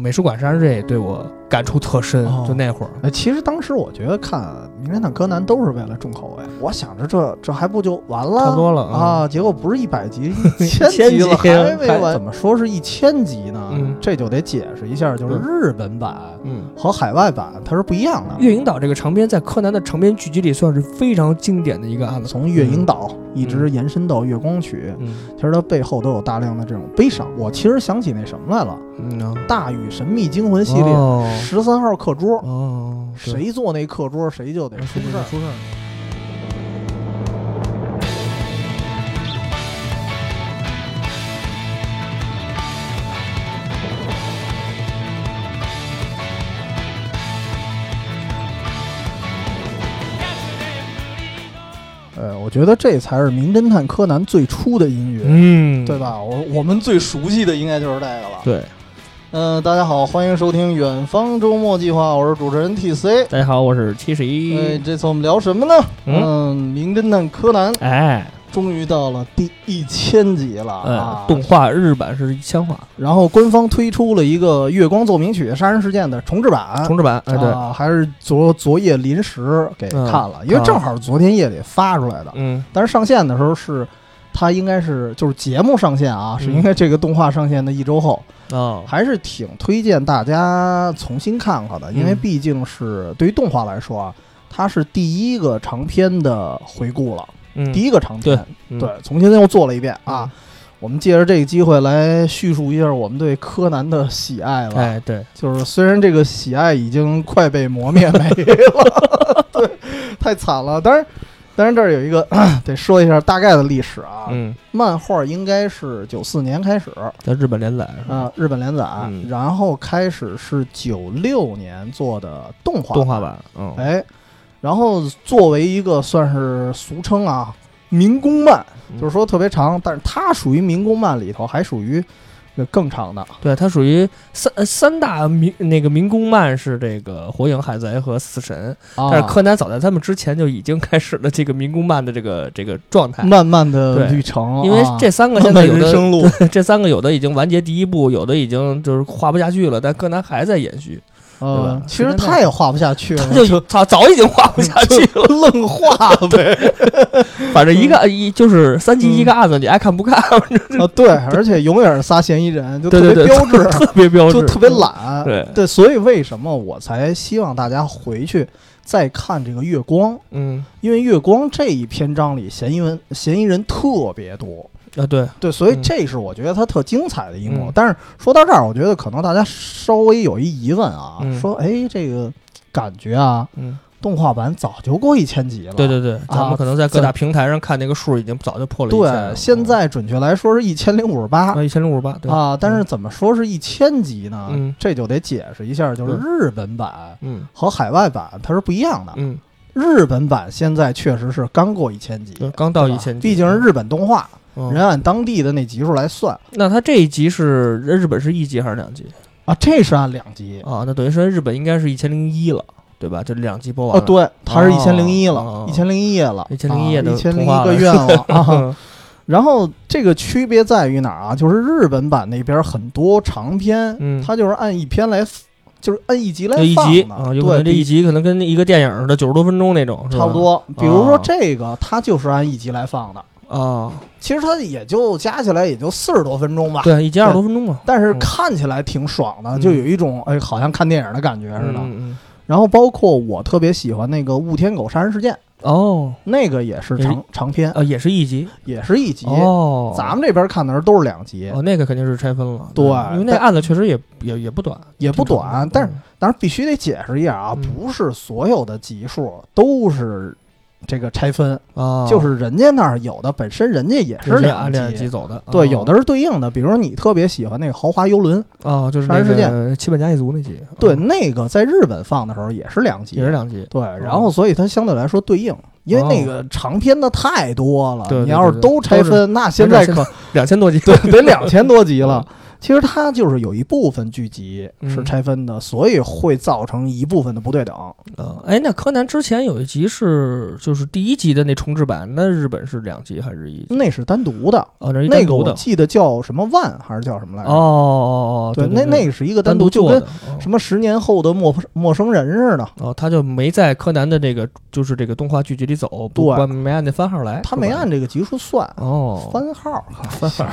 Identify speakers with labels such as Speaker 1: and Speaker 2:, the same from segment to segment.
Speaker 1: 美术馆山这对我感触特深，
Speaker 2: 哦
Speaker 1: 就那会儿，
Speaker 2: 哎，其实当时我觉得看《名侦探柯南》都是为了重口味，我想着这这还不就完了？
Speaker 1: 差不多了嗯
Speaker 2: 啊！结果不是一 百集，一
Speaker 1: 千
Speaker 2: 千集了
Speaker 1: 集
Speaker 2: 还没
Speaker 1: 还
Speaker 2: 完。怎么说是一千集呢？
Speaker 1: 嗯
Speaker 2: 这就得解释一下，就是
Speaker 1: 对
Speaker 2: 日本版
Speaker 1: 嗯。
Speaker 2: 和海外版它是不一样的。
Speaker 1: 月影岛这个长篇在柯南的长篇剧集里算是非常经典的一个案子。
Speaker 2: 从月影岛一直延伸到月光曲，
Speaker 1: 嗯
Speaker 2: 其实它背后都有大量的这种悲伤。我其实想起那什么来了，
Speaker 1: 嗯
Speaker 2: 《
Speaker 1: 啊
Speaker 2: 大禹神秘惊魂》系列
Speaker 1: 哦
Speaker 2: 十三号课桌，
Speaker 1: 哦，对
Speaker 2: 谁坐那课桌谁就得出事儿。
Speaker 1: 出事儿。
Speaker 2: 呃，我觉得这才是《名侦探柯南》最初的音乐。
Speaker 1: 嗯，
Speaker 2: 对？吧？我我们最熟悉的应该就是这个了。
Speaker 1: 对，
Speaker 2: 嗯、大家好，欢迎收听《远方周末计划》，我是主持人 T C。
Speaker 1: 大家好，我是七十
Speaker 2: 哎，
Speaker 1: 一。
Speaker 2: 这次我们聊什么呢？
Speaker 1: 嗯
Speaker 2: 嗯，名侦探柯南》
Speaker 1: 哎，
Speaker 2: 终于到了第一千集了啊
Speaker 1: 呃，！动画日版是一千话
Speaker 2: 然后官方推出了一个《月光奏鸣曲》杀人事件的重制版。
Speaker 1: 重制版，哎，对，
Speaker 2: 啊，还是昨昨夜临时给
Speaker 1: 嗯
Speaker 2: 看了，因为
Speaker 1: 看
Speaker 2: 正
Speaker 1: 了
Speaker 2: 好昨天夜里发出来的。
Speaker 1: 嗯
Speaker 2: 但是上线的时候是，它应该是就是节目上线啊，是
Speaker 1: 嗯
Speaker 2: 应该这个动画上线的一周后。
Speaker 1: 哦，
Speaker 2: 还是挺推荐大家重新看看的，因为
Speaker 1: 嗯
Speaker 2: 毕竟是对于动画来说啊，它是第一个长篇的回顾了，
Speaker 1: 嗯
Speaker 2: 第一个长篇，
Speaker 1: 嗯
Speaker 2: 对，重新又做了一遍啊。我们借着这个机会来叙述一下我们对柯南的喜爱吧。
Speaker 1: 哎，对，
Speaker 2: 就是虽然这个喜爱已经快被磨灭没了， 对，太惨了。当然，当然这儿有一个得说一下大概的历史啊。
Speaker 1: 嗯，
Speaker 2: 漫画应该是九四年开始，
Speaker 1: 在日本连载是吧
Speaker 2: 啊，日本连载，
Speaker 1: 嗯
Speaker 2: 然后开始是九六年做的动画
Speaker 1: 动画，版，嗯，
Speaker 2: 哎，然后作为一个算是俗称啊民工漫，
Speaker 1: 嗯
Speaker 2: 就是说特别长，但是它属于民工漫里头还属于呃更长的，
Speaker 1: 对，它属于三呃三大民那个民工漫是这个《火影》《海贼》和《死神》，但是
Speaker 2: 啊
Speaker 1: 柯南早在他们之前就已经开始了这个民工漫的这个这个状态，
Speaker 2: 慢慢的
Speaker 1: 对
Speaker 2: 旅程，
Speaker 1: 因为
Speaker 2: 啊
Speaker 1: 这三个
Speaker 2: 漫
Speaker 1: 现
Speaker 2: 漫
Speaker 1: 在
Speaker 2: 有
Speaker 1: 有
Speaker 2: 人
Speaker 1: 的
Speaker 2: 生 路，
Speaker 1: 这三个有的已经完结第一部，有的已经就是画不下去了，但柯南还在延续，对
Speaker 2: 呃
Speaker 1: 吧，
Speaker 2: 其实他也画不下去了，
Speaker 1: 就他早已经画不下去了，
Speaker 2: 愣画 呗。
Speaker 1: 反正一个
Speaker 2: 嗯
Speaker 1: 一就是三集一个案子，你爱看不看，
Speaker 2: 啊，对，而且永远是仨嫌疑人，就
Speaker 1: 对
Speaker 2: 特别
Speaker 1: 对 对，特
Speaker 2: 标志，嗯
Speaker 1: 别标志，
Speaker 2: 就特别，懒，
Speaker 1: 对
Speaker 2: 对，所以为什么我才希望大家回去再看这个月光？
Speaker 1: 嗯
Speaker 2: 因为月光这一篇章里嫌疑人嫌疑人特别多，
Speaker 1: 啊对，
Speaker 2: 对，所以
Speaker 1: 嗯
Speaker 2: 这是我觉得它特精彩的一幕。
Speaker 1: 嗯
Speaker 2: 但是说到这儿，我觉得可能大家稍微有一疑问啊，
Speaker 1: 嗯
Speaker 2: 说哎，这个感觉啊，
Speaker 1: 嗯
Speaker 2: 动画版早就过一千集了，
Speaker 1: 对对对，咱们可能在各大平台上看那个数已经早就破了一千了，
Speaker 2: 啊对，现在准确来说是一千零五十八。
Speaker 1: 啊一千零五十八，对，
Speaker 2: 啊，但是怎么说是一千集呢？
Speaker 1: 嗯
Speaker 2: 这就得解释一下，就是
Speaker 1: 嗯
Speaker 2: 日本版
Speaker 1: 嗯
Speaker 2: 和海外版它是不一样的。
Speaker 1: 嗯，
Speaker 2: 日本版现在确实是刚过一千集，
Speaker 1: 对刚嗯到
Speaker 2: 对
Speaker 1: 一
Speaker 2: 吧
Speaker 1: 千集，
Speaker 2: 毕竟是日本动画，
Speaker 1: 嗯
Speaker 2: 人按当地的那集数来算
Speaker 1: 那他这一集是呃日本是一集还是两集
Speaker 2: 啊，这是按两集
Speaker 1: 啊？那等于说日本应该是一千零一了，对吧？就两集播完
Speaker 2: 哦，
Speaker 1: 了。
Speaker 2: 对，它是一千零一
Speaker 1: 哦
Speaker 2: 了，一千零一夜了，
Speaker 1: 1001夜的
Speaker 2: 一千零
Speaker 1: 童话
Speaker 2: 一
Speaker 1: 了
Speaker 2: 个愿望 啊。
Speaker 1: 嗯
Speaker 2: 然后这个区别在于哪儿啊？就是日本版那边很多长篇，
Speaker 1: 嗯
Speaker 2: 它就是按一篇来，就是按一集来
Speaker 1: 就一
Speaker 2: 放
Speaker 1: 集
Speaker 2: 的
Speaker 1: 啊，有可
Speaker 2: 对，
Speaker 1: 能这一
Speaker 2: 比
Speaker 1: 集可能跟一个电影似的，九十多分钟那种，是吧
Speaker 2: 差不多。比如说
Speaker 1: 啊
Speaker 2: 这个，它就是按一集来放的，
Speaker 1: 啊。
Speaker 2: 其实它也就加起来也就四十多分钟吧。
Speaker 1: 对，一集二十多分钟嘛，
Speaker 2: 但是
Speaker 1: 嗯
Speaker 2: 看起来挺爽的，
Speaker 1: 嗯
Speaker 2: 就有一种哎，好像看电影的感觉似的。
Speaker 1: 嗯嗯嗯
Speaker 2: 然后包括我特别喜欢那个《雾天狗杀人事件》，
Speaker 1: 哦，
Speaker 2: 那个也是
Speaker 1: 也是
Speaker 2: 长长篇，
Speaker 1: 呃，也是一集
Speaker 2: 也是一集。
Speaker 1: 哦。
Speaker 2: 咱们这边看的时候都是两集，
Speaker 1: 哦，那个肯定是拆分了，
Speaker 2: 对
Speaker 1: 因为那
Speaker 2: 但
Speaker 1: 案子确实也也也不短，
Speaker 2: 也不
Speaker 1: 挺长
Speaker 2: 短
Speaker 1: 的，
Speaker 2: 但是当然必须得解释一下啊，
Speaker 1: 嗯
Speaker 2: 不是所有的集数都是这个拆分，
Speaker 1: 嗯啊，
Speaker 2: 就是人家那儿有的本身人家也是
Speaker 1: 是
Speaker 2: 两
Speaker 1: 按两
Speaker 2: 集
Speaker 1: 集。走的，
Speaker 2: 对，
Speaker 1: 哦
Speaker 2: 有的是对应的，比如说你特别喜欢那个豪华游轮，
Speaker 1: 哦，就是
Speaker 2: 杀
Speaker 1: 那
Speaker 2: 人事件
Speaker 1: 个七本家一族那集，
Speaker 2: 对，
Speaker 1: 嗯
Speaker 2: 那个在日本放的时候也是两集，
Speaker 1: 也是两啊集，
Speaker 2: 对，然后所以它相对来说对应，因为那个长篇的太多了，
Speaker 1: 对对
Speaker 2: 你要是
Speaker 1: 对对
Speaker 2: 都拆
Speaker 1: 都
Speaker 2: 分，那现在可
Speaker 1: 两千多集，嗯
Speaker 2: 对得两千多集了。其实它就是有一部分剧集是拆分的，所以会造成一部分的不对等。
Speaker 1: 啊，哎，那柯南之前有一集是就是第一集的那重置版，那日本是两集还是一集？
Speaker 2: 那是单独的，
Speaker 1: 哦，那是一
Speaker 2: 那
Speaker 1: 单
Speaker 2: 个
Speaker 1: 独
Speaker 2: 我
Speaker 1: 的。
Speaker 2: 记得叫什么万还是叫什么来
Speaker 1: 哦
Speaker 2: 着？
Speaker 1: 哦哦，对，
Speaker 2: 那那
Speaker 1: 个
Speaker 2: 个是一个
Speaker 1: 单
Speaker 2: 独，就
Speaker 1: 做
Speaker 2: 跟
Speaker 1: 的。
Speaker 2: 什么十年后的陌陌生人似的，
Speaker 1: 哦，他就没在柯南的这个就是这个动画剧集里走，不
Speaker 2: 对
Speaker 1: 关没按那番号来，
Speaker 2: 他
Speaker 1: 哎是
Speaker 2: 没
Speaker 1: 吧
Speaker 2: 按这个集数算，
Speaker 1: 哦，
Speaker 2: 番 号。
Speaker 1: 番号，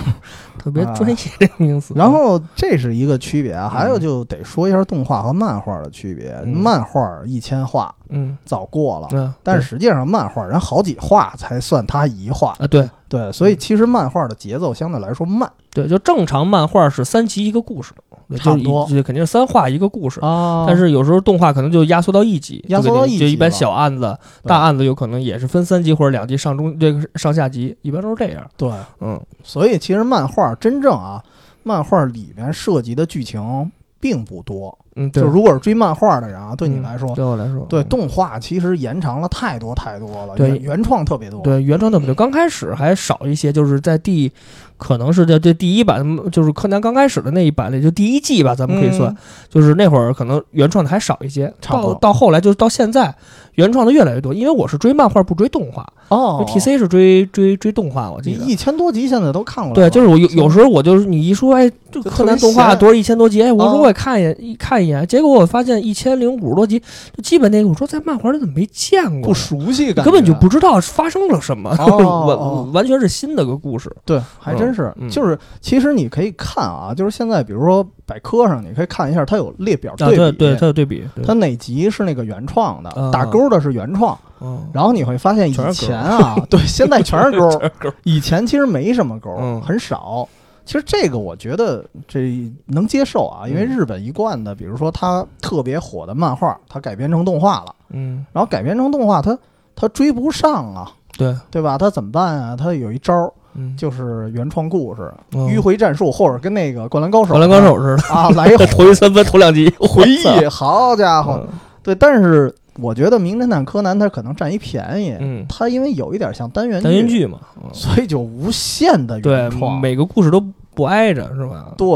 Speaker 1: 特别
Speaker 2: 啊
Speaker 1: 专业这个名词。
Speaker 2: 然后这是一个区别啊，还有
Speaker 1: 嗯
Speaker 2: 就得说一下动画和漫画的区别。
Speaker 1: 嗯
Speaker 2: 漫画一千话
Speaker 1: 嗯，
Speaker 2: 早过了，
Speaker 1: 嗯，
Speaker 2: 但是
Speaker 1: 对
Speaker 2: 实际上漫画人好几话才算他一话，
Speaker 1: 啊，对
Speaker 2: 对，所以其实漫画的节奏相对来说慢
Speaker 1: 对，就正常漫画是三集一个故事，对
Speaker 2: 差不多
Speaker 1: 就是一就肯定是三话一个故事。
Speaker 2: 啊
Speaker 1: 哦但是有时候动画可能就压缩到一集，
Speaker 2: 压缩到一
Speaker 1: 就
Speaker 2: 集
Speaker 1: 给你就一般
Speaker 2: 了
Speaker 1: 小案子、
Speaker 2: 对
Speaker 1: 大案子有可能也是分三集或者两集上中这个上下集，一般都是这样。
Speaker 2: 对，
Speaker 1: 嗯，
Speaker 2: 所以其实漫画真正啊，漫画里面涉及的剧情并不多。
Speaker 1: 嗯，对
Speaker 2: 就，如果是追漫画的人啊，对你
Speaker 1: 嗯
Speaker 2: 来说，
Speaker 1: 对我来说，
Speaker 2: 对
Speaker 1: 嗯
Speaker 2: 动画其实延长了太多太多了，
Speaker 1: 对
Speaker 2: 原原创特别多。
Speaker 1: 对原创的本就刚开始还少一些，就是在第，可能是在这第一版，就是柯南刚开始的那一版里，就第一季吧，咱们可以算，
Speaker 2: 嗯
Speaker 1: 就是那会儿可能原创的还少一些。
Speaker 2: 差不
Speaker 1: 到
Speaker 2: 多
Speaker 1: 到后来就是到现在，原创的越来越多，因为我是追漫画不追动画、
Speaker 2: 哦
Speaker 1: t c 是追追追动画，我记得。
Speaker 2: 一千多集现在都看过来
Speaker 1: 对，
Speaker 2: 了，
Speaker 1: 就是我有有时候我就是你一说，哎，这
Speaker 2: 就
Speaker 1: 柯
Speaker 2: 特
Speaker 1: 南
Speaker 2: 别
Speaker 1: 动画
Speaker 2: 闲
Speaker 1: 多少一千多集，哎，我说
Speaker 2: 哦
Speaker 1: 我也看一眼一看一眼，结果我发现一千零五十多集，就基本那个我说在漫画里怎么没见过呢？
Speaker 2: 不熟悉感觉，啊
Speaker 1: 根本就不知道发生了什 么，
Speaker 2: 哦
Speaker 1: 完、
Speaker 2: 哦
Speaker 1: 完全是新的个故事。
Speaker 2: 对，还真是，
Speaker 1: 嗯嗯
Speaker 2: 就是其实你可以看啊，就是现在比如说百科上，你可以看一下，它有列表
Speaker 1: 啊，
Speaker 2: 比，哎
Speaker 1: 对对，它有对比，对
Speaker 2: 它哪集是那个原创的，
Speaker 1: 啊
Speaker 2: 打勾的是原创，
Speaker 1: 嗯，
Speaker 2: 然后你会发现以
Speaker 1: 全是勾
Speaker 2: 前啊， 对，现在全是 勾，
Speaker 1: 勾
Speaker 2: 以前其实没什么勾，
Speaker 1: 嗯
Speaker 2: 很少。其实这个我觉得这能接受啊，因为
Speaker 1: 嗯
Speaker 2: 日本一贯的，比如说它特别火的漫画，它改编成动画了，
Speaker 1: 嗯，
Speaker 2: 然后改编成动画，它它追不上啊，
Speaker 1: 对，
Speaker 2: 对吧？它怎么办啊？它有一招儿，
Speaker 1: 嗯，
Speaker 2: 就是原创故事，
Speaker 1: 嗯
Speaker 2: 迂回战术，或者跟那个《灌篮高手》
Speaker 1: 灌篮高手似
Speaker 2: 啊，来一
Speaker 1: 的，头一三分，头两 集
Speaker 2: 回忆，好家伙，
Speaker 1: 嗯
Speaker 2: 对，但是我觉得《名侦探柯南》它可能占一便宜，
Speaker 1: 嗯，
Speaker 2: 它因为有一点像单元
Speaker 1: 单元，剧嘛，嗯
Speaker 2: 所以就无限的
Speaker 1: 对
Speaker 2: 原，创，
Speaker 1: 每个故事都不挨着是吧？
Speaker 2: 对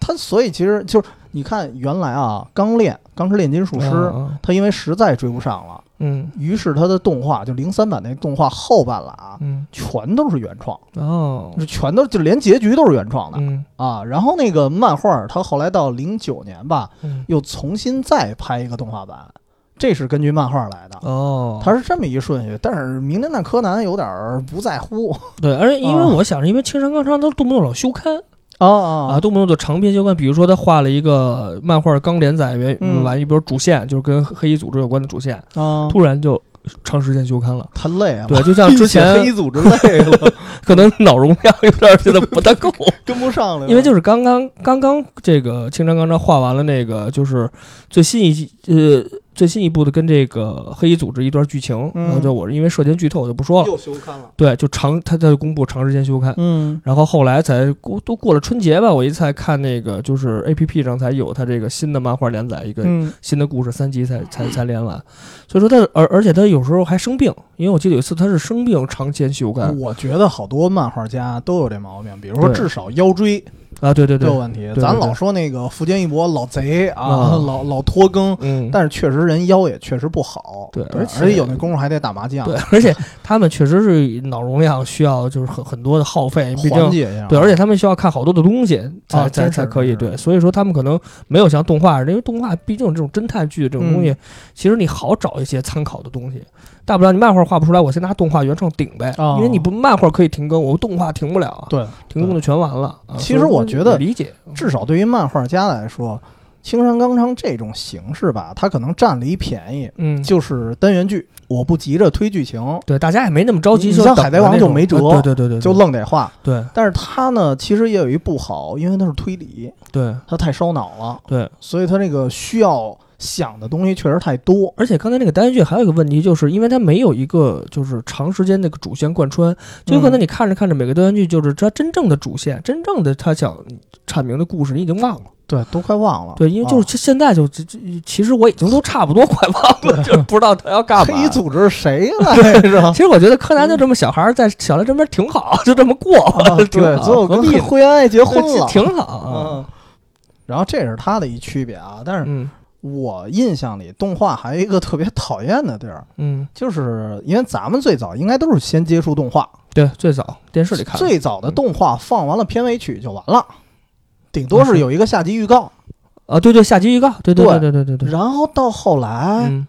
Speaker 2: 它，所以其实就是你看原来啊，《钢炼》《钢之炼金术师》
Speaker 1: 嗯
Speaker 2: 它因为实在追不上了，
Speaker 1: 嗯
Speaker 2: 于是它的动画就零三版那动画后半了啊，
Speaker 1: 嗯，
Speaker 2: 全都是原创，
Speaker 1: 嗯哦，
Speaker 2: 就全都就连结局都是原创的。
Speaker 1: 嗯
Speaker 2: 啊，然后那个漫画儿，它后来到零九年吧，
Speaker 1: 嗯，
Speaker 2: 又重新再拍一个动画版，这是根据漫画儿来的。
Speaker 1: 哦，
Speaker 2: 它是这么一顺序，但是《名侦探柯南》有点儿不在乎
Speaker 1: 对，而且因为
Speaker 2: 啊
Speaker 1: 我想是因为青山刚昌他动不动老修刊，
Speaker 2: 啊
Speaker 1: 啊，
Speaker 2: 啊
Speaker 1: 动不动就长篇修刊，比如说他画了一个漫画刚连载原
Speaker 2: 嗯
Speaker 1: 完一波主线，就是跟黑衣组织有关的主线，
Speaker 2: 啊！
Speaker 1: 突然就长时间休刊了。
Speaker 2: 他累了，
Speaker 1: 对，就像 之前
Speaker 2: 哎黑组织累了，
Speaker 1: 可能脑容量有点儿觉得不太 够，
Speaker 2: 跟不上了，
Speaker 1: 因为就是刚刚刚刚这个青山刚昌画完了那个就是最新一季呃最新一部的跟这个黑衣组织一段剧情，
Speaker 2: 嗯
Speaker 1: 然后就我是因为涉嫌剧透我就不说了。
Speaker 2: 又休刊了。
Speaker 1: 对，就长他他就公布长时间休刊，
Speaker 2: 嗯
Speaker 1: 然后后来才过都过了春节吧，我一才看那个就是 A P P 上才有他这个新的漫画连载一个
Speaker 2: 嗯
Speaker 1: 新的故事三集才才才连完，所以说他而而且他有时候还生病，因为我记得有一次他是生病长期休刊
Speaker 2: 我觉得好多漫画家都有这毛病，比如说
Speaker 1: 对
Speaker 2: 至少腰椎
Speaker 1: 啊，对对
Speaker 2: 都
Speaker 1: 对
Speaker 2: 有，问题。
Speaker 1: 对对
Speaker 2: 咱
Speaker 1: 对
Speaker 2: 老说那个福建一博老贼啊，
Speaker 1: 啊
Speaker 2: 老老拖更，
Speaker 1: 嗯，
Speaker 2: 但是确实人腰也确实不好，
Speaker 1: 对
Speaker 2: 而
Speaker 1: 而且
Speaker 2: 有那功夫还得打麻将，
Speaker 1: 对，而且他们确实是脑容量需要就是很很多的耗费，毕
Speaker 2: 缓
Speaker 1: 竟。
Speaker 2: 解一下。
Speaker 1: 对，而且他们需要看好多的东西才、
Speaker 2: 啊
Speaker 1: 才
Speaker 2: 真是
Speaker 1: 才可以
Speaker 2: 真是
Speaker 1: 对，所以说他们可能没有像动画似的，因为动画毕竟这种侦探剧这种东
Speaker 2: 嗯
Speaker 1: 西，其实你好找一些参考的东西，大不了你漫画画不出来，我先拿动画原创顶呗，
Speaker 2: 哦
Speaker 1: 因为你不漫画可以停更，我动画停不了啊，
Speaker 2: 对，
Speaker 1: 停更就全完了。啊
Speaker 2: 其实我觉得
Speaker 1: 所以理解，
Speaker 2: 至少对于漫画家来说，青山刚昌这种形式吧，他可能占了一便宜，
Speaker 1: 嗯，
Speaker 2: 就是单元剧，我不急着推剧情，
Speaker 1: 对，大家也没那么着急
Speaker 2: 你
Speaker 1: 就
Speaker 2: 像
Speaker 1: 等着那种，
Speaker 2: 海贼王就没辙
Speaker 1: 啊对对对对，
Speaker 2: 就愣得画。
Speaker 1: 对
Speaker 2: 但是他呢，其实也有一不好，因为他是推理，
Speaker 1: 对
Speaker 2: 他太烧脑了，
Speaker 1: 对，
Speaker 2: 所以他这个需要想的东西确实太多。
Speaker 1: 而且刚才那个单元剧还有一个问题，就是因为它没有一个就是长时间那个主线贯穿，就有
Speaker 2: 嗯
Speaker 1: 可能你看着看着每个单元剧就是它真正的主线，真正的他想阐明的故事你已经忘了。
Speaker 2: 对，都快忘了。
Speaker 1: 对，因为就是
Speaker 2: 啊
Speaker 1: 这现在就这这，其实我已经都差不多快忘了，就不知道他要干嘛
Speaker 2: 黑。组织谁 来着
Speaker 1: 其？实我觉得柯南就这么小孩儿在小来这边挺好，就这么过，
Speaker 2: 啊
Speaker 1: 挺
Speaker 2: 对，
Speaker 1: 好
Speaker 2: 最后
Speaker 1: 何
Speaker 2: 跟
Speaker 1: 必呢
Speaker 2: 灰原哀结婚了。
Speaker 1: 挺好啊。
Speaker 2: 嗯，然后这也是他的一区别啊。但是
Speaker 1: 嗯
Speaker 2: 我印象里，动画还有一个特别讨厌的地儿，
Speaker 1: 嗯，
Speaker 2: 就是因为咱们最早应该都是先接触动画，
Speaker 1: 对，最早电视里看的，
Speaker 2: 最早的动画放完了片尾曲就完了，顶多是有一个下集预告。
Speaker 1: 啊，对对，下集预告，对对
Speaker 2: 对
Speaker 1: 对嗯对对对，
Speaker 2: 然后到后来，
Speaker 1: 嗯，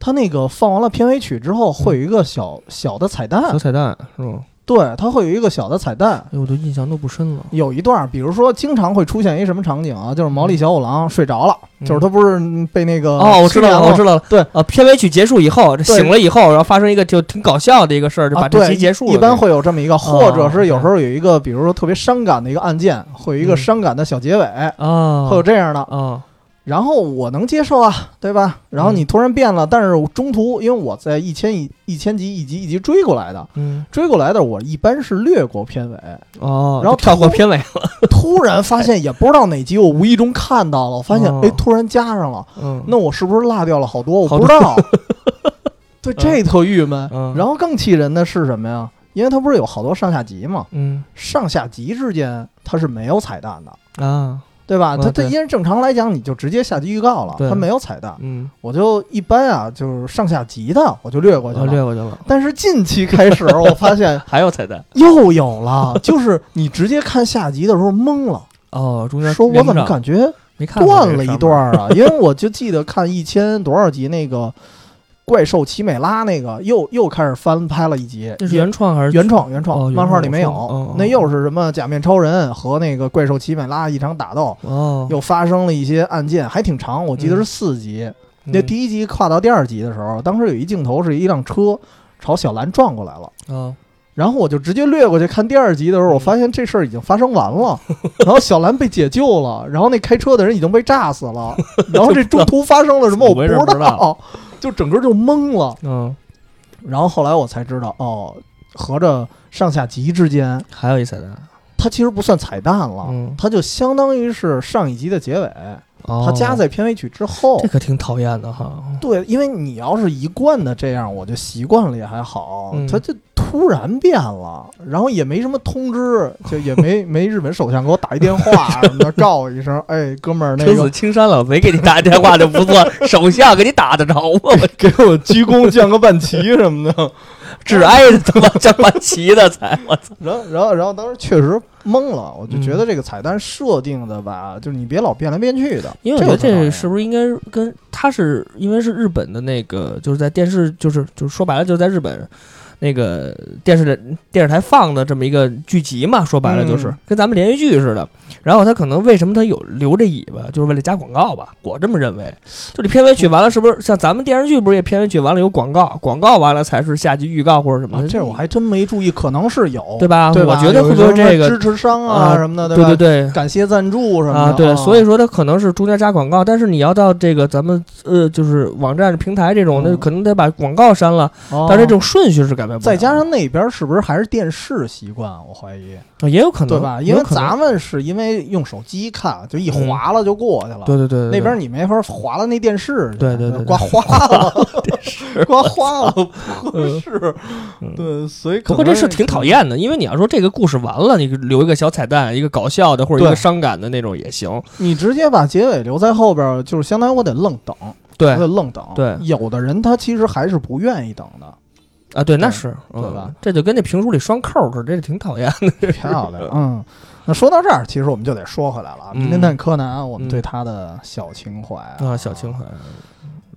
Speaker 2: 他那个放完了片尾曲之后，会有一个小小的彩蛋
Speaker 1: 嗯小，彩蛋是吧？
Speaker 2: 对，它会有一个小的彩蛋。
Speaker 1: 哎，我都印象都不深了。
Speaker 2: 有一段，比如说，经常会出现一什么场景啊？就是毛利小五郎睡着了，
Speaker 1: 嗯
Speaker 2: 就是他不是嗯被那个
Speaker 1: 哦，我知道了，我知
Speaker 2: 道
Speaker 1: 道了。
Speaker 2: 对
Speaker 1: 啊，片尾曲结束以后，这
Speaker 2: 对
Speaker 1: 醒了以后，然后发生一个就挺搞笑的一个事儿，就把
Speaker 2: 啊，
Speaker 1: 这
Speaker 2: 对，
Speaker 1: 集结束了。哦
Speaker 2: 一般
Speaker 1: 会
Speaker 2: 会有这么一个，或者是有时候有一个，比如说特别伤感的一个案件，会有一个
Speaker 1: 嗯
Speaker 2: 伤感的小结尾，
Speaker 1: 啊，
Speaker 2: 会有这样的。
Speaker 1: 啊，
Speaker 2: 然后我能接受啊，对吧？然后你
Speaker 1: 嗯
Speaker 2: 突然变了，但是我中途因为我在一千一一千集一集一集追过来的，
Speaker 1: 嗯，
Speaker 2: 追过来的我一般是略过 片尾，
Speaker 1: 哦，
Speaker 2: 然
Speaker 1: 就
Speaker 2: 后
Speaker 1: 跳过
Speaker 2: 突
Speaker 1: 片尾了。
Speaker 2: 突然发现也不知道哪集我无意中看到了，我发现
Speaker 1: 哦
Speaker 2: 哎，突然加上了，
Speaker 1: 嗯，
Speaker 2: 那我是不是落掉了 好多？我
Speaker 1: 好
Speaker 2: 不知
Speaker 1: 多
Speaker 2: 道，对，这特郁闷。
Speaker 1: 嗯
Speaker 2: 然后更气人的是什么呀？因为它不是有好多上下集嘛，
Speaker 1: 嗯
Speaker 2: 上下集之间它是没有彩蛋的，
Speaker 1: 啊，
Speaker 2: 对吧？
Speaker 1: 嗯
Speaker 2: 它它
Speaker 1: 对
Speaker 2: 因为正常来讲你就直接下集预告了，
Speaker 1: 对
Speaker 2: 它没有彩蛋。
Speaker 1: 嗯，
Speaker 2: 我就一般啊，就是上下集的我就略过
Speaker 1: 我
Speaker 2: 去了。
Speaker 1: 哦啊略过去了。
Speaker 2: 但是近期开始，我发现
Speaker 1: 还有彩蛋
Speaker 2: 又有 了，就是你直接看下集的时候懵了，
Speaker 1: 哦，中间
Speaker 2: 说我
Speaker 1: 连不
Speaker 2: 怎么
Speaker 1: 上
Speaker 2: 感觉
Speaker 1: 没看过
Speaker 2: 断
Speaker 1: 这上
Speaker 2: 了一
Speaker 1: 面
Speaker 2: 段儿啊？因为我就记得看一千多少集那个怪兽奇美拉那个，又又开始翻拍了一集，
Speaker 1: 这是原创还是
Speaker 2: 原创原创、
Speaker 1: 哦原
Speaker 2: 漫画
Speaker 1: 创
Speaker 2: 里
Speaker 1: 我
Speaker 2: 没
Speaker 1: 说
Speaker 2: 有，
Speaker 1: 哦哦
Speaker 2: 那又是什么假面超人和那个怪兽奇美拉一场打斗，
Speaker 1: 哦，
Speaker 2: 又发生了一些案件，还挺长，我记得是四集。那
Speaker 1: 嗯
Speaker 2: 第一集跨到第二集的时候，当时有一镜头是一辆车朝小兰撞过来了，
Speaker 1: 哦
Speaker 2: 然后我就直接略过去看第二集的时候，
Speaker 1: 嗯
Speaker 2: 我发现这事儿已经发生 完了，然后小兰被解救了，然后那开车的人已经被炸死 了，然后这中途发生了什么
Speaker 1: 怎么
Speaker 2: 我不
Speaker 1: 回事不
Speaker 2: 知
Speaker 1: 知道
Speaker 2: 道，就整个就懵了。
Speaker 1: 嗯，
Speaker 2: 然后后来我才知道，哦，合着上下集之间，
Speaker 1: 还有一彩蛋，
Speaker 2: 它其实不算彩蛋了。
Speaker 1: 嗯，
Speaker 2: 它就相当于是上一集的结尾，它
Speaker 1: 他
Speaker 2: 加在片尾曲之后
Speaker 1: 哦这。可挺讨厌的哈。
Speaker 2: 对，因为你要是一贯的这样，我就习惯了也还好。
Speaker 1: 嗯
Speaker 2: 它就突然变了，然后也没什么通知，就也没没日本首相给我打一 电话什么的，告我一声，哎，哥们儿，那
Speaker 1: 车
Speaker 2: 个
Speaker 1: 死青山了，没给你打电话就不错， 首相给你打得着吗？我
Speaker 2: 给我鞠 躬降个半旗什么的。
Speaker 1: 只挨着他妈江万奇的才，我操！
Speaker 2: 然后，然后，然后当时确实懵了，我就
Speaker 1: 嗯
Speaker 2: 觉得这个彩蛋设定的吧，就是你别老变来变去的。
Speaker 1: 因为我觉得
Speaker 2: 个
Speaker 1: 这
Speaker 2: 我
Speaker 1: 是不是应该跟他是因为是日本的那个，就是在电视，就是就是说白了就是在日本那个电视的电视台放的这么一个剧集嘛，说白了就是、
Speaker 2: 嗯
Speaker 1: 跟咱们连续剧似的。然后他可能为什么他有留这尾巴，就是为了加广告吧，我这么认为。就你片尾曲完了，是不是像咱们电视剧不是也片尾曲完了有广告，广告完了才是下集预告或者什么
Speaker 2: 啊
Speaker 1: 的？
Speaker 2: 这我还真没注意，可能是有，
Speaker 1: 嗯对吧？
Speaker 2: 对吧？
Speaker 1: 我觉得会不
Speaker 2: 有
Speaker 1: 会
Speaker 2: 什么
Speaker 1: 这个
Speaker 2: 支？持商啊
Speaker 1: 啊
Speaker 2: 什么的，
Speaker 1: 对
Speaker 2: 吧？
Speaker 1: 对对，
Speaker 2: 感谢赞助什么的哦
Speaker 1: 啊，对，所以说它可能是中间加广告，但是你要到这个咱们呃，就是网站平台这种，那
Speaker 2: 嗯
Speaker 1: 可能得把广告删了，
Speaker 2: 哦
Speaker 1: 但是这种顺序是改变不了的。
Speaker 2: 再加上那边是不是还是电视习惯？我怀疑，
Speaker 1: 啊也有可能，
Speaker 2: 对吧？
Speaker 1: 也
Speaker 2: 因
Speaker 1: 有
Speaker 2: 为
Speaker 1: 可能
Speaker 2: 咱们是因为用手机看，就一划了就过去了。
Speaker 1: 对对对对
Speaker 2: 那边你没法划了那电视去，
Speaker 1: 对对对对
Speaker 2: 刮花 了，刮花了不合适。
Speaker 1: 嗯
Speaker 2: 对，所以可
Speaker 1: 不过
Speaker 2: 能
Speaker 1: 这事挺讨。厌的，因为你要说这个故事完了，你留一个小彩蛋，一个搞笑的或者一
Speaker 2: 对
Speaker 1: 个伤感的那种也行。
Speaker 2: 你直接把结尾留在后边儿，就是相当于我得愣等，
Speaker 1: 对
Speaker 2: 我得愣等。
Speaker 1: 对
Speaker 2: 有的人他其实还是不愿意等的。
Speaker 1: 啊，对，那
Speaker 2: 对
Speaker 1: 是
Speaker 2: 对
Speaker 1: 嗯
Speaker 2: 吧
Speaker 1: 这就跟那评书里双扣似的，这挺讨厌的。
Speaker 2: 漂亮，嗯。那说到这儿，其实我们就得说回来了啊，
Speaker 1: 嗯
Speaker 2: 名侦探柯南，我们
Speaker 1: 嗯
Speaker 2: 对他的小情怀 啊，
Speaker 1: 啊，小情怀，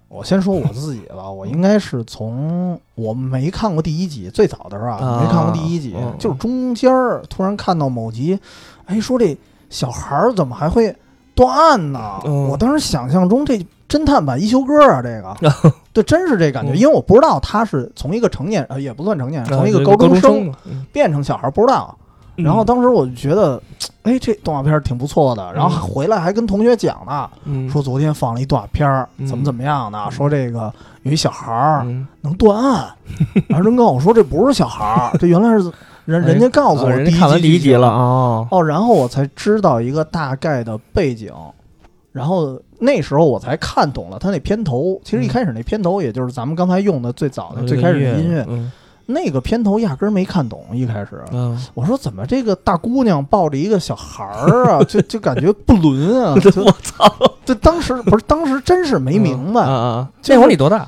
Speaker 2: 我先说我自己吧，我应该是从我没看过第一集，最早的时候啊，
Speaker 1: 啊
Speaker 2: 没看过第一集，
Speaker 1: 嗯
Speaker 2: 就是中间儿突然看到某集，哎，说这小孩儿怎么还会断案呢？
Speaker 1: 嗯
Speaker 2: 我当时想象中这侦探版一休哥啊，这个，对，真是这感觉，
Speaker 1: 嗯
Speaker 2: 因为我不知道他是从一个成年，呃，也不算成年，从一个
Speaker 1: 啊
Speaker 2: 高中
Speaker 1: 中嗯
Speaker 2: 生
Speaker 1: 嘛，嗯
Speaker 2: 变成小孩，不知道。然后当时我就觉得，哎，这动画片儿挺不错的，然后还回来还跟同学讲呢。
Speaker 1: 嗯
Speaker 2: 说昨天放了一动画片儿，
Speaker 1: 嗯
Speaker 2: 怎么怎么样的，
Speaker 1: 嗯
Speaker 2: 说这个有一小孩儿
Speaker 1: 嗯
Speaker 2: 能 断案，然后人跟我说这不是小孩儿，这原来是人
Speaker 1: 哎
Speaker 2: 人家告
Speaker 1: 啊
Speaker 2: 诉我
Speaker 1: 人家看完第一集
Speaker 2: 剧情
Speaker 1: 了啊，
Speaker 2: 哦，然后我才知道一个大概的背景，然后那时候我才看懂了他那片头。其实一
Speaker 1: 嗯呃
Speaker 2: 开始那片头，也就是咱们刚才用的最早的、最开始的音乐，
Speaker 1: 嗯
Speaker 2: 那个片头压根儿没看懂。一开始，
Speaker 1: 嗯，
Speaker 2: 我说怎么这个大姑娘抱着一个小孩儿 啊，就就感觉不伦啊！就
Speaker 1: 我操，
Speaker 2: 这当时不是当时真是没明
Speaker 1: 啊
Speaker 2: 白，
Speaker 1: 啊！啊
Speaker 2: 就是
Speaker 1: 那会儿你多大？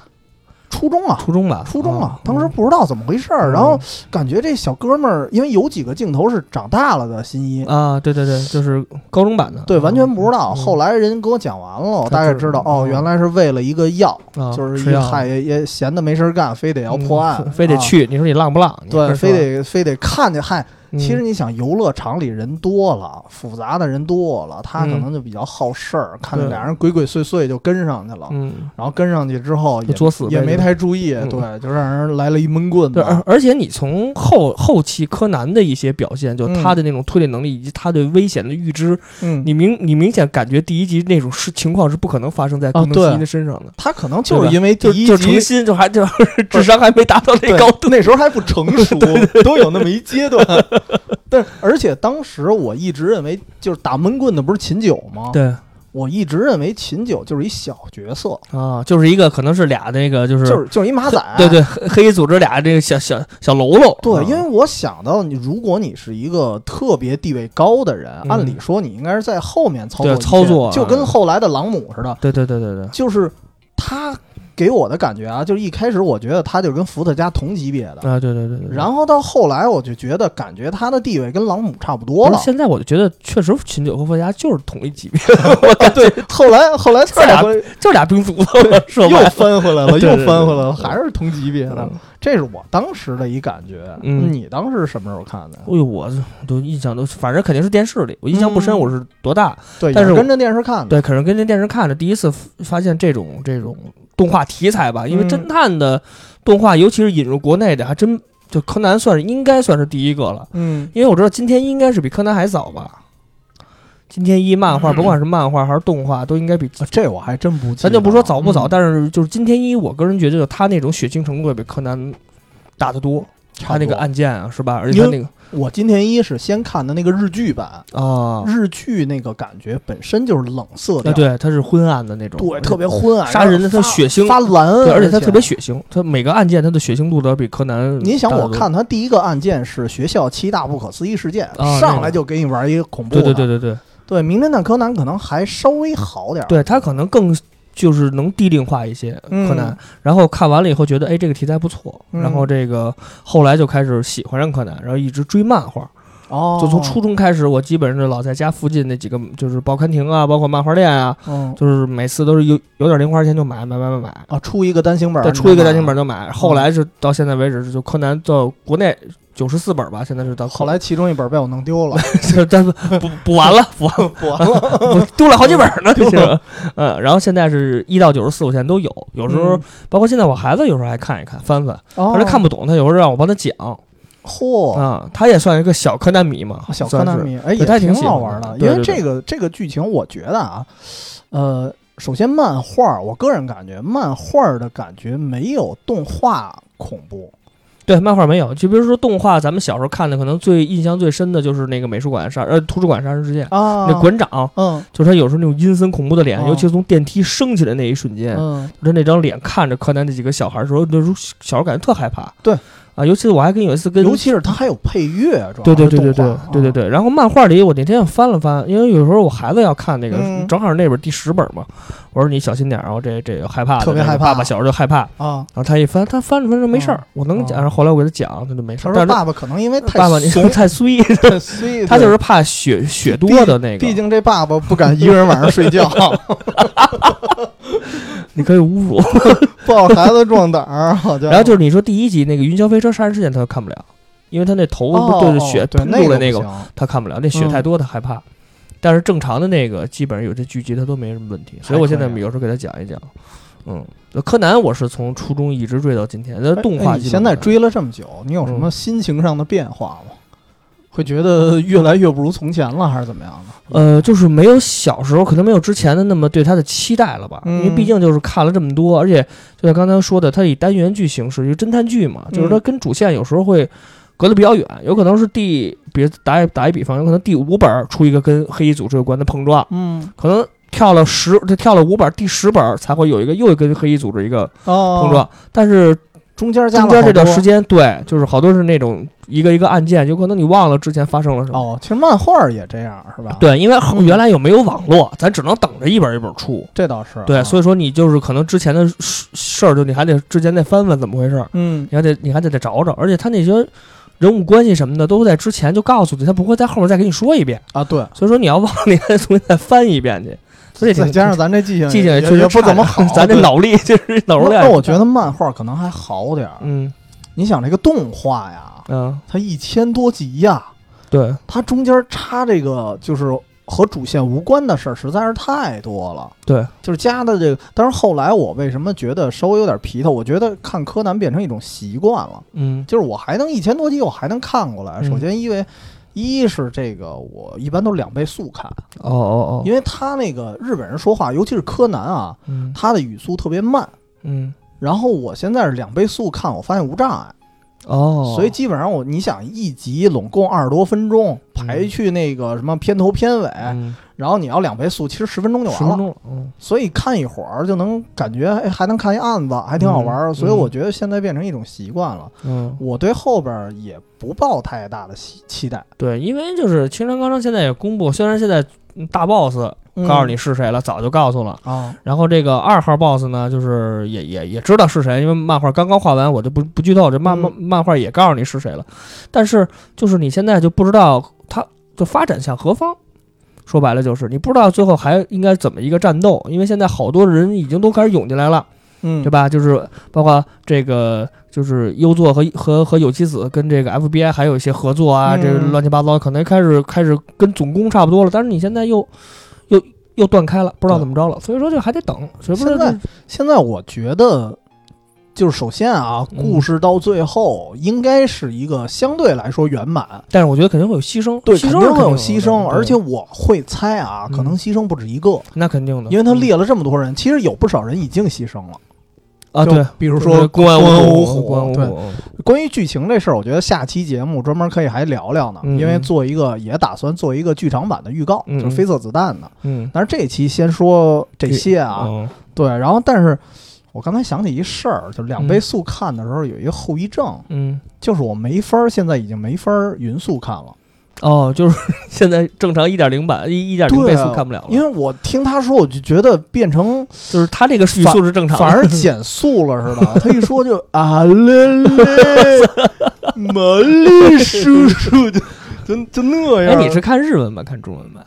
Speaker 2: 初中啊，
Speaker 1: 初中吧，
Speaker 2: 初中啊
Speaker 1: 嗯，
Speaker 2: 当时不知道怎么回事儿，然后感觉这小哥们儿，因为有几个镜头是长大了的新一，
Speaker 1: 啊，对对对，就是高中版的，
Speaker 2: 对，完全不知道。
Speaker 1: 嗯
Speaker 2: 后来人给我讲完了，我大概知
Speaker 1: 他
Speaker 2: 道，
Speaker 1: 知道
Speaker 2: 哦，
Speaker 1: 嗯
Speaker 2: 原来是为了一个药，
Speaker 1: 啊
Speaker 2: 就是
Speaker 1: 吃
Speaker 2: 一
Speaker 1: 药嗯
Speaker 2: 嗨也也闲的没事儿干，非得要破案，
Speaker 1: 非得
Speaker 2: 啊。
Speaker 1: 去。你说你浪不浪？你
Speaker 2: 对，
Speaker 1: 是
Speaker 2: 非
Speaker 1: 吧。
Speaker 2: 得非得看见嗨，
Speaker 1: 嗯
Speaker 2: 其实你想，游乐场里人多了，复杂的人多了，他可能就比较好事儿，看见
Speaker 1: 嗯对
Speaker 2: 俩人鬼鬼祟祟就跟上去了，
Speaker 1: 嗯，
Speaker 2: 然后跟上去之后也
Speaker 1: 就作死呗
Speaker 2: 也没
Speaker 1: 就
Speaker 2: 太注意，
Speaker 1: 嗯
Speaker 2: 对，就让人来了一闷棍子
Speaker 1: 对，，而啊而且你从后后期柯南的一些表现，就
Speaker 2: 嗯
Speaker 1: 他的那种推理能力以及他对危险的预知，
Speaker 2: 嗯，
Speaker 1: 你明你明显感觉第一集那种事情况是不可能发生在
Speaker 2: 啊
Speaker 1: 宫藤新一的身上的，
Speaker 2: 他可能就
Speaker 1: 对
Speaker 2: 是
Speaker 1: 吧
Speaker 2: 因为第
Speaker 1: 就
Speaker 2: 一
Speaker 1: 就
Speaker 2: 集
Speaker 1: 诚心就还就是 智商还没达到那
Speaker 2: 对
Speaker 1: 高度，
Speaker 2: 那时候还不成 熟，都有那么一阶段。 但是而且当时我一直认为，就是打闷棍的不是秦九吗？
Speaker 1: 对
Speaker 2: 我一直认为秦九就是一小角色，
Speaker 1: 啊，就是一个可能是俩那个就是
Speaker 2: 就是就是一马仔。
Speaker 1: 对对黑黑衣组织俩这个小小小喽啰，
Speaker 2: 对，
Speaker 1: 嗯
Speaker 2: 因为我想到你，如果你是一个特别地位高的人，
Speaker 1: 嗯
Speaker 2: 按理说你应该是在后面操作
Speaker 1: 对
Speaker 2: 一切
Speaker 1: 操作啊
Speaker 2: 就跟后来的朗姆似的，
Speaker 1: 对对对对对，
Speaker 2: 就是他给我的感觉啊，就是一开始我觉得他就跟伏特加同级别的，
Speaker 1: 啊对对对对，后。
Speaker 2: 然后到后来我就觉得感觉他的地位跟朗姆差不多
Speaker 1: 不
Speaker 2: 了
Speaker 1: 是，。现在我就觉得确实秦九和佛家就是同一级 别，我感觉
Speaker 2: 后来后来
Speaker 1: 再俩
Speaker 2: 回
Speaker 1: 就俩兵卒了，说
Speaker 2: 又
Speaker 1: 白了
Speaker 2: 翻回来了，
Speaker 1: 对
Speaker 2: 又
Speaker 1: 对
Speaker 2: 翻回
Speaker 1: 对
Speaker 2: 来了，
Speaker 1: 对
Speaker 2: 还是同级别的
Speaker 1: 嗯。
Speaker 2: 这是我当时的一感觉。
Speaker 1: 嗯
Speaker 2: 你当时什么时候看的？
Speaker 1: 哎呦，我都印象都，反正肯定是电视里，我印象不深，
Speaker 2: 嗯
Speaker 1: 我是多大？
Speaker 2: 对，
Speaker 1: 但是
Speaker 2: 也
Speaker 1: 我
Speaker 2: 跟着电视看的。
Speaker 1: 对，可能跟着电视看着，第一次发现这种这种动画题材吧，因为
Speaker 2: 嗯
Speaker 1: 侦探的动画，尤其是引入国内的，还真就柯南算是应该算是第一个了，
Speaker 2: 嗯，
Speaker 1: 因为我知道今天应该是比柯南还早吧。今天一漫画，
Speaker 2: 嗯
Speaker 1: 甭管是漫画还是动画，都应该比
Speaker 2: 啊这我还真不记得了。
Speaker 1: 咱就不说早不早，
Speaker 2: 嗯
Speaker 1: 但是就是今天一，我个人觉得就他那种血腥程度要比柯南大得多。他
Speaker 2: 差不
Speaker 1: 那个
Speaker 2: 多
Speaker 1: 案件啊，是吧？而且他那个
Speaker 2: 我今天一是先看的那个日剧版，
Speaker 1: 啊，
Speaker 2: 日剧那个感觉本身就是冷色
Speaker 1: 啊
Speaker 2: 调，
Speaker 1: 对，他是昏暗的那种，嗯
Speaker 2: 对，特别昏暗，
Speaker 1: 杀人的
Speaker 2: 然后
Speaker 1: 它血腥
Speaker 2: 发蓝，
Speaker 1: 对，而且他特别。血腥，他每个案件他的血腥度都要比柯南。
Speaker 2: 你想，我，看他第一个案件是学校七大不可思议事件，
Speaker 1: 啊
Speaker 2: 上
Speaker 1: 那
Speaker 2: 来
Speaker 1: 个
Speaker 2: 就给你玩一个恐怖
Speaker 1: 对
Speaker 2: 的，
Speaker 1: 对对对对，
Speaker 2: 对，名侦探柯南可能还稍微好点儿。
Speaker 1: 对他可能更就是能地令化一些
Speaker 2: 嗯
Speaker 1: 柯南，然后看完了以后觉得哎这个题材不错，
Speaker 2: 嗯
Speaker 1: 然后这个后来就开始喜欢上柯南，然后一直追漫画，
Speaker 2: 哦，
Speaker 1: 就从初中开始，我基本上就老在家附近那几个就是报刊亭啊，包括漫画店啊，
Speaker 2: 嗯
Speaker 1: 就是每次都是有有点零花钱就买买买买买。
Speaker 2: 啊，出一个单行本儿，
Speaker 1: 再
Speaker 2: 你
Speaker 1: 出一个
Speaker 2: 知道
Speaker 1: 单行
Speaker 2: 吗
Speaker 1: 本，就买，后
Speaker 2: 嗯
Speaker 1: 来是到现在为止，就柯南到国内九十四本吧，现在是到
Speaker 2: 后来其中一本被我弄 丢了，
Speaker 1: 这但是补补完了，补完 了
Speaker 2: 不完了。
Speaker 1: 我丢了好几本呢，
Speaker 2: 丢
Speaker 1: 就
Speaker 2: 了
Speaker 1: 是，嗯，然后现在是一到九十四，我现在都有，有时候
Speaker 2: 嗯
Speaker 1: 包括现在我孩子有时候还看一看翻翻，
Speaker 2: 后
Speaker 1: 他是看不懂，他有时候让我帮他讲
Speaker 2: 哦嚯，
Speaker 1: 啊，他也算一个小柯南迷嘛，
Speaker 2: 小柯南
Speaker 1: 算是，
Speaker 2: 迷，哎，
Speaker 1: 对他
Speaker 2: 也
Speaker 1: 也挺喜
Speaker 2: 好
Speaker 1: 欢
Speaker 2: 玩
Speaker 1: 的
Speaker 2: 的。因
Speaker 1: 对对
Speaker 2: 为
Speaker 1: 对
Speaker 2: 这个这个剧情，我觉得啊，呃，首先漫画，我个人感觉漫画的感觉没有动画恐怖。
Speaker 1: 对漫画没有，就比如说动画，咱们小时候看的，可能最印象最深的就是那个美术馆杀呃图书馆杀人事件，
Speaker 2: 啊
Speaker 1: 那馆长
Speaker 2: 嗯
Speaker 1: 就是他有时候那种阴森恐怖的脸
Speaker 2: 哦，
Speaker 1: 尤其是从电梯升起来那一瞬间，
Speaker 2: 嗯，
Speaker 1: 他那张脸看着柯南那几个小孩儿的时候，那时候小孩儿感觉特害怕。
Speaker 2: 对
Speaker 1: 啊，尤其我还跟有一次跟
Speaker 2: 尤其是它还有配乐，主要
Speaker 1: 对对
Speaker 2: 还是
Speaker 1: 对对
Speaker 2: 动
Speaker 1: 对
Speaker 2: 画嗯
Speaker 1: 对对，对。然后漫画里，我那天翻了翻，因为有时候我孩子要看那个，
Speaker 2: 嗯
Speaker 1: 正好那本第十本嘛，我说你小心点儿啊，我这这个害怕的，
Speaker 2: 特别
Speaker 1: 这个
Speaker 2: 害怕
Speaker 1: 爸爸小时候就害怕。
Speaker 2: 啊。
Speaker 1: 然后他一翻，他翻着翻着没事儿，我能讲。然后后来我给他讲，他就没事
Speaker 2: 哦他
Speaker 1: 儿。
Speaker 2: 说
Speaker 1: 但是呃
Speaker 2: 爸爸可能因为太
Speaker 1: 爸爸你
Speaker 2: 怂
Speaker 1: 太衰，
Speaker 2: 太衰，
Speaker 1: 他
Speaker 2: 对
Speaker 1: 就是怕血血多的那
Speaker 2: 毕
Speaker 1: 个，
Speaker 2: 竟这爸爸不敢一个人晚上睡 觉，
Speaker 1: 你可以侮辱。
Speaker 2: 抱着孩子壮胆儿，好家伙
Speaker 1: 然后就是你说第一集那个云霄飞车杀人事件，他就看不了，因为他那头
Speaker 2: 哦
Speaker 1: 不对着血
Speaker 2: 哦对
Speaker 1: 喷出来那
Speaker 2: 个
Speaker 1: 个
Speaker 2: 不行
Speaker 1: 他看不了，那
Speaker 2: 嗯
Speaker 1: 血太多他害怕。但是正常的那个基本上有这剧集他都没什么问题，所以我现在
Speaker 2: 还可以啊
Speaker 1: 有时候给他讲一讲。嗯，柯南我是从初中一直追到今天，那呃动
Speaker 2: 哎
Speaker 1: 画
Speaker 2: 你
Speaker 1: 基
Speaker 2: 现
Speaker 1: 本
Speaker 2: 在
Speaker 1: 上嗯
Speaker 2: 追了这么久，你有什么心情上的变化吗？会觉得越来越不如从前了，还是怎么样的？
Speaker 1: 呃，就是没有小时候可能没有之前的那么对他的期待了吧，
Speaker 2: 嗯
Speaker 1: 因为毕竟就是看了这么多，而且就像刚才说的，它以单元剧形式，就侦探剧嘛，
Speaker 2: 嗯
Speaker 1: 就是它跟主线有时候会隔得比较远，有可能是第，比如打一打一比方，有可能第五本儿出一个跟黑衣组织有关的碰撞，
Speaker 2: 嗯
Speaker 1: 可能跳了十，他跳了五本，第十本才会有一个又跟黑衣组织一个
Speaker 2: 哦，
Speaker 1: 碰撞，但是
Speaker 2: 中间加
Speaker 1: 中
Speaker 2: 了
Speaker 1: 间
Speaker 2: 好
Speaker 1: 这段
Speaker 2: 多
Speaker 1: 时间，对，就是好多是那种一个一个案件，有可能你忘了之前发生了什么。
Speaker 2: 哦，其实漫画儿也这样是吧？，
Speaker 1: 对，因为后
Speaker 2: 嗯
Speaker 1: 原来又没有网络，咱只能等着一本一本出。
Speaker 2: 这倒是啊
Speaker 1: 对，所
Speaker 2: 以
Speaker 1: 以说你就是可能之前的事事儿，就你还得之前得翻翻怎么回事儿，
Speaker 2: 嗯
Speaker 1: 你还得你还得得找找，而且他那些人物关系什么的都在之前就告诉你，他不会在后面再给你说一遍。
Speaker 2: 啊对，
Speaker 1: 所以说你要忘了，你还得重新再翻一遍去。所以挺
Speaker 2: 再加上咱这记性
Speaker 1: 记性
Speaker 2: 也
Speaker 1: 确实
Speaker 2: 也不
Speaker 1: 差
Speaker 2: 怎么
Speaker 1: 呀
Speaker 2: 好
Speaker 1: ，咱这
Speaker 2: 对
Speaker 1: 脑力就是脑容
Speaker 2: 那
Speaker 1: 量。
Speaker 2: 那 我觉得漫画可能还好点儿。
Speaker 1: 嗯
Speaker 2: 你想这个动画呀，
Speaker 1: 嗯，
Speaker 2: 它一千多集呀，
Speaker 1: 对，
Speaker 2: 它中间插这个就是和主线无关的事儿实在是太多了。
Speaker 1: 对，
Speaker 2: 就是加的这个。但是后来我为什么觉得稍微有点皮头？我觉得看柯南变成一种习惯了，
Speaker 1: 嗯
Speaker 2: 就是我还能一千多集，我还能看过来。
Speaker 1: 嗯
Speaker 2: 首先，因为一是这个我一般都两倍速看，
Speaker 1: 哦哦哦，
Speaker 2: 因为他那个日本人说话，尤其是柯南啊，
Speaker 1: 嗯
Speaker 2: 他的语速特别慢。
Speaker 1: 嗯
Speaker 2: 然后我现在是两倍速看，我发现无障碍，
Speaker 1: 哦，
Speaker 2: 所以基本上我你想一集拢共二十多分钟，排去那个什么片头片尾，
Speaker 1: 嗯
Speaker 2: 然后你要两倍速，其实十分钟就
Speaker 1: 十分
Speaker 2: 完了，
Speaker 1: 钟了，嗯
Speaker 2: 所以看一会儿就能感觉哎还能看一案子，还挺好玩儿，
Speaker 1: 嗯
Speaker 2: 所以我觉得现在变成一种习惯了，
Speaker 1: 嗯。
Speaker 2: 我对后边儿也不抱太大的期期待。
Speaker 1: 对，因为就是青山刚昌现在也公布，虽然现在嗯大 boss 告诉你是谁了，早就告诉了。
Speaker 2: 嗯啊，
Speaker 1: 然后这个二号 boss 呢，就是也也也知道是谁，因为漫画刚刚画完，我就不不剧透，这漫漫
Speaker 2: 嗯
Speaker 1: 漫画也告诉你是谁了。但是就是你现在就不知道他就发展向何方，说白了就是你不知道最后还应该怎么一个战斗，因为现在好多人已经都开始涌进来了。
Speaker 2: 嗯
Speaker 1: 对吧？就是包括这个，就是优作和和和有妻子跟这个 FBI 还有一些合作啊，
Speaker 2: 嗯
Speaker 1: 这个乱七八糟，可能开始开始跟总攻差不多了，但是你现在又又又断开了，不知道
Speaker 2: 对
Speaker 1: 怎么着了，所以说这还得等，谁不知
Speaker 2: 现在
Speaker 1: 道？
Speaker 2: 现在我觉得，就是首先啊，
Speaker 1: 嗯
Speaker 2: 故事到最后应该是一个相对来说圆满，
Speaker 1: 但是我觉得肯定会有牺牲，
Speaker 2: 对，
Speaker 1: 牺
Speaker 2: 肯
Speaker 1: 牲
Speaker 2: 定
Speaker 1: 是
Speaker 2: 会有
Speaker 1: 的
Speaker 2: 牺牲，
Speaker 1: 对
Speaker 2: 而且我会猜啊，
Speaker 1: 嗯
Speaker 2: 可能牺牲不止一个，
Speaker 1: 那肯定的，嗯
Speaker 2: 因为他列了这么多人，其实有不少人已经牺牲了。
Speaker 1: 啊，
Speaker 2: 就
Speaker 1: 对，
Speaker 2: 比如
Speaker 1: 就
Speaker 2: 说
Speaker 1: 是公安
Speaker 2: 公安
Speaker 1: 五
Speaker 2: 五虎
Speaker 1: 公安五
Speaker 2: 对
Speaker 1: 虎，
Speaker 2: 关于剧情这事儿，我觉得下期节目专门可以还聊聊呢，
Speaker 1: 嗯
Speaker 2: 因为做一个也打算做一个剧场版的预告，
Speaker 1: 嗯
Speaker 2: 就是绯色子弹的。
Speaker 1: 嗯
Speaker 2: 但是这期先说这些啊，
Speaker 1: 嗯
Speaker 2: 对，然后但是。我刚才想起一事儿，就两倍速看的时候有一个后遗症，
Speaker 1: 嗯，
Speaker 2: 就是我没法儿，现在已经没法儿匀速看了，
Speaker 1: 哦，就是 现在正常一点零版一一点零
Speaker 2: 对
Speaker 1: 倍
Speaker 2: 啊
Speaker 1: 速看不了了，
Speaker 2: 因为我听他说，我就觉得变成
Speaker 1: 就是它这个语
Speaker 2: 反
Speaker 1: 速是正常的，
Speaker 2: 反而减速了 似的。他一说就啊嘞嘞，麻嘞叔叔就就就那
Speaker 1: 哎，
Speaker 2: 样。
Speaker 1: 你是看日文版看中文版？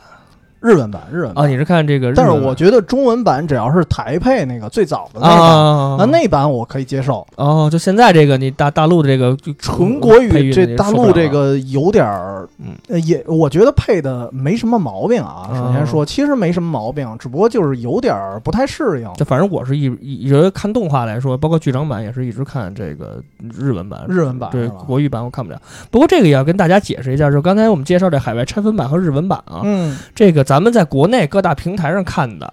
Speaker 2: 日文版，日文版
Speaker 1: 啊，你是看这个日文
Speaker 2: 但
Speaker 1: 版？
Speaker 2: 是我觉得中文版只要是台配那个最早的那版，
Speaker 1: 啊，
Speaker 2: 那那版我可以接受。嗯
Speaker 1: 哦，就现在这个你大大陆的这个就
Speaker 2: 纯国
Speaker 1: 配
Speaker 2: 语
Speaker 1: 乐
Speaker 2: 这
Speaker 1: 你
Speaker 2: 大
Speaker 1: 受不
Speaker 2: 陆
Speaker 1: 了
Speaker 2: 这
Speaker 1: 了
Speaker 2: 个有点儿
Speaker 1: 嗯，
Speaker 2: 呃也我觉得配的没什么毛病啊。首先说，其实没什么毛病，只不过就是有点儿不太适应
Speaker 1: 这反正我是一一直看动画来说，包括剧场版也是一直看这个日文版。
Speaker 2: 日文版
Speaker 1: 对
Speaker 2: 是吧。
Speaker 1: 国语版我看不了，不过这个也要跟大家解释一下，就是刚才我们介绍这海外拆分版和日文版啊，
Speaker 2: 嗯，
Speaker 1: 这个咱们在国内各大平台上看的，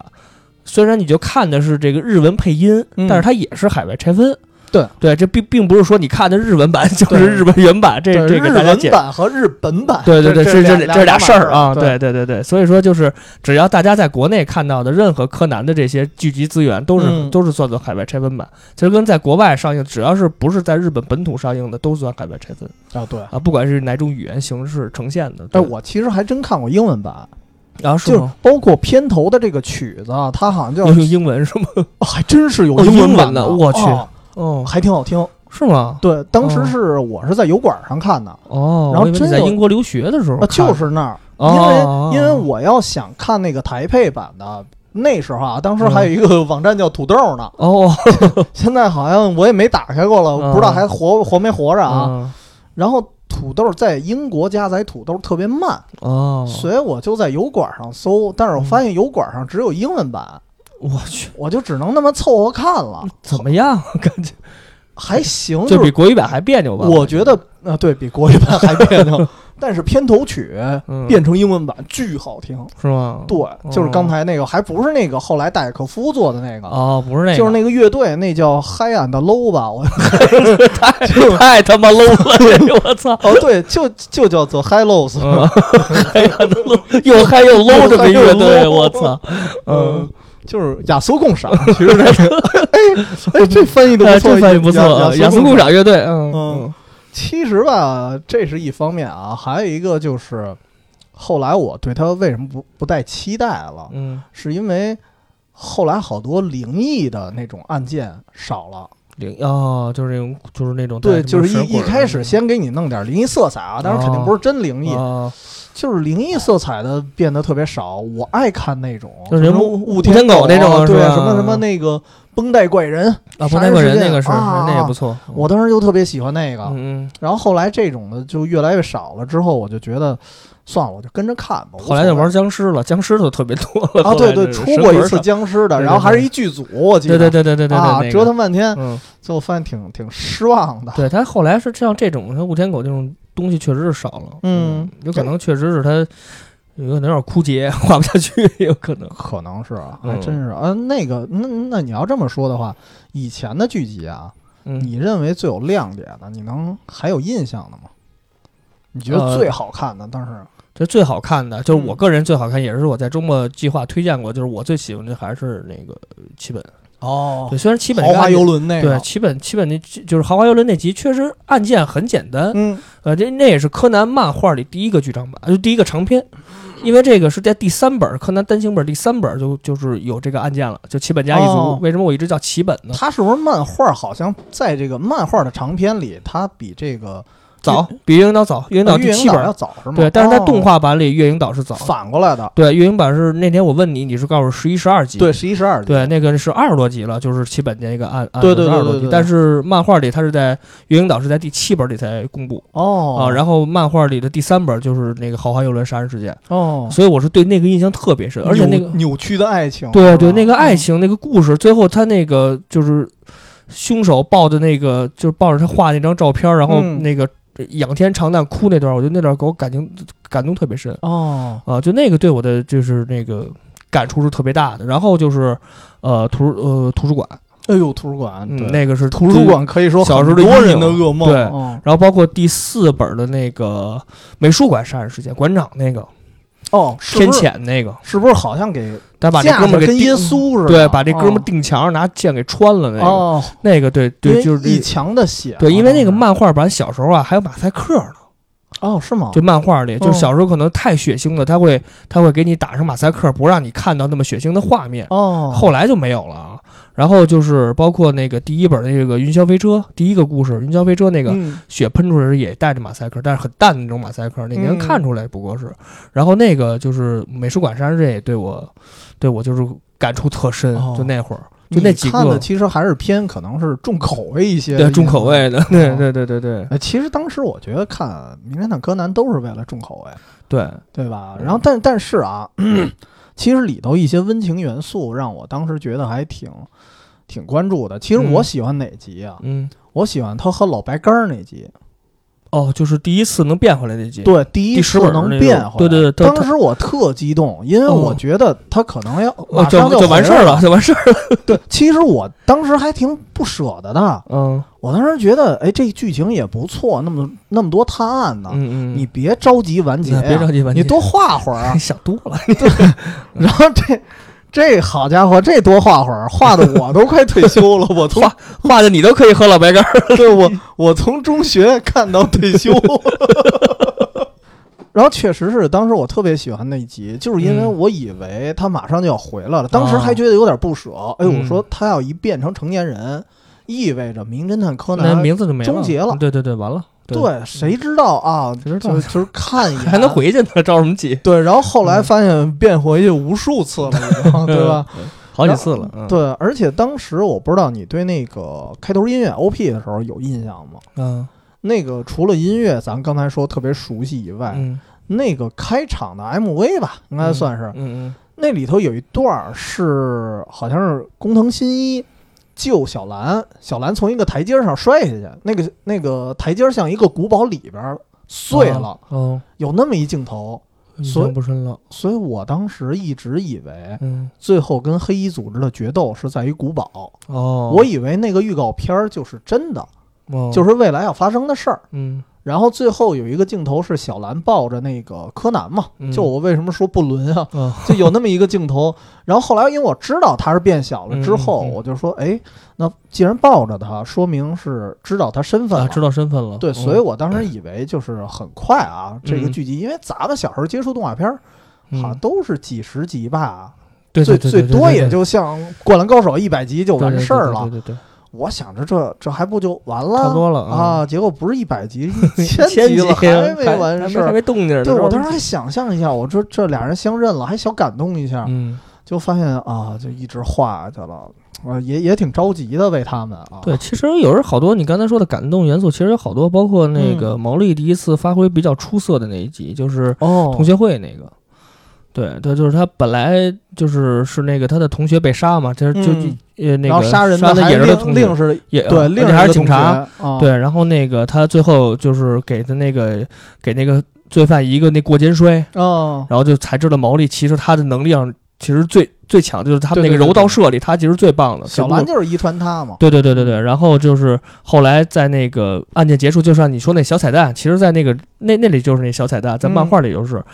Speaker 1: 虽然你就看的是这个日文配音，
Speaker 2: 嗯
Speaker 1: 但是它也是海外拆分。
Speaker 2: 对
Speaker 1: 对，这并并不是说你看的日文版 就
Speaker 2: 对
Speaker 1: 是日本原版，这
Speaker 2: 对
Speaker 1: 这
Speaker 2: 日
Speaker 1: 个大家
Speaker 2: 文
Speaker 1: 解释。
Speaker 2: 版和日本 版，
Speaker 1: 对对对，
Speaker 2: 这
Speaker 1: 这
Speaker 2: 俩
Speaker 1: 这俩事儿啊，
Speaker 2: 对，
Speaker 1: 对对对对，所以说就是只要大家在国内看到的任何柯南的这些剧集资源，都是、
Speaker 2: 嗯
Speaker 1: 都是算作海外拆分版。其实跟在国外上映，只要是不是在日本本土上映的，都算海外拆分
Speaker 2: 啊对。
Speaker 1: 啊，不管是哪种语言形式呈现的。
Speaker 2: 哎，
Speaker 1: 对
Speaker 2: 我其实还真看过英文版，
Speaker 1: 啊是
Speaker 2: 就是
Speaker 1: 吗？
Speaker 2: 包括片头的这个曲子啊，它好像叫
Speaker 1: 你，用英文是吗？
Speaker 2: 哦还真是有
Speaker 1: 哦
Speaker 2: 文
Speaker 1: 英文
Speaker 2: 版
Speaker 1: 的我去
Speaker 2: 哦
Speaker 1: 哦，
Speaker 2: 还挺好听。
Speaker 1: 是吗？
Speaker 2: 对，当时
Speaker 1: 哦
Speaker 2: 是我是在油管上看的，
Speaker 1: 哦，
Speaker 2: 然后
Speaker 1: 我以为你
Speaker 2: 真
Speaker 1: 在
Speaker 2: 有
Speaker 1: 英国留学的时候
Speaker 2: 啊，
Speaker 1: 看
Speaker 2: 就是那儿，因
Speaker 1: 哦
Speaker 2: 为因为我要想看那个台配版的。那时候啊，当时还有一个网站叫土豆呢，
Speaker 1: 嗯哦
Speaker 2: 现在好像我也没打开过了，
Speaker 1: 嗯
Speaker 2: 不知道还活活没活着啊。
Speaker 1: 啊
Speaker 2: 然后土豆在英国加载土豆特别慢，
Speaker 1: 哦，嗯
Speaker 2: 所以我就在油管上搜，但是我发现油管上只有英文版，
Speaker 1: 我去，
Speaker 2: 我就只能那么凑合看了，
Speaker 1: 怎么样？啊感觉
Speaker 2: 还行，
Speaker 1: 嗯就
Speaker 2: 就
Speaker 1: 比
Speaker 2: 是
Speaker 1: 国语版还别扭吧？
Speaker 2: 我觉得啊、呃对比国语版还别扭， 但是片头曲
Speaker 1: 嗯，哦
Speaker 2: 变成英文版巨好听。
Speaker 1: 是吗？
Speaker 2: 对，就是刚才那个，还不是那个后来戴可夫做的那个，
Speaker 1: 哦，不是那个，
Speaker 2: 就是那个乐队，那叫 High and Low 吧？ 我就
Speaker 1: 太他妈 low 了，这个我 操！
Speaker 2: 哦，对，就就叫做 High Lows。
Speaker 1: 嗯，嗨呀，都 low，又嗨又 low 这个乐队，我操！
Speaker 2: 嗯
Speaker 1: 嗯，，
Speaker 2: 就是雅俗共赏，其实这个，哎哎，这翻译 都 不
Speaker 1: 哎
Speaker 2: 错，
Speaker 1: 这翻译不错，啊，雅
Speaker 2: 雅
Speaker 1: 俗
Speaker 2: 共
Speaker 1: 共。赏乐队，
Speaker 2: 嗯
Speaker 1: 嗯，
Speaker 2: 其实吧，这是一方面啊，还有一个就是，后来我对他为什么不不带期待了，
Speaker 1: 嗯，
Speaker 2: 是因为后来好多灵异的那种案件少了。
Speaker 1: 灵哦，就是那种，就是那种带
Speaker 2: 对，
Speaker 1: 什
Speaker 2: 就
Speaker 1: 么
Speaker 2: 是
Speaker 1: 神
Speaker 2: 一一
Speaker 1: 鬼儿
Speaker 2: 开
Speaker 1: 的哦
Speaker 2: 始
Speaker 1: 那
Speaker 2: 先给你弄点灵异色彩啊，当然肯定不是真灵异，
Speaker 1: 种啊，
Speaker 2: 就是灵异色彩的变得特别少。我爱看那种，
Speaker 1: 就是
Speaker 2: 什
Speaker 1: 人
Speaker 2: 么
Speaker 1: 物
Speaker 2: 雾
Speaker 1: 雾天狗那种
Speaker 2: 啊对，
Speaker 1: 是吧
Speaker 2: 什么什么那个绷带怪人，
Speaker 1: 啊，不
Speaker 2: 杀
Speaker 1: 那
Speaker 2: 人
Speaker 1: 个
Speaker 2: 事
Speaker 1: 人
Speaker 2: 件
Speaker 1: 那个是，
Speaker 2: 啊
Speaker 1: 那
Speaker 2: 啊
Speaker 1: 也不错。
Speaker 2: 我当时就特别喜欢那个。
Speaker 1: 嗯嗯，
Speaker 2: 然后后来这种的就越来越少了，之后我就觉得，算了，我就跟着看吧。无
Speaker 1: 后来就
Speaker 2: 所谓
Speaker 1: 玩僵尸了，僵尸就特别多了。
Speaker 2: 啊，
Speaker 1: 后
Speaker 2: 对
Speaker 1: 来
Speaker 2: 对，
Speaker 1: 就是
Speaker 2: 出
Speaker 1: 神
Speaker 2: 过一
Speaker 1: 魂
Speaker 2: 次
Speaker 1: 上，
Speaker 2: 僵尸的，
Speaker 1: 对对
Speaker 2: 然后还是一剧组，我记
Speaker 1: 对
Speaker 2: 得
Speaker 1: 对对对对对
Speaker 2: 啊，
Speaker 1: 对，
Speaker 2: 折
Speaker 1: 那个
Speaker 2: 腾半天，
Speaker 1: 嗯，
Speaker 2: 最后发现挺挺失 望的。
Speaker 1: 对他后来是像这种像雾天狗这种东西确实是少了，
Speaker 2: 嗯
Speaker 1: 有可能确实是他有可能有点枯竭， 画不下去，有可能。
Speaker 2: 可能是啊，
Speaker 1: 嗯
Speaker 2: 还真是啊。那个，那那你要这么说的话，以前的剧集啊，
Speaker 1: 嗯，
Speaker 2: 你认为最有亮点的，你能还有印象的吗？你觉得
Speaker 1: 呃
Speaker 2: 最好看的，当时
Speaker 1: 这最好看的就是我
Speaker 2: 嗯
Speaker 1: 个人最好看，也是我在周末计划推荐过，就是我最喜欢的还是那个呃七本。
Speaker 2: 哦
Speaker 1: 对，虽然七本
Speaker 2: 豪
Speaker 1: 这个
Speaker 2: 华
Speaker 1: 案
Speaker 2: 游
Speaker 1: 件
Speaker 2: 轮那
Speaker 1: 对
Speaker 2: 个，
Speaker 1: 七本七本那就是豪华游轮那集，确实案件很简单，
Speaker 2: 嗯，
Speaker 1: 呃，这那也是柯南漫画里第一个剧场版，呃就第一个长篇，因为这个是在第三本柯南单行本第三本就就是有这个案件了，就齐本家一族。
Speaker 2: 哦
Speaker 1: 为什么我一直叫齐本呢？
Speaker 2: 它是不是漫画？好像在这个漫画的长篇里，它比这个
Speaker 1: 早，比月影岛早，月影岛
Speaker 2: 哦月
Speaker 1: 第
Speaker 2: 影
Speaker 1: 七
Speaker 2: 岛要
Speaker 1: 本。
Speaker 2: 早是吗？
Speaker 1: 对，但是在
Speaker 2: 哦
Speaker 1: 动画版里，月影岛是早。
Speaker 2: 反过来的，
Speaker 1: 对，月影版是那天我问你，你是告诉我十一、十二集。
Speaker 2: 对，十一十二集，
Speaker 1: 对，那个是二十多集了，就是齐本那个案案
Speaker 2: 对
Speaker 1: 子
Speaker 2: 对
Speaker 1: 是
Speaker 2: 对
Speaker 1: 二十多
Speaker 2: 对
Speaker 1: 集
Speaker 2: 对，
Speaker 1: 但是漫画里它是在月影岛是在第七本里才公布
Speaker 2: 哦
Speaker 1: 啊，然后漫画里的第三本就是那个豪华游轮杀人事件，
Speaker 2: 哦，
Speaker 1: 所以我是对那个印象特别深，而且那个
Speaker 2: 扭扭曲的爱情，
Speaker 1: 对
Speaker 2: 是
Speaker 1: 对，
Speaker 2: 吧
Speaker 1: 那个爱，情那个故事，最后他那个就是凶手抱的那个，就是抱着他画那张照片，然后
Speaker 2: 嗯
Speaker 1: 那个仰天长叹哭那段，我觉得那段给我感情感动特别深
Speaker 2: 嗯哦，
Speaker 1: 啊，就那个对我的就是那个感触是特别大的。然后就是呃图呃图书馆，
Speaker 2: 哎呦，图书馆，
Speaker 1: 嗯
Speaker 2: 对，
Speaker 1: 那个是
Speaker 2: 图书。馆可以说
Speaker 1: 小时候
Speaker 2: 很
Speaker 1: 的
Speaker 2: 多
Speaker 1: 阴
Speaker 2: 人的
Speaker 1: 影
Speaker 2: 噩梦，
Speaker 1: 对
Speaker 2: 哦
Speaker 1: 然后包括第四本的那个美术馆杀人事件，馆长那个
Speaker 2: 哦，是
Speaker 1: 天
Speaker 2: 不是
Speaker 1: 谴那个，
Speaker 2: 是不是好像给
Speaker 1: 他把那
Speaker 2: 架
Speaker 1: 哥们
Speaker 2: 着
Speaker 1: 儿给
Speaker 2: 跟
Speaker 1: 钉
Speaker 2: 耶稣似的？
Speaker 1: 对，把这哥们儿
Speaker 2: 哦
Speaker 1: 钉墙上拿剑给穿了那个，
Speaker 2: 哦，
Speaker 1: 那个对
Speaker 2: 因
Speaker 1: 对，
Speaker 2: 为
Speaker 1: 就是
Speaker 2: 一墙的血，啊
Speaker 1: 对，因为那个
Speaker 2: 好像是
Speaker 1: 漫画版小时候啊，还有马赛克呢。
Speaker 2: 哦是吗？
Speaker 1: 就漫画里，就是
Speaker 2: 哦
Speaker 1: 小时候可能太血腥了，他会他会给你打上马赛克，不让你看到那么血腥的画面。
Speaker 2: 哦，
Speaker 1: 后来就没有了啊。然后就是包括那个第一本那个云霄飞车，第一个故事云霄飞车那个
Speaker 2: 嗯
Speaker 1: 血喷出来时也带着马赛克，但是很淡的那种马赛克，你能
Speaker 2: 嗯
Speaker 1: 看出来不过是。然后那个就是美术馆杀人事件也对我，对我就是感触特深，
Speaker 2: 哦
Speaker 1: 就那会儿就那
Speaker 2: 你
Speaker 1: 几
Speaker 2: 看的
Speaker 1: 个
Speaker 2: 其实还是偏可能是重口味一些，
Speaker 1: 对重口。味
Speaker 2: 哦
Speaker 1: 的， 对对对对对
Speaker 2: 呃，其实当时我觉得看《名侦探柯南》都是为了重口味，
Speaker 1: 对，
Speaker 2: 对吧？
Speaker 1: 嗯
Speaker 2: 然后但但是啊，其实里头一些温情元素让我当时觉得还挺挺关注的。其实我
Speaker 1: 嗯
Speaker 2: 喜欢哪集啊？
Speaker 1: 嗯。
Speaker 2: 我喜欢他和老白干儿那集。
Speaker 1: 哦，就是第一次能变回来那集。
Speaker 2: 对，第一
Speaker 1: 第十
Speaker 2: 次
Speaker 1: 本
Speaker 2: 能
Speaker 1: 那
Speaker 2: 变
Speaker 1: 个
Speaker 2: 回来。
Speaker 1: 对对对他
Speaker 2: 当时我特激动，因为
Speaker 1: 哦
Speaker 2: 我觉得他可能要
Speaker 1: 哦，
Speaker 2: 马
Speaker 1: 就
Speaker 2: 上
Speaker 1: 就完事
Speaker 2: 回来
Speaker 1: 儿。了，就完事儿了。
Speaker 2: 对，其实我当时还挺不舍得的。
Speaker 1: 嗯
Speaker 2: 我当时觉得，哎，这剧情也不错，那么那么多探案呢，
Speaker 1: 嗯嗯，
Speaker 2: 你别着急完结呀、
Speaker 1: 别着急吧，
Speaker 2: 你多画会儿 啊
Speaker 1: 你。想多了。
Speaker 2: 然后这这好家伙，这多画会儿，画的我都快退休了。 我从
Speaker 1: 画画的你都可以喝老白干儿。
Speaker 2: 对我我从中学看到退休。 然后确实是，当时我特别喜欢那一集，就是因为
Speaker 1: 嗯
Speaker 2: 我以为他马上就要回来了，当时还觉得有点不舍。哎，
Speaker 1: 嗯
Speaker 2: 我说他要一变成成年人，意味着《名侦探柯
Speaker 1: 那
Speaker 2: 南》
Speaker 1: 名字就没了，
Speaker 2: 终结了
Speaker 1: 对对对，完了。
Speaker 2: 对谁知道啊？
Speaker 1: 谁知道
Speaker 2: 就就是看一眼
Speaker 1: 还能。回去呢？着什么急？
Speaker 2: 对，然后后来发现变回去无数次了，已经对吧？
Speaker 1: 嗯？好几次了。嗯，
Speaker 2: 对，而且当时我不知道你对那个开头音乐 OP 的时候有印象吗？
Speaker 1: 嗯
Speaker 2: 那个除了音乐，咱刚才说特别熟悉以外，
Speaker 1: 嗯
Speaker 2: 那个开场的 MV 吧，应该算是、
Speaker 1: 嗯
Speaker 2: 那里头有一段儿是好像是工藤新一救小兰，小兰从一个台阶上摔下去，那个那个台阶像一个古堡里边儿碎了，
Speaker 1: 嗯，
Speaker 2: 有那么一镜头。
Speaker 1: 印
Speaker 2: 所以
Speaker 1: 象不深了，
Speaker 2: 所以我当时一直以为
Speaker 1: 嗯，
Speaker 2: 最后跟黑衣组织的决斗是在于古堡，
Speaker 1: 哦，
Speaker 2: 我以为那个预告片儿就是真的，
Speaker 1: 哦
Speaker 2: 就是未来要发生的事儿。
Speaker 1: 嗯
Speaker 2: 然后最后有一个镜头是小兰抱着那个柯南嘛，
Speaker 1: 嗯
Speaker 2: 就我为什么说不伦啊，
Speaker 1: 哦
Speaker 2: 就有那么一个镜头。然后后来因为我知道他是变小了之后，
Speaker 1: 嗯嗯嗯
Speaker 2: 我就说，哎，那既然抱着他，说明是知道他身份了。
Speaker 1: 啊，知道身份了，
Speaker 2: 对，
Speaker 1: 嗯
Speaker 2: 所以我当时以为就是很快啊，这个
Speaker 1: 嗯
Speaker 2: 剧集，因为咱们小时候接触动画片儿，好像
Speaker 1: 嗯
Speaker 2: 都是几十集吧，
Speaker 1: 对
Speaker 2: 最
Speaker 1: 对对
Speaker 2: 最
Speaker 1: 对
Speaker 2: 多
Speaker 1: 对
Speaker 2: 也
Speaker 1: 对
Speaker 2: 就像《灌篮高手》一百集就
Speaker 1: 对对
Speaker 2: 完
Speaker 1: 对
Speaker 2: 事儿
Speaker 1: 对对
Speaker 2: 了。
Speaker 1: 对，对
Speaker 2: 我想着这这还不就完了？
Speaker 1: 差不多了
Speaker 2: 啊，结果不是一百集， 一
Speaker 1: 千
Speaker 2: 集了，
Speaker 1: 集
Speaker 2: 还没
Speaker 1: 还
Speaker 2: 完事
Speaker 1: 还
Speaker 2: 儿。
Speaker 1: 没动静呢。
Speaker 2: 对
Speaker 1: 是吧
Speaker 2: 我当时还想象一下，我说这俩人相认了，还小感动一下，
Speaker 1: 嗯，
Speaker 2: 就发现啊，就一直画去了，啊，也也挺着急的为他们啊。
Speaker 1: 对，其实有人好多你刚才说的感动元素，其实有好多，包括那
Speaker 2: 嗯
Speaker 1: 个毛利第一次发挥比较出色的那一集，就是
Speaker 2: 哦
Speaker 1: 同学会那个。对对，就是他本来就是是那个他的同学被杀嘛，这是就
Speaker 2: 嗯
Speaker 1: 呃那
Speaker 2: 然后
Speaker 1: 个
Speaker 2: 杀人
Speaker 1: 杀
Speaker 2: 的
Speaker 1: 也是他
Speaker 2: 另
Speaker 1: 同学
Speaker 2: 另，是
Speaker 1: 也呃
Speaker 2: 对，
Speaker 1: 而
Speaker 2: 另
Speaker 1: 且还是
Speaker 2: 一个
Speaker 1: 警察。
Speaker 2: 同学啊，
Speaker 1: 对，然后那个他最后就是给的那个给那个罪犯一个那过肩摔，
Speaker 2: 哦，
Speaker 1: 然后就才知道毛利其实他的能力上其实最最强，就是他们那
Speaker 2: 对对
Speaker 1: 个
Speaker 2: 对
Speaker 1: 柔道
Speaker 2: 对
Speaker 1: 社里他其实最棒的。
Speaker 2: 小
Speaker 1: 只不过
Speaker 2: 兰就是遗传他嘛。
Speaker 1: 对对对对对，然后就是后来在那个案件结束，就像你说那小彩蛋，其实，在那个那那里就是那小彩
Speaker 2: 嗯
Speaker 1: 蛋，在漫画里就是。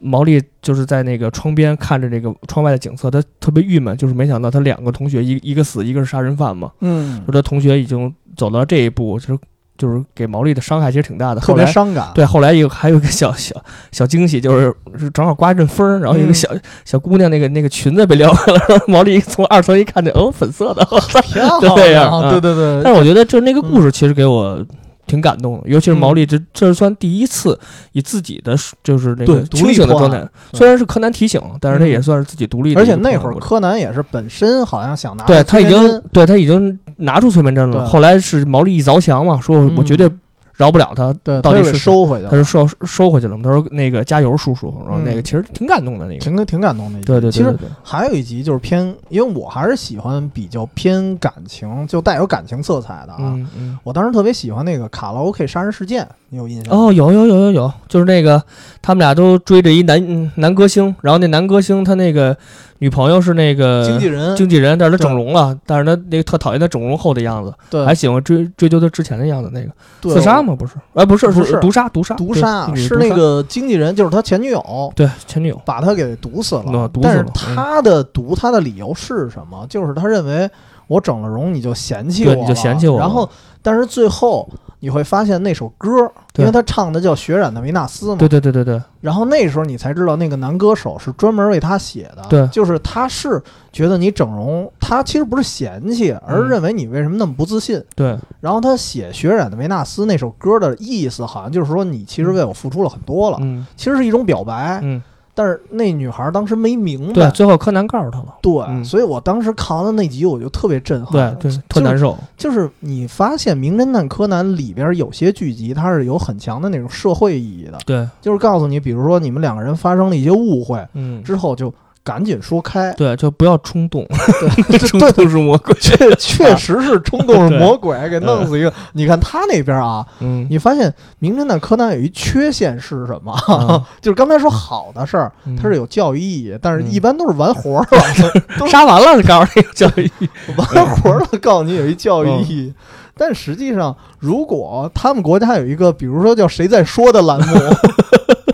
Speaker 1: 毛利就是在那个窗边看着这个窗外的景色，他特别郁闷，就是没想到他两个同学，一一个死，一个是杀人犯嘛。
Speaker 2: 嗯
Speaker 1: 说，他同学已经走到这一步，其实就是给毛利的伤害其实挺大的。
Speaker 2: 特
Speaker 1: 后
Speaker 2: 别
Speaker 1: 来
Speaker 2: 伤感。
Speaker 1: 对，后来有还有一个小小小惊喜，就是是正好刮一阵风儿，然后有一个
Speaker 2: 嗯
Speaker 1: 小、小姑娘那个那个裙子被撩开了，然后毛利从二层一看见，哦，粉色的。
Speaker 2: 挺好
Speaker 1: 就这样
Speaker 2: 的啊
Speaker 1: 嗯
Speaker 2: 对对对，
Speaker 1: 但是我觉得就是那个
Speaker 2: 嗯
Speaker 1: 故事其实给我挺感动的，尤其是毛利，这这是算第一次以自己的就是那
Speaker 2: 对
Speaker 1: 个
Speaker 2: 独
Speaker 1: 清
Speaker 2: 立
Speaker 1: 醒的
Speaker 2: 破案
Speaker 1: 状态，
Speaker 2: 对
Speaker 1: 虽然是柯南提醒，但是他
Speaker 2: 嗯
Speaker 1: 也算是自己独立的
Speaker 2: 而
Speaker 1: 一个
Speaker 2: 且
Speaker 1: 破案过程。
Speaker 2: 那会儿柯南也是本身好像想拿
Speaker 1: 对
Speaker 2: 着
Speaker 1: 他
Speaker 2: 崔
Speaker 1: 已
Speaker 2: 天
Speaker 1: 经
Speaker 2: 恩
Speaker 1: 对他已经拿出催眠针了，
Speaker 2: 对
Speaker 1: 后来是毛利一凿墙嘛，说我
Speaker 2: 嗯
Speaker 1: 绝对饶不了他，
Speaker 2: 对
Speaker 1: 到
Speaker 2: 嗯他
Speaker 1: 底
Speaker 2: 又给
Speaker 1: 是
Speaker 2: 收回去
Speaker 1: 他
Speaker 2: 了，
Speaker 1: 就收收回去了嘛。他说那个加油，叔叔，然后那个
Speaker 2: 嗯
Speaker 1: 其实挺感动的那个。
Speaker 2: 挺挺感动的一集。
Speaker 1: 对对对，
Speaker 2: 其实
Speaker 1: 对对
Speaker 2: 还有一集就是偏，因为我还是喜欢比较偏感情，就带有感情色彩的啊。
Speaker 1: 嗯嗯。
Speaker 2: 我当时特别喜欢那个卡拉 OK 杀人事件，你有印象吗？
Speaker 1: 哦，有有有有有，就是那个他们俩都追着一男嗯男歌星，然后那男歌星他那个女朋友是那个
Speaker 2: 经纪人
Speaker 1: 经纪人，但是他
Speaker 2: 对
Speaker 1: 整容了，但是他那个特讨厌他整容后的样子，
Speaker 2: 对
Speaker 1: 还喜欢追追究他之前的样子那个
Speaker 2: 对
Speaker 1: 自杀吗？不是，哎，不是，
Speaker 2: 不是
Speaker 1: 毒杀，毒杀，
Speaker 2: 毒
Speaker 1: 对
Speaker 2: 杀
Speaker 1: 女
Speaker 2: 是
Speaker 1: 毒
Speaker 2: 那
Speaker 1: 杀
Speaker 2: 个经纪人，就是他前女友
Speaker 1: 对前女友，
Speaker 2: 把他给毒死了。
Speaker 1: 啊毒死
Speaker 2: 但是
Speaker 1: 了嗯
Speaker 2: 他的毒他的理由是什么？就是他认为我整了容你就嫌弃我
Speaker 1: 对
Speaker 2: 了，
Speaker 1: 你就嫌弃我了
Speaker 2: 然后，但是最后你会发现那首歌，
Speaker 1: 对
Speaker 2: 因为他唱的叫《血染的维纳斯》嘛，
Speaker 1: 对对对对对，
Speaker 2: 然后那时候你才知道，那个男歌手是专门为他写的，
Speaker 1: 对
Speaker 2: 就是他是觉得你整容，他其实不是嫌弃，而
Speaker 1: 嗯
Speaker 2: 是认为你为什么那么不自信。
Speaker 1: 对，
Speaker 2: 然后他写《血染的维纳斯》那首歌的意思，好像就是说你其实为我付出了很多了，
Speaker 1: 嗯
Speaker 2: 其实是一种表白。
Speaker 1: 嗯，
Speaker 2: 但是那女孩当时没哎明
Speaker 1: 对，
Speaker 2: 白，
Speaker 1: 最后柯南告诉他了，
Speaker 2: 对，
Speaker 1: 嗯
Speaker 2: 所以我当时看完了那集，我就特别震
Speaker 1: 对
Speaker 2: 撼。
Speaker 1: 对，特难受，
Speaker 2: 就是你发现《名侦探柯南》里边有些剧集，它是有很强的那种社会意义的，
Speaker 1: 对，
Speaker 2: 就是告诉你，比如说你们两个人发生了一些误会。
Speaker 1: 嗯，。
Speaker 2: 之后就赶紧说开
Speaker 1: 对，就不要冲动， 冲
Speaker 2: 对，
Speaker 1: 动是魔鬼，
Speaker 2: 确确实是冲动是
Speaker 1: 对
Speaker 2: 魔鬼，给弄死一个。你看他那边啊，
Speaker 1: 嗯，
Speaker 2: 你发现《名侦探柯南》有一缺陷是什么？
Speaker 1: 啊
Speaker 2: 就是刚才说好的事儿，
Speaker 1: 嗯
Speaker 2: 它是有教育意义，但是
Speaker 1: 嗯
Speaker 2: 一般都是完活儿 了，都是
Speaker 1: 杀完了，告诉那个 教育，
Speaker 2: 完活儿了，告诉你有一教育意
Speaker 1: 嗯
Speaker 2: 义。但实际上，如果他们国家有一个，比如说叫“谁在说”的栏 目，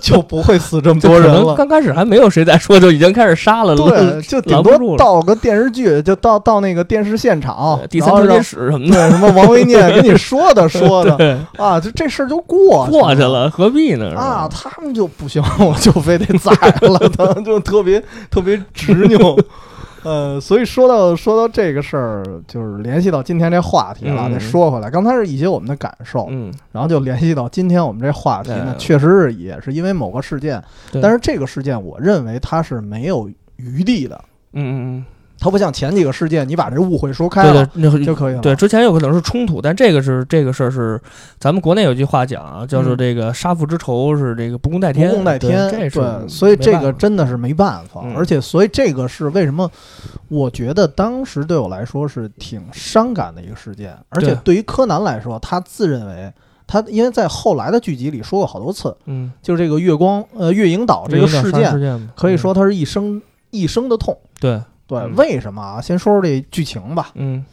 Speaker 2: 就不会死这么多人
Speaker 1: 可能
Speaker 2: 了。
Speaker 1: 刚开始还没有谁在说，就已经开始杀了，
Speaker 2: 对，就顶
Speaker 1: 拦不住
Speaker 2: 多
Speaker 1: 了
Speaker 2: 到个电视剧，就到到那个电视现场
Speaker 1: 对，第
Speaker 2: 然
Speaker 1: 三
Speaker 2: 后
Speaker 1: 条
Speaker 2: 让
Speaker 1: 街史什么
Speaker 2: 对什么王维念跟你说的说
Speaker 1: 的，
Speaker 2: 的
Speaker 1: 对，
Speaker 2: 啊，就这事儿就过
Speaker 1: 过去了，何必呢？是吧
Speaker 2: 啊，，他们就不行，我就非得宰 了他，就特别特别执拗。呃，所以说到说到这个事儿，就是联系到今天这话题了。
Speaker 1: 嗯
Speaker 2: 再说回来，刚才是一些我们的感受，
Speaker 1: 嗯，
Speaker 2: 然后就联系到今天我们这话题呢，
Speaker 1: 对
Speaker 2: 确实是也是因为某个事件，
Speaker 1: 对
Speaker 2: 但是这个事件我认为它是没有余地的，
Speaker 1: 嗯嗯嗯，
Speaker 2: 它不像前几个事件，你把这误会说开
Speaker 1: 对
Speaker 2: 了
Speaker 1: 对，那
Speaker 2: 就可以了。
Speaker 1: 对，之前有可能是冲突，但这个是这个事儿是，咱们国内有句话讲啊，叫做
Speaker 2: 嗯
Speaker 1: 这个杀父之仇是这个不共戴
Speaker 2: 不
Speaker 1: 天，
Speaker 2: 共戴天，啊
Speaker 1: 对，这是
Speaker 2: 所以这
Speaker 1: 没
Speaker 2: 个
Speaker 1: 办法
Speaker 2: 真的是没办法，
Speaker 1: 嗯
Speaker 2: 而且所以这个是为什么？我觉得当时对我来说是挺伤感的一个事件，而且对于柯南来说，他自认为他因为在后来的剧集里说过好多次，
Speaker 1: 嗯，
Speaker 2: 就是这个月光呃月影岛这个事件，
Speaker 1: 事件
Speaker 2: 可以说它是一生一生的痛。
Speaker 1: 嗯对，
Speaker 2: 对，
Speaker 1: 嗯
Speaker 2: 为什么啊？先说说这剧情吧。
Speaker 1: 嗯，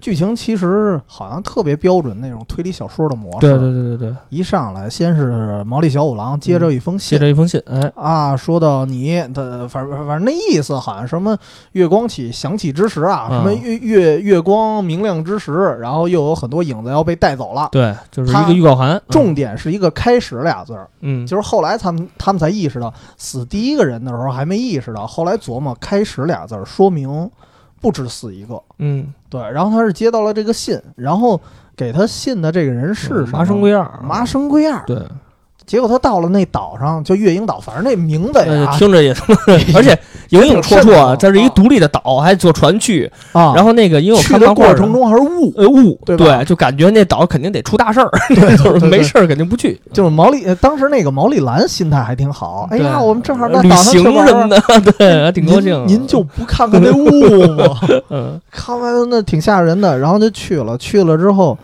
Speaker 2: 剧情其实好像特别标准那种推理小说的模式。
Speaker 1: 对对对对对，
Speaker 2: 一上来先是毛利小五郎接着一封
Speaker 1: 写
Speaker 2: 信、
Speaker 1: 嗯着一封信，哎，
Speaker 2: 啊，说到你的，反正反正那意思好像什么月光起响起之时啊，
Speaker 1: 嗯
Speaker 2: 什么月月月光明亮之时，然后又有很多影子要被带走了。
Speaker 1: 对，就是一
Speaker 2: 他
Speaker 1: 个预告函，嗯
Speaker 2: 重点是一个“开始”俩字儿，
Speaker 1: 嗯，嗯，
Speaker 2: 就是后来他们他们才意识到，死第一个人的时候还没意识到，后来琢磨“开始”俩字儿说明不止死一个。
Speaker 1: 嗯，
Speaker 2: 对，然后他是接到了这个信，然后给他信的这个人是
Speaker 1: 嗯麻生
Speaker 2: 二，
Speaker 1: 圭二，
Speaker 2: 麻生圭二。
Speaker 1: 对，
Speaker 2: 结果他到了那岛上，就月影岛，反正那名字
Speaker 1: 呃
Speaker 2: 哎呀，
Speaker 1: 听着也， 而且影影绰绰啊，
Speaker 2: 挺瘆得慌
Speaker 1: 这是一个独立的岛，还坐船去，
Speaker 2: 啊，
Speaker 1: 然后那个因为我
Speaker 2: 去
Speaker 1: 看
Speaker 2: 的
Speaker 1: 漫
Speaker 2: 过
Speaker 1: 画
Speaker 2: 程。中还是雾，
Speaker 1: 呃，雾
Speaker 2: 对吧
Speaker 1: 对，就感觉那岛肯定得出大事儿，
Speaker 2: 对，
Speaker 1: 就是没
Speaker 2: 对
Speaker 1: 事儿肯定不去。
Speaker 2: 就是毛利，呃当时那个毛利兰心态还挺好。哎呀，
Speaker 1: 对
Speaker 2: 我们正好到
Speaker 1: 旅
Speaker 2: 岛上去
Speaker 1: 行
Speaker 2: 玩
Speaker 1: 什么
Speaker 2: 玩。
Speaker 1: 的， 对，还挺高兴。啊
Speaker 2: 您您就不看看那雾吗？
Speaker 1: 嗯
Speaker 2: 看完那挺吓人的，然后就去了。去了之后，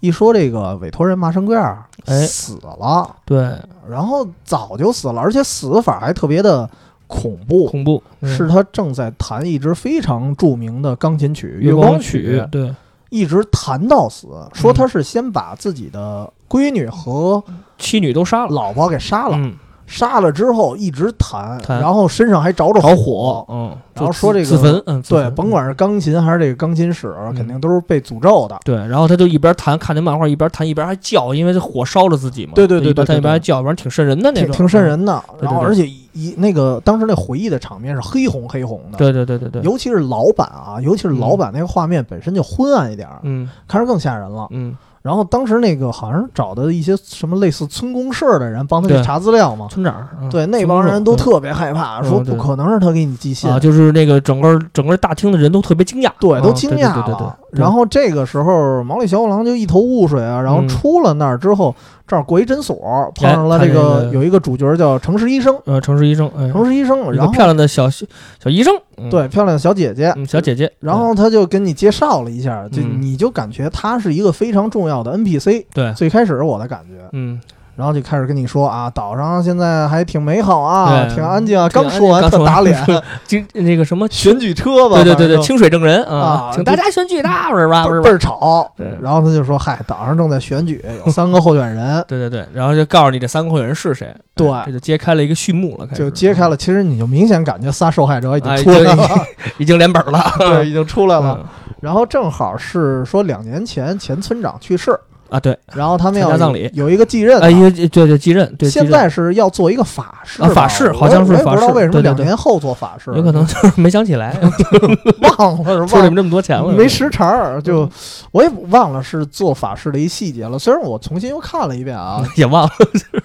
Speaker 2: 一说这个委托人麻生贵二
Speaker 1: 哎
Speaker 2: 死了，
Speaker 1: 对
Speaker 2: 然后早就死了，而且死法还特别的恐怖。
Speaker 1: 恐怖嗯
Speaker 2: 是他正在弹一支非常著名的钢琴曲《
Speaker 1: 月
Speaker 2: 光
Speaker 1: 曲，嗯对
Speaker 2: 一直弹到死。说他是先把自己的闺女和
Speaker 1: 妻女都杀了，
Speaker 2: 老婆给杀了，
Speaker 1: 嗯，
Speaker 2: 杀了之后一直弹，
Speaker 1: 弹
Speaker 2: 然后身上还着着
Speaker 1: 着
Speaker 2: 火
Speaker 1: 火，。嗯，
Speaker 2: 哦
Speaker 1: 就
Speaker 2: 然后
Speaker 1: 嗯
Speaker 2: 说这个
Speaker 1: 自焚，嗯，自
Speaker 2: 对，
Speaker 1: 焚
Speaker 2: 甭管是钢琴还是这个钢琴室，肯定都是被诅咒的。
Speaker 1: 对，然后他就一边弹看那漫画，一边弹一边还叫，因为这火烧着自己嘛。
Speaker 2: 对对对
Speaker 1: 一边
Speaker 2: 对
Speaker 1: 弹
Speaker 2: 对
Speaker 1: 一边还
Speaker 2: 对
Speaker 1: 叫，反正挺瘆人的那
Speaker 2: 挺
Speaker 1: 种，嗯
Speaker 2: 挺瘆。人的。
Speaker 1: 对对
Speaker 2: 然后
Speaker 1: 对
Speaker 2: 而且一一那个当时那回忆的场面是黑红黑红的，
Speaker 1: 对对对对对，
Speaker 2: 尤其是老板啊，尤其是老板那个画面本身就昏暗一点儿，
Speaker 1: 嗯
Speaker 2: 看着更吓人了。
Speaker 1: 嗯，
Speaker 2: 然后当时那个好像是找的一些什么类似村公社的人帮他去
Speaker 1: 对
Speaker 2: 查资料嘛，
Speaker 1: 村长，嗯
Speaker 2: 对，那
Speaker 1: 村
Speaker 2: 帮
Speaker 1: 长
Speaker 2: 人
Speaker 1: 嗯
Speaker 2: 都特别害怕，
Speaker 1: 嗯
Speaker 2: 说
Speaker 1: 对
Speaker 2: 不可能是他给你寄信
Speaker 1: 啊，，就是那个整个整个大厅的人都特别惊讶，
Speaker 2: 对，
Speaker 1: 嗯
Speaker 2: 都惊讶
Speaker 1: 对对对
Speaker 2: 了
Speaker 1: 对。对，
Speaker 2: 然后这个时候，毛利小五郎就一头雾水啊。然后
Speaker 1: 嗯
Speaker 2: 出了那儿之后，正好过一诊所，碰上了
Speaker 1: 哎看
Speaker 2: 这
Speaker 1: 见
Speaker 2: 个
Speaker 1: 了
Speaker 2: 有一个主角叫城市医生，
Speaker 1: 呃，城市医生，哎，
Speaker 2: 城市医生，
Speaker 1: 一个
Speaker 2: 然后
Speaker 1: 漂亮的小小医生，嗯，
Speaker 2: 对漂亮的小姐姐，
Speaker 1: 嗯，小姐姐，
Speaker 2: 然后他就跟你介绍了一下，就
Speaker 1: 嗯
Speaker 2: 你就感觉他是一个非常重要的 NPC。
Speaker 1: 对
Speaker 2: 最开始我的感觉，
Speaker 1: 嗯，
Speaker 2: 然后就开始跟你说啊，岛上现在还挺美好啊，
Speaker 1: 对
Speaker 2: 挺安静啊。
Speaker 1: 挺安
Speaker 2: 刚
Speaker 1: 静
Speaker 2: 说完
Speaker 1: 哎刚
Speaker 2: 特
Speaker 1: 说完
Speaker 2: 打脸，
Speaker 1: 今那个什么
Speaker 2: 选举车吧，
Speaker 1: 对对对对，
Speaker 2: 反正
Speaker 1: 清水证人
Speaker 2: 啊
Speaker 1: 啊，请大
Speaker 2: 就
Speaker 1: 家选举他，不是吧？不是
Speaker 2: 倍
Speaker 1: 吧？
Speaker 2: 儿吵
Speaker 1: 对。。
Speaker 2: 然后他就说，嗨，岛上正在选举，有三个候选人
Speaker 1: 对对对，然后就告诉你这三个候选人是谁，
Speaker 2: 对
Speaker 1: 哎这就揭开了一个序幕了， 开始
Speaker 2: 就揭开了，其实你就明显感觉仨受害者已经
Speaker 1: 哎
Speaker 2: 出来
Speaker 1: 对
Speaker 2: 了，
Speaker 1: 已经连本了，
Speaker 2: 对，已经出来了。
Speaker 1: 嗯
Speaker 2: 然后正好是说两年前前村长去世，
Speaker 1: 啊，对，
Speaker 2: 然后他们要
Speaker 1: 参加葬礼
Speaker 2: 有一个继任嘛，
Speaker 1: 哎，一个对对继任，对继
Speaker 2: 现
Speaker 1: 任
Speaker 2: 在是要做一个法事吧
Speaker 1: 啊法事好像是
Speaker 2: 我也我也不知
Speaker 1: 法
Speaker 2: 道
Speaker 1: 事
Speaker 2: 为什么
Speaker 1: 对对
Speaker 2: 两
Speaker 1: 对
Speaker 2: 年后做法事，
Speaker 1: 有可能就是没想起 来，
Speaker 2: 忘了是
Speaker 1: 出你
Speaker 2: 忘
Speaker 1: 们这么多钱了，
Speaker 2: 没时长儿，就我也忘了是做法事的一细节了。虽然我重新又看了一 遍啊，
Speaker 1: 也忘了，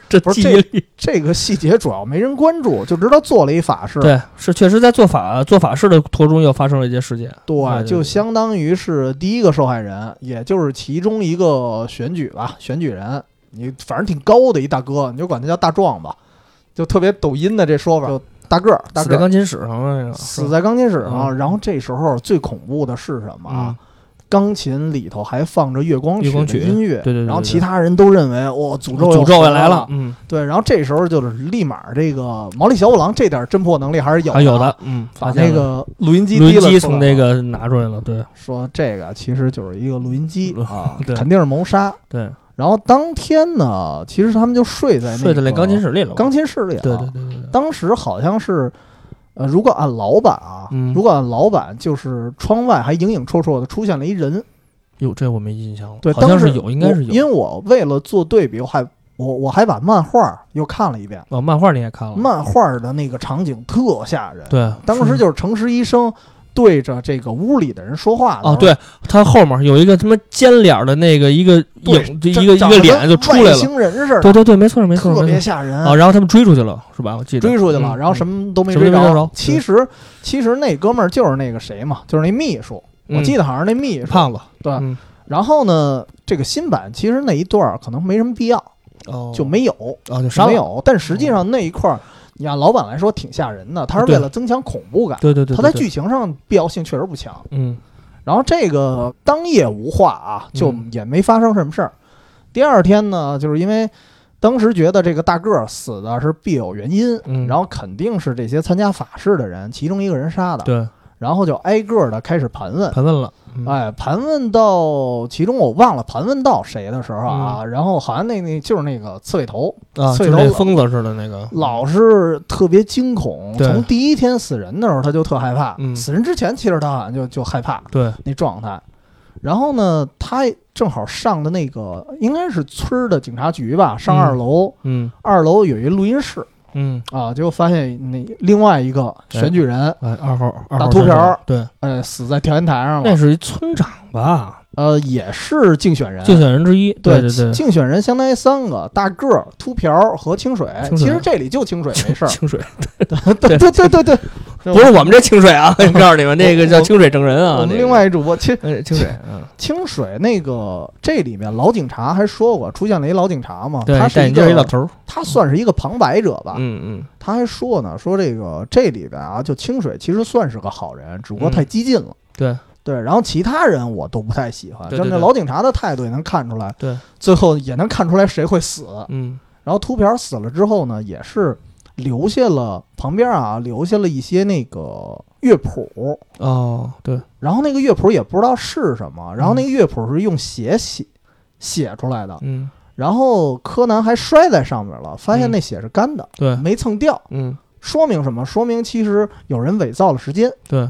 Speaker 1: 这
Speaker 2: 不是
Speaker 1: 记
Speaker 2: 这
Speaker 1: 忆力
Speaker 2: 这个细节主要没人关注，就知道做了一法事，
Speaker 1: 对，是确实在做法做法事的途中又发生了一些事件，
Speaker 2: 对，
Speaker 1: 对
Speaker 2: 就相当于是第一个受害人，也就是其中一个选举吧，选举人，你反正挺高的一大哥，你就管他叫大壮吧，就特别抖音的这说法，就大个儿，大
Speaker 1: 死
Speaker 2: 个
Speaker 1: 在
Speaker 2: 儿
Speaker 1: 钢琴史上了，那个
Speaker 2: 死在钢琴室上。
Speaker 1: 嗯
Speaker 2: 然后这时候最恐怖的是什么啊
Speaker 1: 啊？，
Speaker 2: 钢琴里头还放着月光曲
Speaker 1: 月光
Speaker 2: 的
Speaker 1: 曲
Speaker 2: 音乐，
Speaker 1: 对对对对
Speaker 2: 然后
Speaker 1: 对
Speaker 2: 其他人都认为哇、诅咒
Speaker 1: 诅咒也来
Speaker 2: 了，
Speaker 1: 嗯，
Speaker 2: 对，然后这时候就是立马这个毛利小五郎这点侦破能力还是有
Speaker 1: 还有
Speaker 2: 的啊，
Speaker 1: 的，嗯，
Speaker 2: 把
Speaker 1: 发现
Speaker 2: 那
Speaker 1: 了
Speaker 2: 个录音机
Speaker 1: 轮
Speaker 2: 提了
Speaker 1: 机
Speaker 2: 出
Speaker 1: 从
Speaker 2: 来了
Speaker 1: 那个拿出来了，对，
Speaker 2: 说这个其实就是一个录音机啊
Speaker 1: 对
Speaker 2: 肯定是谋杀。
Speaker 1: 对，
Speaker 2: 然后当天呢，其实他们就睡在
Speaker 1: 睡在那
Speaker 2: 那
Speaker 1: 钢琴
Speaker 2: 室，
Speaker 1: 室里了，
Speaker 2: 钢琴啊室里了。
Speaker 1: 对对对对对，
Speaker 2: 当时好像是，呃，如果按老版啊，
Speaker 1: 嗯
Speaker 2: 如果按老版，就是窗外还影影绰绰的出现了一人。
Speaker 1: 哟，这我没印象了，
Speaker 2: 对，
Speaker 1: 好像
Speaker 2: 当时
Speaker 1: 是有，应该是
Speaker 2: 我因
Speaker 1: 有，
Speaker 2: 为我为了做对比，我还我我还把漫画又看了一遍，
Speaker 1: 哦，漫画你也看了，
Speaker 2: 漫画的那个场景特吓人。
Speaker 1: 对，
Speaker 2: 当时就是诚实医生对着这个屋里的人说话的
Speaker 1: 哦，对，他后面有一个他妈尖脸儿的那个一个
Speaker 2: 对
Speaker 1: 影，就
Speaker 2: 长
Speaker 1: 一个一
Speaker 2: 长
Speaker 1: 个
Speaker 2: 得
Speaker 1: 脸就
Speaker 2: 跟
Speaker 1: 出来
Speaker 2: 外
Speaker 1: 了。
Speaker 2: 星人似的，
Speaker 1: 对对对，没错没错
Speaker 2: 特别
Speaker 1: 没错。
Speaker 2: 吓人
Speaker 1: 啊，然后他们追出去了，是吧？我记得
Speaker 2: 追出去了，
Speaker 1: 嗯
Speaker 2: 然后什么都没
Speaker 1: 什么
Speaker 2: 追
Speaker 1: 都没追着
Speaker 2: 其实，其实那哥们儿就是那个谁嘛，就是那秘书，
Speaker 1: 嗯
Speaker 2: 我记得好像是那秘书。
Speaker 1: 胖子
Speaker 2: 对
Speaker 1: 嗯
Speaker 2: 然后呢，这个新版其实那一段儿可能没什么必要，
Speaker 1: 哦
Speaker 2: 就没有，
Speaker 1: 啊就
Speaker 2: 就
Speaker 1: 删
Speaker 2: 没
Speaker 1: 了。哦
Speaker 2: 有。但实际上那一块儿，你按老板来说挺吓人的，他是
Speaker 1: 对
Speaker 2: 为了增强恐怖感，
Speaker 1: 对对对，
Speaker 2: 他
Speaker 1: 对
Speaker 2: 在剧情上必要性确实不强。
Speaker 1: 对嗯
Speaker 2: 然后这个当夜无话啊，就
Speaker 1: 嗯
Speaker 2: 也没发生什么事儿。第二天呢，就是因为当时觉得这个大个儿死的是必有原因，
Speaker 1: 嗯
Speaker 2: 然后肯定是这些参加法事的人其中一个人杀的，
Speaker 1: 对，
Speaker 2: 然后就挨个的开始盘问。
Speaker 1: 盘问了，嗯
Speaker 2: 哎，盘问到其中我忘了盘问到谁的时候啊，
Speaker 1: 嗯
Speaker 2: 然后好像那那就是那个刺猬头，
Speaker 1: 啊，
Speaker 2: 翠
Speaker 1: 就
Speaker 2: 楼
Speaker 1: 那
Speaker 2: 老
Speaker 1: 疯子似的那个，
Speaker 2: 老是特别惊恐，
Speaker 1: 对
Speaker 2: 从第一天死人的时候他就特害怕，
Speaker 1: 嗯
Speaker 2: 死人之前其实他好像就就害怕
Speaker 1: 对，
Speaker 2: 那状态。然后呢，他正好上的那个应该是村儿的警察局吧，上
Speaker 1: 嗯
Speaker 2: 二楼，
Speaker 1: 嗯
Speaker 2: 二楼有一录音室
Speaker 1: 嗯，
Speaker 2: 啊，结果发现那另外一个选举人，
Speaker 1: 哎，二号二
Speaker 2: 大
Speaker 1: 号
Speaker 2: 秃
Speaker 1: 选手
Speaker 2: 瓢儿
Speaker 1: 对，
Speaker 2: 呃，死在调研台上
Speaker 1: 那
Speaker 2: 了，
Speaker 1: 是一村长吧，
Speaker 2: 呃，也是竞选人，
Speaker 1: 竞选人之一，哎对
Speaker 2: 对
Speaker 1: 对，
Speaker 2: 竞选人相当于三个大个儿、秃瓢儿和清水。
Speaker 1: 清水，
Speaker 2: 其实这里就清水没事儿
Speaker 1: 清水
Speaker 2: 对对对对对，
Speaker 1: 不是我们这清水 啊，我告诉你们，那个叫
Speaker 2: 我
Speaker 1: 清水证人啊，
Speaker 2: 我们
Speaker 1: 那
Speaker 2: 另
Speaker 1: 个
Speaker 2: 外一主播清
Speaker 1: 呃清水，嗯，
Speaker 2: 清水那个这里面老警察还说过，出现了一老警察嘛，
Speaker 1: 对
Speaker 2: 他，
Speaker 1: 戴
Speaker 2: 是一
Speaker 1: 眼镜儿一老
Speaker 2: 个
Speaker 1: 头儿，
Speaker 2: 他算是一个旁白者吧，
Speaker 1: 嗯嗯，
Speaker 2: 他还说呢，说这个这里边啊，就清水其实算是个好人，只不过
Speaker 1: 嗯
Speaker 2: 太激进了。
Speaker 1: 对
Speaker 2: 对，然后其他人我都不太喜欢，
Speaker 1: 对
Speaker 2: 就
Speaker 1: 对
Speaker 2: 那
Speaker 1: 对
Speaker 2: 老警察的态度也能看出来。
Speaker 1: 对，
Speaker 2: 最后也能看出来谁会死。
Speaker 1: 嗯
Speaker 2: 然后秃瓢死了之后呢，也是留下了旁边啊留下了一些那个乐谱，
Speaker 1: 哦，对，
Speaker 2: 然后那个乐谱也不知道是什么，然后那个乐谱是用血写写出来的，
Speaker 1: 嗯
Speaker 2: 然后柯南还摔在上面了，发现那血是干的，
Speaker 1: 对，
Speaker 2: 没蹭掉，
Speaker 1: 嗯
Speaker 2: 说明什么？说明其实有人伪造了时间。
Speaker 1: 对，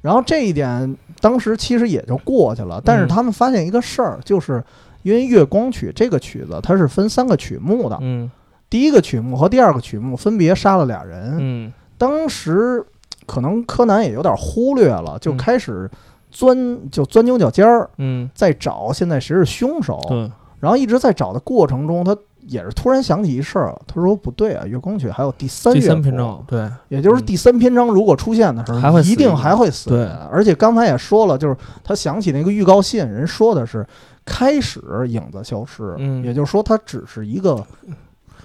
Speaker 2: 然后这一点当时其实也就过去
Speaker 1: 嗯
Speaker 2: 了，但是他们发现一个事儿，就是因为《月光曲》这个曲子它是分三个曲目的，
Speaker 1: 嗯
Speaker 2: 第一个曲目和第二个曲目分别杀了俩人。
Speaker 1: 嗯
Speaker 2: 当时可能柯南也有点忽略了，就
Speaker 1: 嗯
Speaker 2: 开始钻，就钻牛角尖儿，
Speaker 1: 嗯，
Speaker 2: 在找现在谁是凶手。
Speaker 1: 对，
Speaker 2: 然后一直在找的过程中，他也是突然想起一事儿，他说不对啊，月光曲还有第三
Speaker 1: 第
Speaker 2: 乐
Speaker 1: 三
Speaker 2: 谱，
Speaker 1: 篇章，对
Speaker 2: 也就是第三篇章如果出现的时候，
Speaker 1: 嗯还会死
Speaker 2: 一定还会死
Speaker 1: 对
Speaker 2: 人。而且刚才也说了，就是他想起那个预告信，人说的是开始影子消失，
Speaker 1: 嗯
Speaker 2: 也就是说它只是一个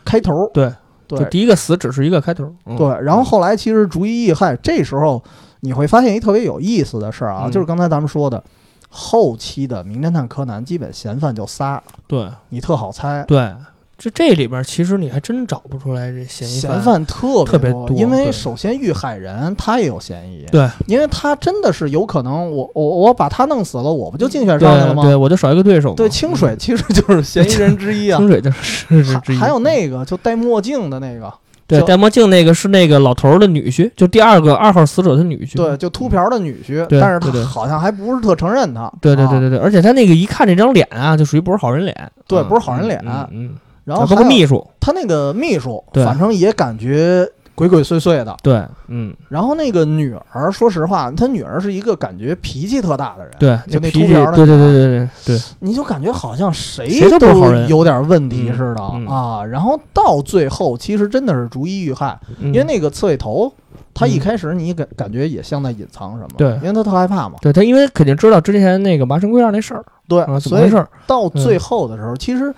Speaker 2: 开头。
Speaker 1: 对
Speaker 2: 对
Speaker 1: 就第一个死只是一个开头，嗯
Speaker 2: 对，然后后来其实逐一易害，这时候你会发现一特别有意思的事儿啊，
Speaker 1: 嗯
Speaker 2: 就是刚才咱们说的，后期的《名侦探柯南》基本嫌犯就仨，
Speaker 1: 对
Speaker 2: 你特好猜，
Speaker 1: 对，这这里边其实你还真找不出来这嫌疑
Speaker 2: 嫌犯特
Speaker 1: 特别
Speaker 2: 多，
Speaker 1: 多
Speaker 2: 因为
Speaker 1: 对
Speaker 2: 首先遇害人他也有嫌疑，
Speaker 1: 对，
Speaker 2: 因为他真的是有可能我，我我把他弄死了，我不就竞选上去了
Speaker 1: 对
Speaker 2: 吗？
Speaker 1: 对，我就少一个对手嘛，
Speaker 2: 对，清水其实就是 嫌疑人之一
Speaker 1: 嗯
Speaker 2: 啊
Speaker 1: 清，水就是是之
Speaker 2: 还
Speaker 1: 一，
Speaker 2: 还有那个就戴墨镜的那个，
Speaker 1: 对
Speaker 2: 就
Speaker 1: 戴墨镜那个是那个老头儿的女婿，就第二个二号死者的女婿，
Speaker 2: 对，就秃瓢的女婿，
Speaker 1: 对
Speaker 2: 但是
Speaker 1: 对
Speaker 2: 他
Speaker 1: 对
Speaker 2: 好像还不是特承认他，
Speaker 1: 对对
Speaker 2: 啊
Speaker 1: 对对对，而且他那个一看这张脸啊，就属于不是好人脸，
Speaker 2: 对
Speaker 1: 嗯
Speaker 2: 不是好人脸
Speaker 1: 嗯嗯，嗯
Speaker 2: 然后
Speaker 1: 啊包
Speaker 2: 还
Speaker 1: 括
Speaker 2: 有
Speaker 1: 秘书，
Speaker 2: 他那个秘书，
Speaker 1: 对
Speaker 2: 反正也感觉鬼鬼祟祟的。
Speaker 1: 对，嗯，
Speaker 2: 然后那个女儿，说实话，他女儿是一个感觉脾气特大的人，
Speaker 1: 对，
Speaker 2: 哎就那
Speaker 1: 脾
Speaker 2: 秃
Speaker 1: 气，
Speaker 2: 瓢的，
Speaker 1: 对对对对对对，
Speaker 2: 你就感觉好像谁
Speaker 1: 谁都不是好人
Speaker 2: 有点问题似的、
Speaker 1: 嗯嗯
Speaker 2: 啊。然后到最后，其实真的是逐一遇害，
Speaker 1: 因
Speaker 2: 因为那个刺猬头，他
Speaker 1: 嗯
Speaker 2: 一开始你感感觉也像在隐藏什么，
Speaker 1: 对
Speaker 2: 因为他特害怕嘛，
Speaker 1: 对他，因为肯定知道之前那个麻绳归二那事儿
Speaker 2: 对，
Speaker 1: 啊，怎么
Speaker 2: 呃所
Speaker 1: 回
Speaker 2: 以
Speaker 1: 事嗯儿？
Speaker 2: 到最后的时候，其实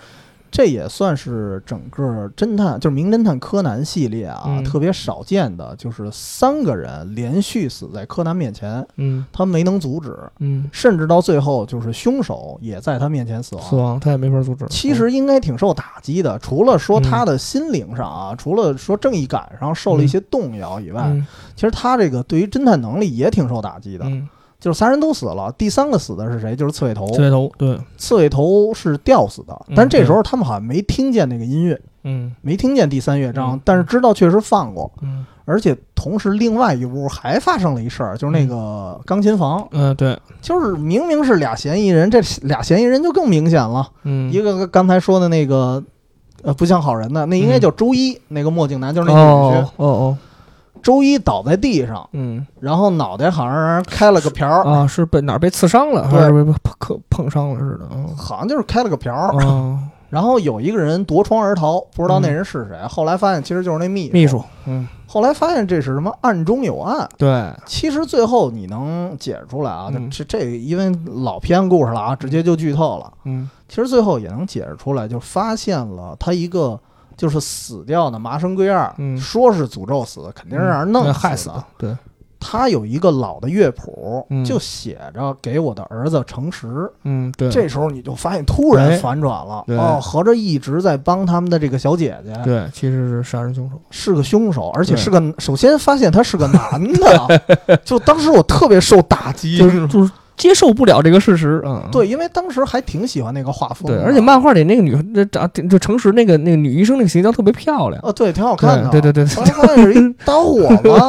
Speaker 2: 这也算是整个侦探，就是名侦探柯南系列啊，
Speaker 1: 嗯
Speaker 2: 特别少见的，就是三个人连续死在柯南面前，
Speaker 1: 嗯
Speaker 2: 他没能阻止，
Speaker 1: 嗯，
Speaker 2: 甚至到最后就是凶手也在他面前死亡。
Speaker 1: 死亡他也没法阻止。哦
Speaker 2: 其实应该挺受打击的，除了
Speaker 1: 嗯
Speaker 2: 说他的心灵上啊，除了说正义感上受了一些动摇以外，
Speaker 1: 嗯，
Speaker 2: 其实他这个对于侦探能力也挺受打击的。
Speaker 1: 嗯，
Speaker 2: 就是仨人都死了，第三个死的是谁？就是刺猬头。
Speaker 1: 嗯刺猬头，对，
Speaker 2: 刺猬头是吊死的，
Speaker 1: 嗯
Speaker 2: 但这时候他们好像没听见那个音乐，
Speaker 1: 嗯
Speaker 2: 没听见第三乐章
Speaker 1: 嗯，
Speaker 2: 但是知道确实放过，
Speaker 1: 嗯
Speaker 2: 而且同时另外一屋还发生了一事儿，就是那个钢琴房，
Speaker 1: 嗯，对，
Speaker 2: 就是明明是俩嫌疑人，这俩嫌疑人就更明显了，
Speaker 1: 嗯，
Speaker 2: 一个刚才说的那个。呃，不像好人的那应该
Speaker 1: 嗯
Speaker 2: 叫周一，那个墨镜男就是那女婿
Speaker 1: 哦。哦哦，
Speaker 2: 周一倒在地上，
Speaker 1: 嗯
Speaker 2: 然后脑袋好像让人开了个瓢儿，
Speaker 1: 啊，是被哪儿被刺伤了，
Speaker 2: 对
Speaker 1: 还是被碰碰碰伤了似的？嗯
Speaker 2: 好像就是开了个瓢儿。
Speaker 1: 哦，嗯
Speaker 2: 然后有一个人夺窗而逃，不知道那人是谁。后来发现其实就是那秘
Speaker 1: 秘书，嗯，
Speaker 2: 后来发现这是什么暗中有暗。
Speaker 1: 对，
Speaker 2: 其实最后你能解释出来啊，
Speaker 1: 嗯
Speaker 2: 这这因为老篇故事了啊，直接就剧透了。
Speaker 1: 嗯
Speaker 2: 其实最后也能解释出来，就发现了他一个就是死掉的麻生圭二，
Speaker 1: 嗯
Speaker 2: 说是诅咒死，肯定是让人
Speaker 1: 嗯
Speaker 2: 弄死
Speaker 1: 害死
Speaker 2: 的。嗯
Speaker 1: 的，对，
Speaker 2: 他有一个老的乐谱
Speaker 1: 嗯，
Speaker 2: 就写着给我的儿子诚实。
Speaker 1: 嗯，对，哎
Speaker 2: 这时候你就发现突然反转了，
Speaker 1: 对
Speaker 2: 哦，合着一直在帮他们的这个小姐姐
Speaker 1: 对，其实是杀人凶手。
Speaker 2: 是个凶手，而且
Speaker 1: 对
Speaker 2: 是个首先发现他是个男 的，就当时我特别受打击，
Speaker 1: 就是就是接受不了这个事实啊。嗯，
Speaker 2: 对，因为当时还挺喜欢那个画风的，
Speaker 1: 对，而且漫画里那个女这长就诚实那个那个女医生那个形象特别漂 亮。
Speaker 2: 啊，对，挺好看的，
Speaker 1: 对对对对
Speaker 2: 后来发现是一 导火嘛，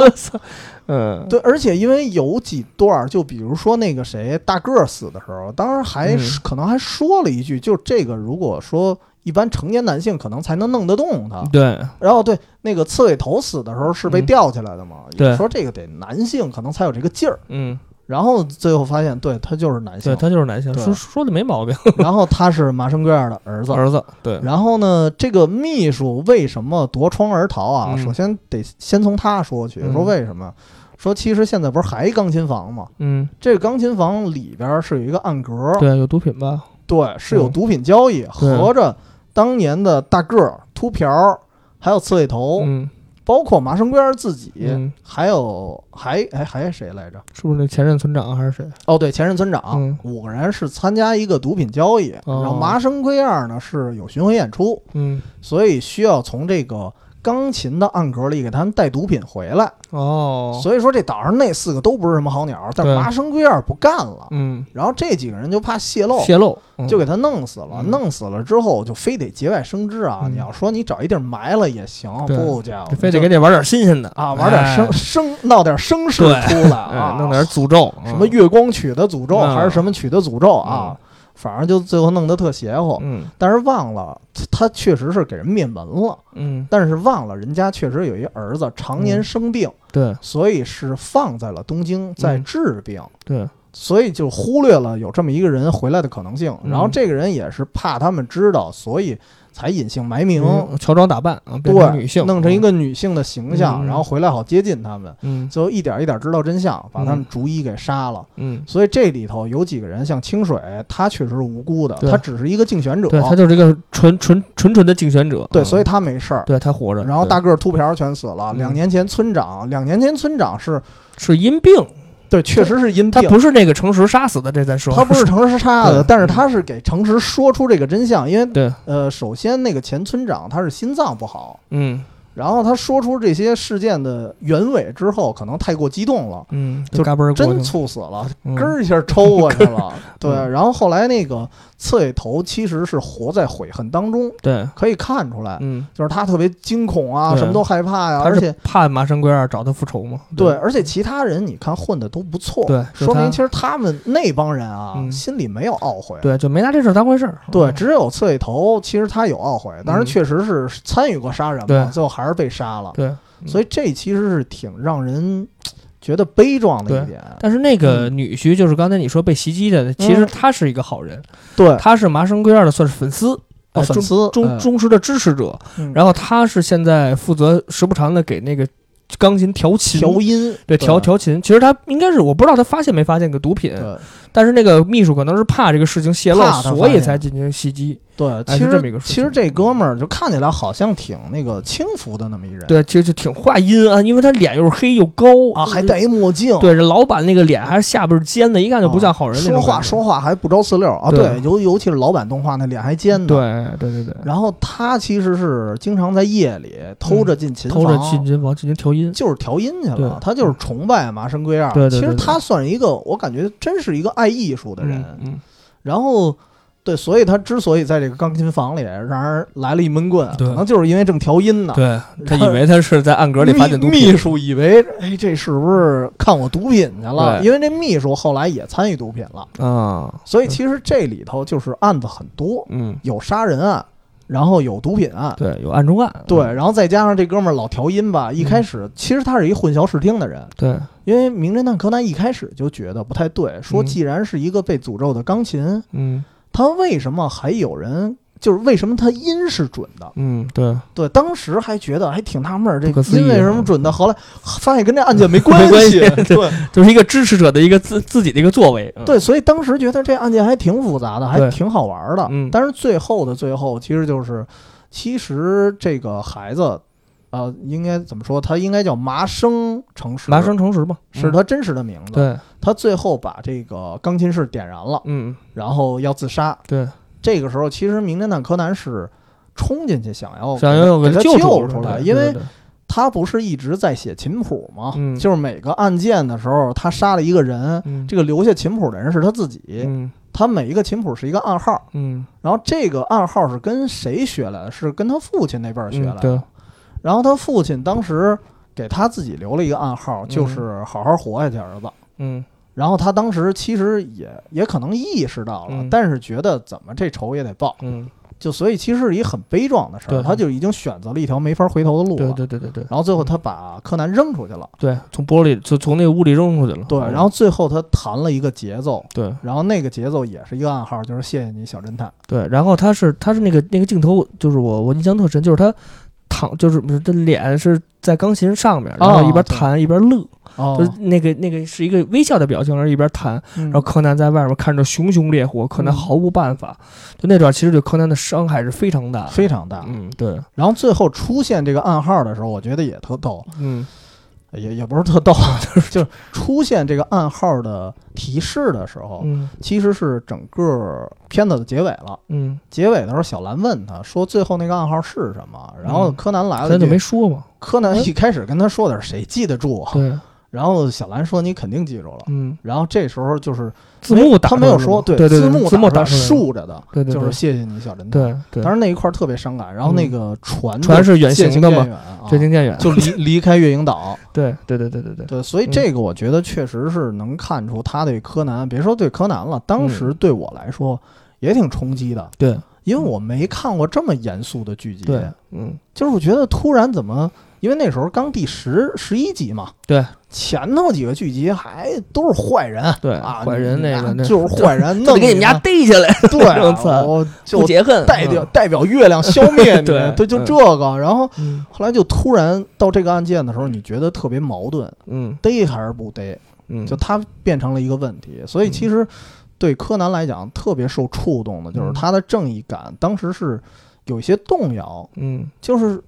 Speaker 1: 嗯，
Speaker 2: 对，而且因为有几段儿，就比如说那个谁大个儿死的时候，当时还、
Speaker 1: 嗯
Speaker 2: 可能还说了一句，就这个如果说一般成年男性可能才能弄得动他。
Speaker 1: 对
Speaker 2: 然后对那个刺猬头死的时候是被
Speaker 1: 嗯
Speaker 2: 吊起来的嘛，
Speaker 1: 对
Speaker 2: 也说这个得男性可能才有这个劲儿。
Speaker 1: 嗯，
Speaker 2: 然后最后发现，对他就是男性
Speaker 1: 对，他就是男性，
Speaker 2: 对
Speaker 1: 说说的没毛病。
Speaker 2: 然后他是麻生圭尔的 儿子。
Speaker 1: 儿子，对，
Speaker 2: 然后呢，这个秘书为什么夺窗而逃啊？
Speaker 1: 嗯
Speaker 2: 首先得先从他说起，
Speaker 1: 嗯
Speaker 2: 说为什么？说其实现在不是还钢琴房吗？
Speaker 1: 嗯，
Speaker 2: 这个钢琴房里边是有一个暗格，
Speaker 1: 对，嗯有毒品吧？
Speaker 2: 对是有毒品交易。合着当年的大个儿、秃瓢儿，还有刺猬头，
Speaker 1: 嗯
Speaker 2: 包括麻生圭儿自己，
Speaker 1: 嗯，
Speaker 2: 还有还哎还谁来着？
Speaker 1: 是不是那前任村长还是谁？
Speaker 2: 哦，对，前任村长、
Speaker 1: 嗯
Speaker 2: 五个人是参加一个毒品交易，
Speaker 1: 哦
Speaker 2: 然后麻生圭二呢是有巡回演出，
Speaker 1: 嗯，
Speaker 2: 所以需要从这个钢琴的暗格里给他们带毒品回来。
Speaker 1: 哦，
Speaker 2: 所以说这岛上那四个都不是什么好鸟，但
Speaker 1: 对
Speaker 2: 麻生圭二不干了，
Speaker 1: 嗯，
Speaker 2: 然后这几个人就怕泄露，
Speaker 1: 泄露，嗯
Speaker 2: 就给他弄死了。
Speaker 1: 嗯
Speaker 2: 弄死了之后，就非得节外生枝啊！
Speaker 1: 嗯
Speaker 2: 你要说你找一地儿埋了也行，
Speaker 1: 对
Speaker 2: 不家伙
Speaker 1: 非得
Speaker 2: 就
Speaker 1: 给你玩点新鲜的
Speaker 2: 啊玩点生
Speaker 1: 哎
Speaker 2: 生闹点声势
Speaker 1: 对
Speaker 2: 出来
Speaker 1: 哎
Speaker 2: 啊，
Speaker 1: 弄点诅咒，
Speaker 2: 什么
Speaker 1: 嗯
Speaker 2: 月光曲的诅咒
Speaker 1: 嗯
Speaker 2: 还是什么曲的诅咒啊，反正就最后弄得特邪乎。
Speaker 1: 嗯
Speaker 2: 但是忘了他他确实是给人灭门了，
Speaker 1: 嗯，
Speaker 2: 但是忘了人家确实有一儿子常年生病，
Speaker 1: 对
Speaker 2: 所以是放在了东京在
Speaker 1: 嗯
Speaker 2: 治病。
Speaker 1: 对，
Speaker 2: 所以就忽略了有这么一个人回来的可能性。
Speaker 1: 嗯
Speaker 2: 然后这个人也是怕他们知道，所以才隐姓埋名，
Speaker 1: 嗯乔装打扮啊，变
Speaker 2: 对，
Speaker 1: 成女性，
Speaker 2: 弄成一
Speaker 1: 嗯，
Speaker 2: 个女性的形象，
Speaker 1: 嗯嗯
Speaker 2: 然后回来好接近他们。
Speaker 1: 嗯
Speaker 2: 最后一点一点知道真相，把他们逐一给杀了。
Speaker 1: 嗯，
Speaker 2: 所以这里头有几个人，像清水，他确实是无辜的，
Speaker 1: 对
Speaker 2: 他只是一个竞选者，
Speaker 1: 对他就是一个纯纯纯纯的竞选者，
Speaker 2: 对
Speaker 1: 嗯
Speaker 2: 所以他没事儿。
Speaker 1: 对他活着，
Speaker 2: 然后
Speaker 1: 对
Speaker 2: 大个儿秃瓢全死了。
Speaker 1: 嗯
Speaker 2: 两年前村长，两年前村长是
Speaker 1: 是因病，
Speaker 2: 对，确实是因
Speaker 1: 他
Speaker 2: 病，
Speaker 1: 不是那个诚实杀死的，这咱说，
Speaker 2: 他不是诚实杀的，
Speaker 1: 对嗯
Speaker 2: 但是他是给诚实说出这个真相，因为
Speaker 1: 对，
Speaker 2: 呃，首先那个前村长他是心脏不好，
Speaker 1: 嗯
Speaker 2: 然后他说出这些事件的原委之后，可能太过激动了，
Speaker 1: 嗯，
Speaker 2: 就
Speaker 1: 嘎嘣儿过去
Speaker 2: 真
Speaker 1: 了
Speaker 2: 猝死了，
Speaker 1: 嗯
Speaker 2: 根儿一下抽过 去了。对，
Speaker 1: 嗯
Speaker 2: 然后后来那个刺猬头其实是活在悔恨当中，
Speaker 1: 对，
Speaker 2: 可以看出来，
Speaker 1: 嗯，
Speaker 2: 就是他特别惊恐啊，
Speaker 1: 对
Speaker 2: 什么都害怕呀、
Speaker 1: 他
Speaker 2: 而
Speaker 1: 是
Speaker 2: 且。
Speaker 1: 怕麻生圭二找他复仇嘛，
Speaker 2: 对，而且其他人你看混的都不错，
Speaker 1: 对就
Speaker 2: 说
Speaker 1: 他
Speaker 2: 明其实他们那帮人啊，
Speaker 1: 嗯
Speaker 2: 心里没有懊悔，
Speaker 1: 对，就没拿这事儿当回事儿，啊
Speaker 2: 对，只有刺猬头，其实他有懊悔，但是
Speaker 1: 嗯
Speaker 2: 确实是参与过杀人嘛，
Speaker 1: 对
Speaker 2: 最后还是被杀了。
Speaker 1: 对，嗯
Speaker 2: 所以这其实是挺让人觉得悲壮的一点。
Speaker 1: 但是那个
Speaker 2: 嗯
Speaker 1: 女婿就是刚才你说被袭击的，其实他是一个好人，
Speaker 2: 对，
Speaker 1: 他是麻生圭二的算是粉丝，
Speaker 2: 嗯哦
Speaker 1: 呃
Speaker 2: 粉丝
Speaker 1: 忠忠
Speaker 2: 嗯
Speaker 1: 忠实的支持者。
Speaker 2: 嗯
Speaker 1: 然后他是现在负责时不常的给那个钢琴调琴，
Speaker 2: 调音，
Speaker 1: 对调调琴。其实他应该是我不知道他发现没发现个毒品，
Speaker 2: 对
Speaker 1: 但是那个秘书可能是怕这个事情泄露
Speaker 2: 怕，他
Speaker 1: 所
Speaker 2: 发
Speaker 1: 以
Speaker 2: 现
Speaker 1: 才进行袭击。
Speaker 2: 对，
Speaker 1: 哎
Speaker 2: 其
Speaker 1: 是这么一
Speaker 2: 实
Speaker 1: 个事情
Speaker 2: 其实这哥们儿就看起来好像挺那个轻浮的那么一人，
Speaker 1: 对，其实就挺话阴暗，因为他脸又是黑又高嗯
Speaker 2: 啊，还戴一墨镜，
Speaker 1: 对，这老板那个脸还是下巴是尖的，一看就不像好人那种
Speaker 2: 哦说话
Speaker 1: 感觉
Speaker 2: 说话还不着四六啊，
Speaker 1: 对
Speaker 2: 对，尤尤其是老版动画那脸还尖呢。
Speaker 1: 对对对对，
Speaker 2: 然后他其实是经常在夜里偷着进琴
Speaker 1: 嗯偷着
Speaker 2: 房
Speaker 1: 进琴房进行调音。
Speaker 2: 就是调音去
Speaker 1: 对嗯
Speaker 2: 了，他就是崇拜麻生圭二。
Speaker 1: 对对对
Speaker 2: 其实他算是一个，我感觉真是一个爱艺术的人。
Speaker 1: 嗯嗯，
Speaker 2: 然后，对，所以他之所以在这个钢琴房里让人来了一闷棍，
Speaker 1: 对
Speaker 2: 可能就是因为正调音呢。
Speaker 1: 对他以为他是在暗格里发现毒
Speaker 2: 啊秘
Speaker 1: 品
Speaker 2: 秘，书以为，哎，这是不是看我毒品去了？
Speaker 1: 对
Speaker 2: 因为这秘书后来也参与毒品了，
Speaker 1: 啊，
Speaker 2: 所以其实这里头就是案子很多，
Speaker 1: 嗯，
Speaker 2: 有杀人案，然后有毒品案，
Speaker 1: 对，嗯有暗中暗，嗯
Speaker 2: 对，然后再加上这哥们儿老调音吧，一开始其实他是一混淆视听的人，
Speaker 1: 对，
Speaker 2: 因为《名侦探柯南》一开始就觉得不太对，说
Speaker 1: 嗯
Speaker 2: 既然是一个被诅咒的钢琴，
Speaker 1: 嗯
Speaker 2: 他为什么还有人？就是为什么他音是准的？
Speaker 1: 嗯， 对，
Speaker 2: 对，当时还觉得还挺纳闷儿，这
Speaker 1: 不可思议啊嗯
Speaker 2: 音为什么准的？后来发现跟这案件没关
Speaker 1: 没关系
Speaker 2: 对
Speaker 1: 就是一个支持者的一个自自己的一个作为，嗯，
Speaker 2: 对，所以当时觉得这案件还挺复杂的，还
Speaker 1: 对
Speaker 2: 挺好玩儿的
Speaker 1: 嗯。
Speaker 2: 但是最后的最后，其实就是，其实这个孩子呃，应该怎么说？它应该叫麻生城市，
Speaker 1: 麻生诚实嘛，
Speaker 2: 是
Speaker 1: 的，
Speaker 2: 他真实的名字。
Speaker 1: 对，
Speaker 2: 他最后把这个钢琴室点燃了，
Speaker 1: 嗯，
Speaker 2: 然后要自杀。
Speaker 1: 对，
Speaker 2: 这个时候，其实名侦探柯南是冲进去想要
Speaker 1: 想要有
Speaker 2: 哦给他
Speaker 1: 救出
Speaker 2: 救出
Speaker 1: 来，
Speaker 2: 来，因为
Speaker 1: 对对对
Speaker 2: 他不是一直在写琴谱吗？
Speaker 1: 嗯
Speaker 2: 就是每个案件的时候，他杀了一个人，
Speaker 1: 嗯，
Speaker 2: 这个留下琴谱的人是他自己。
Speaker 1: 嗯
Speaker 2: 他每一个琴谱是一个暗号，
Speaker 1: 嗯
Speaker 2: 然后这个暗号是跟谁学来的？是跟他父亲那辈儿学来
Speaker 1: 嗯
Speaker 2: 的。
Speaker 1: 对
Speaker 2: 然后他父亲当时给他自己留了一个暗号，
Speaker 1: 嗯
Speaker 2: 就是“好好活下去，儿子”
Speaker 1: 嗯
Speaker 2: 然后他当时其实也也可能意识到了，
Speaker 1: 嗯
Speaker 2: 但是觉得怎么这仇也得报，
Speaker 1: 嗯，
Speaker 2: 就所以其实是一很悲壮的事
Speaker 1: 对
Speaker 2: 儿。他就已经选择了一条没法回头的路
Speaker 1: 对
Speaker 2: 了。
Speaker 1: 对对对对
Speaker 2: 然后最后他把柯南扔出去了，
Speaker 1: 对，从玻璃就从那个屋里扔出去了，啊
Speaker 2: 对。然后最后他弹了一个节奏，
Speaker 1: 对
Speaker 2: 然后那个节奏也是一个暗号，就是“谢谢你，小侦探
Speaker 1: 对，然后他是他是那个那个镜头，就是我我印象特深，就是他躺就是不是这脸是在钢琴上面，然后
Speaker 2: 哦
Speaker 1: 一边
Speaker 2: 对
Speaker 1: 弹一边乐，”。
Speaker 2: 哦
Speaker 1: 就是那个那个是一个微笑的表情，然后一边弹，
Speaker 2: 嗯
Speaker 1: 然后柯南在外面看着熊熊烈火，柯南
Speaker 2: 嗯
Speaker 1: 毫无办法。就那段其实对柯南的伤害是非常大的。
Speaker 2: 非常大。
Speaker 1: 嗯，对，
Speaker 2: 然后最后出现这个暗号的时候，我觉得也特逗，
Speaker 1: 嗯
Speaker 2: 也也不是特逗， 就是就是出现这个暗号的提示的时候，
Speaker 1: 嗯
Speaker 2: 其实是整个片子的结尾了。
Speaker 1: 嗯，
Speaker 2: 结尾的时候，小兰问他说：“最后那个暗号是什么？”然后
Speaker 1: 嗯
Speaker 2: 柯南来
Speaker 1: 柯
Speaker 2: 了一
Speaker 1: 南
Speaker 2: 句，
Speaker 1: 就没说嘛。
Speaker 2: 柯南一开始跟他说的是谁记得住啊？
Speaker 1: 对，
Speaker 2: 然后小兰说：“你肯定记住了。
Speaker 1: 嗯，”
Speaker 2: 然后这时候就是
Speaker 1: 字幕打
Speaker 2: 他没有说
Speaker 1: 对
Speaker 2: 对
Speaker 1: 对，
Speaker 2: 字幕
Speaker 1: 字幕
Speaker 2: 打
Speaker 1: 打
Speaker 2: 出来了竖着的，
Speaker 1: 对对
Speaker 2: 就是
Speaker 1: 对
Speaker 2: 谢谢你小侦探。
Speaker 1: 对对嗯
Speaker 2: 当，时那一块儿特别伤感。然后那个船
Speaker 1: 船
Speaker 2: 就是
Speaker 1: 远
Speaker 2: 渐
Speaker 1: 行
Speaker 2: 行
Speaker 1: 的
Speaker 2: 渐
Speaker 1: 嘛
Speaker 2: 远啊
Speaker 1: 最近渐远。
Speaker 2: 就离 离开月影岛。
Speaker 1: 对对对对对对，
Speaker 2: 对，所以
Speaker 1: 嗯
Speaker 2: 这个我觉得确实是能看出他对柯南，别说对柯南了，当时对我来说也挺冲击的，
Speaker 1: 嗯对
Speaker 2: 因为我没看过这么严肃的剧集。
Speaker 1: 对，嗯
Speaker 2: 就是我觉得突然怎么，因为那时候刚第十十一集嘛，
Speaker 1: 对，
Speaker 2: 前头几个剧集还都是坏人，
Speaker 1: 对
Speaker 2: 啊，
Speaker 1: 坏人
Speaker 2: 你
Speaker 1: 那
Speaker 2: 啊
Speaker 1: 个那
Speaker 2: 就是 坏人，
Speaker 1: 就
Speaker 2: 弄
Speaker 1: 得给你们家
Speaker 2: 啊
Speaker 1: 逮起来，
Speaker 2: 对啊，
Speaker 1: 我操
Speaker 2: 我
Speaker 1: 不
Speaker 2: 就
Speaker 1: 解恨。
Speaker 2: 代表
Speaker 1: 嗯
Speaker 2: 代表月亮消灭你，
Speaker 1: 对
Speaker 2: 对，就
Speaker 1: 嗯
Speaker 2: 这个，然后。
Speaker 1: 嗯
Speaker 2: 后来就突然到这个案件的时候，你觉得特别矛盾，
Speaker 1: 嗯
Speaker 2: 逮还是不逮？
Speaker 1: 嗯，
Speaker 2: 就它变成了一个问题。所以其实对柯南来讲，特别受触动的就是
Speaker 1: 嗯
Speaker 2: 他的正义感，当时是有一些动摇。
Speaker 1: 嗯
Speaker 2: 就是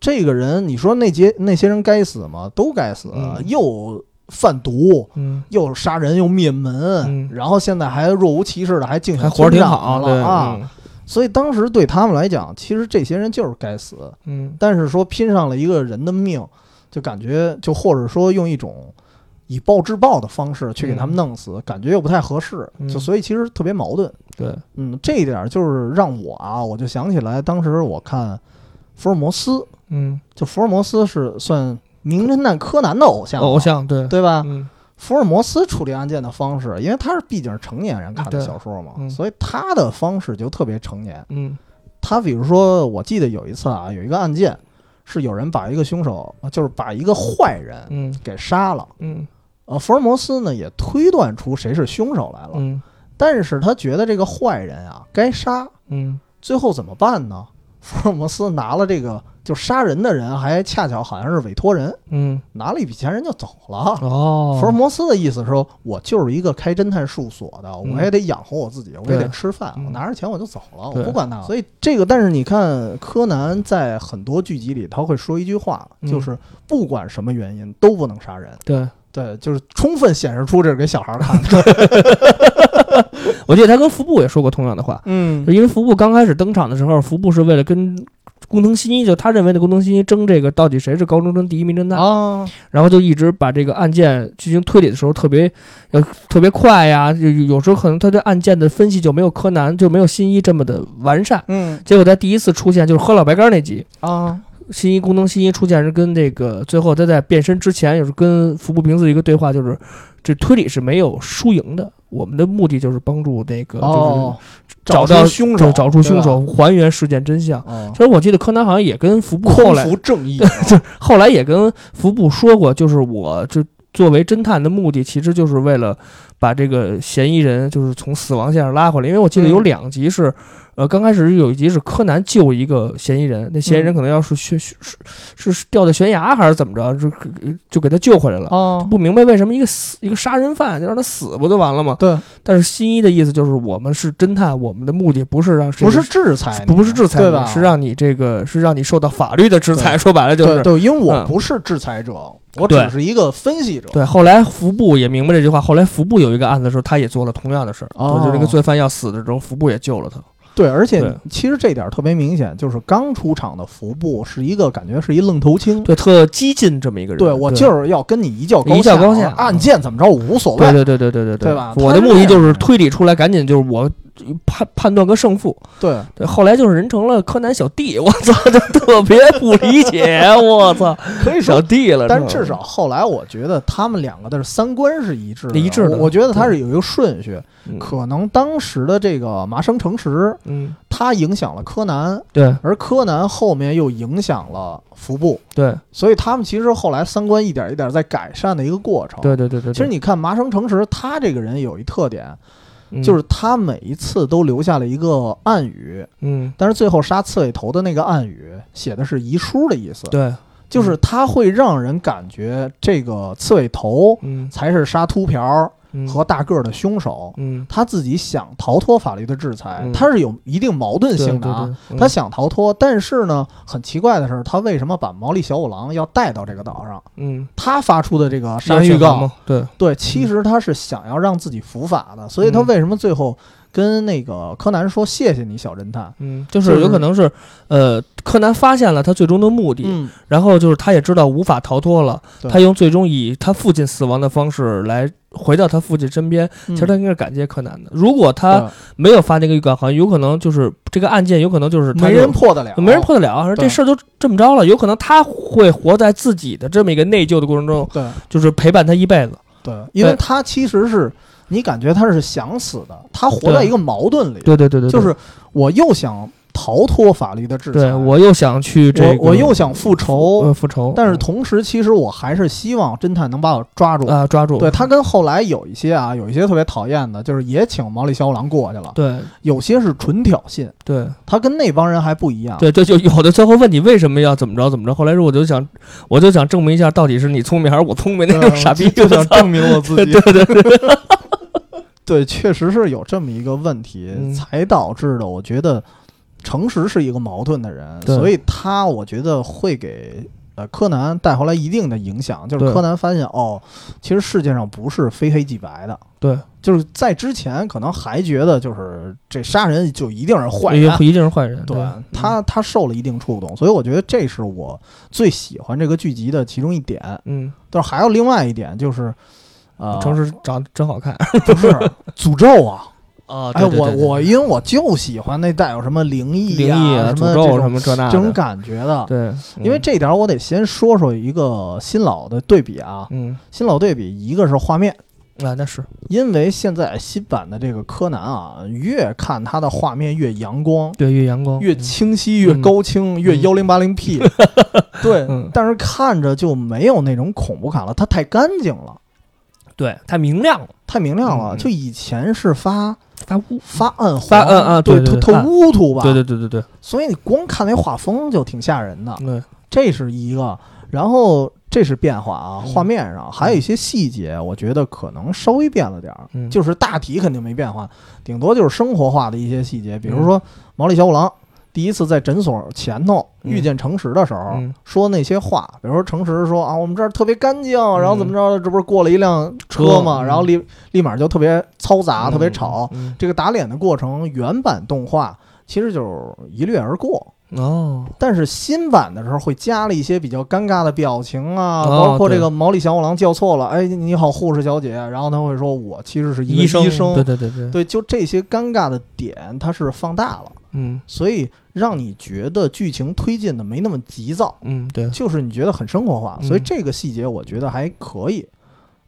Speaker 2: 这个人，你说那些那些人该死吗？都该死，啊
Speaker 1: 嗯
Speaker 2: 又贩毒。
Speaker 1: 嗯，
Speaker 2: 又杀人又灭门，
Speaker 1: 嗯
Speaker 2: 然后现在还若无其事的还竞选
Speaker 1: 还嗯活着挺
Speaker 2: 村
Speaker 1: 好
Speaker 2: 长
Speaker 1: 对
Speaker 2: 了啊！
Speaker 1: 嗯
Speaker 2: 所以当时对他们来讲，其实这些人就是该死，
Speaker 1: 嗯
Speaker 2: 但是说拼上了一个人的命，就感觉就或者说用一种以暴制暴的方式去给他们弄死，感觉又不太合适，
Speaker 1: 嗯
Speaker 2: 就所以其实特别矛盾。
Speaker 1: 对，
Speaker 2: 嗯，这一点就是让我啊，我就想起来当时我看福尔摩斯，
Speaker 1: 嗯，
Speaker 2: 就福尔摩斯是算名侦探柯南的偶像，
Speaker 1: 偶，像对
Speaker 2: 对吧？
Speaker 1: 嗯
Speaker 2: 福尔摩斯处理案件的方式，因为他是毕竟是成年人看的
Speaker 1: 对
Speaker 2: 小说嘛，
Speaker 1: 嗯
Speaker 2: 所以他的方式就特别成年。
Speaker 1: 嗯
Speaker 2: 他比如说，我记得有一次啊，有一个案件是有人把一个凶手，呃就是把一个坏人
Speaker 1: 嗯
Speaker 2: 给杀了。
Speaker 1: 嗯
Speaker 2: 呃，福尔摩斯呢也推断出谁是凶手来了，
Speaker 1: 嗯
Speaker 2: 但是他觉得这个坏人啊该杀，
Speaker 1: 嗯
Speaker 2: 最后怎么办呢？ 福尔摩斯拿了这个就杀人的人，还恰巧好像是委托人，
Speaker 1: 嗯
Speaker 2: 拿了一笔钱人就走了。
Speaker 1: 哦，
Speaker 2: 福尔摩斯的意思说，我就是一个开侦探事务所的，
Speaker 1: 嗯
Speaker 2: 我也得养活我自己，我
Speaker 1: 对
Speaker 2: 也得吃饭，
Speaker 1: 嗯
Speaker 2: 我拿着钱我就走了，我
Speaker 1: 对
Speaker 2: 不管他。所以这个，但是你看，柯南在很多剧集里，他会说一句话，
Speaker 1: 嗯
Speaker 2: 就是不管什么原因都不能杀人。
Speaker 1: 对，
Speaker 2: 对，就是充分显示出这是给小孩看的。
Speaker 1: 我记得他跟服部也说过同样的话，
Speaker 2: 嗯
Speaker 1: 就因为服部刚开始登场的时候，服部是为了跟工藤新一，就他认为的工藤新一争这个到底谁是高中生第一名侦探，
Speaker 2: 啊，
Speaker 1: 然后就一直把这个案件进行推理的时候特别要特别快呀，就有有时候可能他对案件的分析就没有柯南就没有新一这么的完善。
Speaker 2: 嗯
Speaker 1: 结果他第一次出现就是喝老白干那集，
Speaker 2: 啊，
Speaker 1: 新一工藤新一出现是跟这个最后他在变身之前，也是跟服部平次一个对话，就是这推理是没有输赢的，我们的目的就是帮助那个就
Speaker 2: 哦，
Speaker 1: 是找
Speaker 2: 出
Speaker 1: 到
Speaker 2: 凶
Speaker 1: 就
Speaker 2: 手，
Speaker 1: 是找出
Speaker 2: 对
Speaker 1: 凶。
Speaker 2: 吧
Speaker 1: 手，还原事件真相。
Speaker 2: 哦
Speaker 1: 其，实我记得柯南好像也跟服部后
Speaker 2: 匡
Speaker 1: 来
Speaker 2: 扶正义，
Speaker 1: 后来也跟服部说过，就是我这作为侦探的目的，其实就是为了把这个嫌疑人就是从死亡线上拉回来。因为我记得有
Speaker 2: 嗯
Speaker 1: 两集是，呃，刚开始有一集是柯南救一个嫌疑人，那嫌疑人可能要是
Speaker 2: 嗯
Speaker 1: 悬是是是掉在悬崖还是怎么着，就就给他救回来了。
Speaker 2: 哦，
Speaker 1: 不明白为什么一个死一个杀人犯就让他死不就完了吗？
Speaker 2: 对，
Speaker 1: 但是新一的意思就是我们是侦探，我们的目的不是让谁
Speaker 2: 不是制裁你，
Speaker 1: 不是制裁你，
Speaker 2: 对吧？
Speaker 1: 是让你这个是让你受到法律的制裁。说白了就是
Speaker 2: 对对，因为我
Speaker 1: 嗯
Speaker 2: 不是制裁者，我
Speaker 1: 对
Speaker 2: 只是一个分析者。
Speaker 1: 对，后来服部也明白这句话。后来服部有一个案子的时候，他也做了同样的事儿，
Speaker 2: 哦
Speaker 1: 就是那个罪犯要死的时候，服部也救了他。
Speaker 2: 对，而且
Speaker 1: 对
Speaker 2: 其实这点儿特别明显，就是刚出场的服部是一个感觉是一愣头青，
Speaker 1: 对，特激进这么一个人。
Speaker 2: 对我就是要跟你一较高
Speaker 1: 一较高
Speaker 2: 下
Speaker 1: 下嗯
Speaker 2: 啊案件怎么着我无所
Speaker 1: 对对
Speaker 2: 谓。
Speaker 1: 对对对对
Speaker 2: 对吧
Speaker 1: 我
Speaker 2: 他
Speaker 1: 的
Speaker 2: 是
Speaker 1: 目
Speaker 2: 这
Speaker 1: 的
Speaker 2: 样
Speaker 1: 就是
Speaker 2: 的
Speaker 1: 推理出来，赶紧就是我判判断个胜负。
Speaker 2: 对，
Speaker 1: 对，后来就是人成了柯南小弟，我操，这特别不理 解，我操，
Speaker 2: 可以
Speaker 1: 小嗯
Speaker 2: 说。
Speaker 1: 弟了。
Speaker 2: 但是
Speaker 1: 这
Speaker 2: 至少后来，我觉得他们两个的三观是一致的。
Speaker 1: 一致的
Speaker 2: 我我觉得他是有一个顺序。
Speaker 1: 嗯
Speaker 2: 可能当时的这个麻生诚实，
Speaker 1: 嗯，
Speaker 2: 他影响了柯南，
Speaker 1: 对
Speaker 2: 而柯南后面又影响了服部，
Speaker 1: 对
Speaker 2: 所以他们其实后来三观一点一点在改善的一个过程。
Speaker 1: 对对对对，
Speaker 2: 其实你看麻生诚实，他这个人有一特点，
Speaker 1: 你
Speaker 2: 就是他每一次都留下了一个暗语，
Speaker 1: 嗯，
Speaker 2: 但是最后杀刺猬头的那个暗语写的是遗书的意思，
Speaker 1: 对，
Speaker 2: 就是他会让人感觉这个刺猬头
Speaker 1: 嗯
Speaker 2: 才是杀秃瓢儿
Speaker 1: 嗯
Speaker 2: 和大个儿的凶手。
Speaker 1: 嗯
Speaker 2: 他自己想逃脱法律的制裁，
Speaker 1: 嗯
Speaker 2: 他是有一定矛盾
Speaker 1: 对
Speaker 2: 性
Speaker 1: 对
Speaker 2: 的啊。
Speaker 1: 对，
Speaker 2: 他想逃脱，但是呢，很奇怪的是，他为什么把毛利小五郎要带到这个岛上？
Speaker 1: 嗯
Speaker 2: 他发出的这个杀
Speaker 1: 要
Speaker 2: 人预
Speaker 1: 选择
Speaker 2: 告，
Speaker 1: 吗？嗯对，
Speaker 2: 对，其实他是想要让自己伏法的，所以他为什么最后跟那个柯南说谢谢你，小侦探？
Speaker 1: 嗯，就
Speaker 2: 就是
Speaker 1: 有可能是呃，柯南发现了他最终的目的，
Speaker 2: 嗯，
Speaker 1: 然后就是他也知道无法逃脱了，
Speaker 2: 对
Speaker 1: 他用最终以他父亲死亡的方式来回到他父亲身边。
Speaker 2: 其
Speaker 1: 其实他应该是感谢柯南的，如果
Speaker 2: 呃
Speaker 1: 他没有发那个预告函，有可能就是这个案件有可能就是他
Speaker 2: 没
Speaker 1: 就
Speaker 2: 人破得了，
Speaker 1: 没人破得了，说
Speaker 2: 对
Speaker 1: 这事儿就这么着了，有可能他会活在自己的这么一个内疚的过程中，
Speaker 2: 对
Speaker 1: 就是陪伴他一辈子。
Speaker 2: 对，因为他其实是你感觉他是想死的，他活在一个矛盾里，
Speaker 1: 对对对对，对
Speaker 2: 就是我又想逃脱法律的制裁，
Speaker 1: 对我又想去这个，
Speaker 2: 我我又想复仇
Speaker 1: 呃，复仇，
Speaker 2: 但是同时其实我还是希望侦探能把我抓住。
Speaker 1: 啊抓住
Speaker 2: 对他跟后来有一些啊，有一些特别讨厌的，就是也请毛利小五郎过去了，
Speaker 1: 对
Speaker 2: 有些是纯挑衅，
Speaker 1: 对
Speaker 2: 他跟那帮人还不一样。
Speaker 1: 对，这就有的最后问你为什么要怎么着怎么着，后来说我就想我就想证明一下到底是你聪明还是我聪明那
Speaker 2: 嗯
Speaker 1: 种傻逼，
Speaker 2: 呃就想
Speaker 1: 我操
Speaker 2: 证明我自 己。
Speaker 1: 对对对，
Speaker 2: 对，确实是有这么一个问题，
Speaker 1: 嗯
Speaker 2: 才导致的。我觉得诚实是一个矛盾的人，
Speaker 1: 对
Speaker 2: 所以他我觉得会给呃柯南带回来一定的影响，就是
Speaker 1: 对
Speaker 2: 柯南发现哦，其实世界上不是非黑即白的。
Speaker 1: 对，
Speaker 2: 就是在之前可能还觉得就是这杀人就一定是坏
Speaker 1: 一
Speaker 2: 人。啊
Speaker 1: 一定是坏人，
Speaker 2: 对
Speaker 1: 嗯
Speaker 2: 他，他受了一定触动，所以我觉得这是我最喜欢这个剧集的其中一点。
Speaker 1: 嗯，
Speaker 2: 但是还有另外一点就是，呃，
Speaker 1: 诚实长得真好看
Speaker 2: 不是诅咒啊！
Speaker 1: 啊，
Speaker 2: 哎，
Speaker 1: 对对
Speaker 2: 我
Speaker 1: 对对
Speaker 2: 我因为我就喜欢那带有什么灵异
Speaker 1: 灵异
Speaker 2: 啊、什么
Speaker 1: 诅
Speaker 2: 这
Speaker 1: 咒什
Speaker 2: 种
Speaker 1: 么这那
Speaker 2: 这
Speaker 1: 的
Speaker 2: 种感觉的。
Speaker 1: 对，嗯
Speaker 2: 因为这点儿我得先说说一个新老的对比啊，
Speaker 1: 嗯
Speaker 2: 新老对比一个是画面，
Speaker 1: 啊那是
Speaker 2: 因为现在新版的这个柯南啊，越看它的画面越阳光。
Speaker 1: 对越阳光
Speaker 2: 越
Speaker 1: 嗯
Speaker 2: 清晰，越
Speaker 1: 嗯
Speaker 2: 高清，越
Speaker 1: 嗯
Speaker 2: 幺零八 零 P，对
Speaker 1: 嗯，
Speaker 2: 但是看着就没有那种恐怖感了，它太干净了，
Speaker 1: 对太明亮了，
Speaker 2: 太明亮了。
Speaker 1: 嗯嗯
Speaker 2: 就以前是发
Speaker 1: 发乌，
Speaker 2: 发暗黄，
Speaker 1: 发暗啊
Speaker 2: 对，
Speaker 1: 对对
Speaker 2: 特特
Speaker 1: 暗
Speaker 2: 乌涂吧，
Speaker 1: 对对对对对
Speaker 2: 所以你光看那画风就挺吓人的，
Speaker 1: 对，
Speaker 2: 这是一个。然后这是变化啊，
Speaker 1: 嗯
Speaker 2: 画面上还有一些细节，我觉得可能稍微变了点儿，
Speaker 1: 嗯
Speaker 2: 就是大体肯定没变化，顶多就是生活化的一些细节，比
Speaker 1: 嗯
Speaker 2: 如说毛利小五郎第一次在诊所前头
Speaker 1: 嗯
Speaker 2: 遇见诚实的时候
Speaker 1: 嗯
Speaker 2: 说那些话，比如说诚实说啊，我们这儿特别干净，然后
Speaker 1: 嗯
Speaker 2: 怎么着，这不是过了一辆车嘛，
Speaker 1: 车嗯
Speaker 2: 然后立立马就特别嘈杂，特别吵，，
Speaker 1: 嗯
Speaker 2: 这个打脸的过程，原版动画其实就是一掠而
Speaker 1: 嗯
Speaker 2: 过，
Speaker 1: 哦
Speaker 2: 但是新版的时候会加了一些比较尴尬的表情啊，
Speaker 1: 哦
Speaker 2: 包括这
Speaker 1: 对
Speaker 2: 个毛利小五郎叫错了，哎，你好，护士小姐，然后他会说，我其实是一个
Speaker 1: 医生
Speaker 2: 医
Speaker 1: 对对对对，
Speaker 2: 对，就这些尴尬的点，它是放大了，
Speaker 1: 嗯
Speaker 2: 所以让你觉得剧情推进的没那么急躁，
Speaker 1: 嗯对。
Speaker 2: 就是你觉得很生活化，所以
Speaker 1: 嗯
Speaker 2: 这个细节我觉得还可以。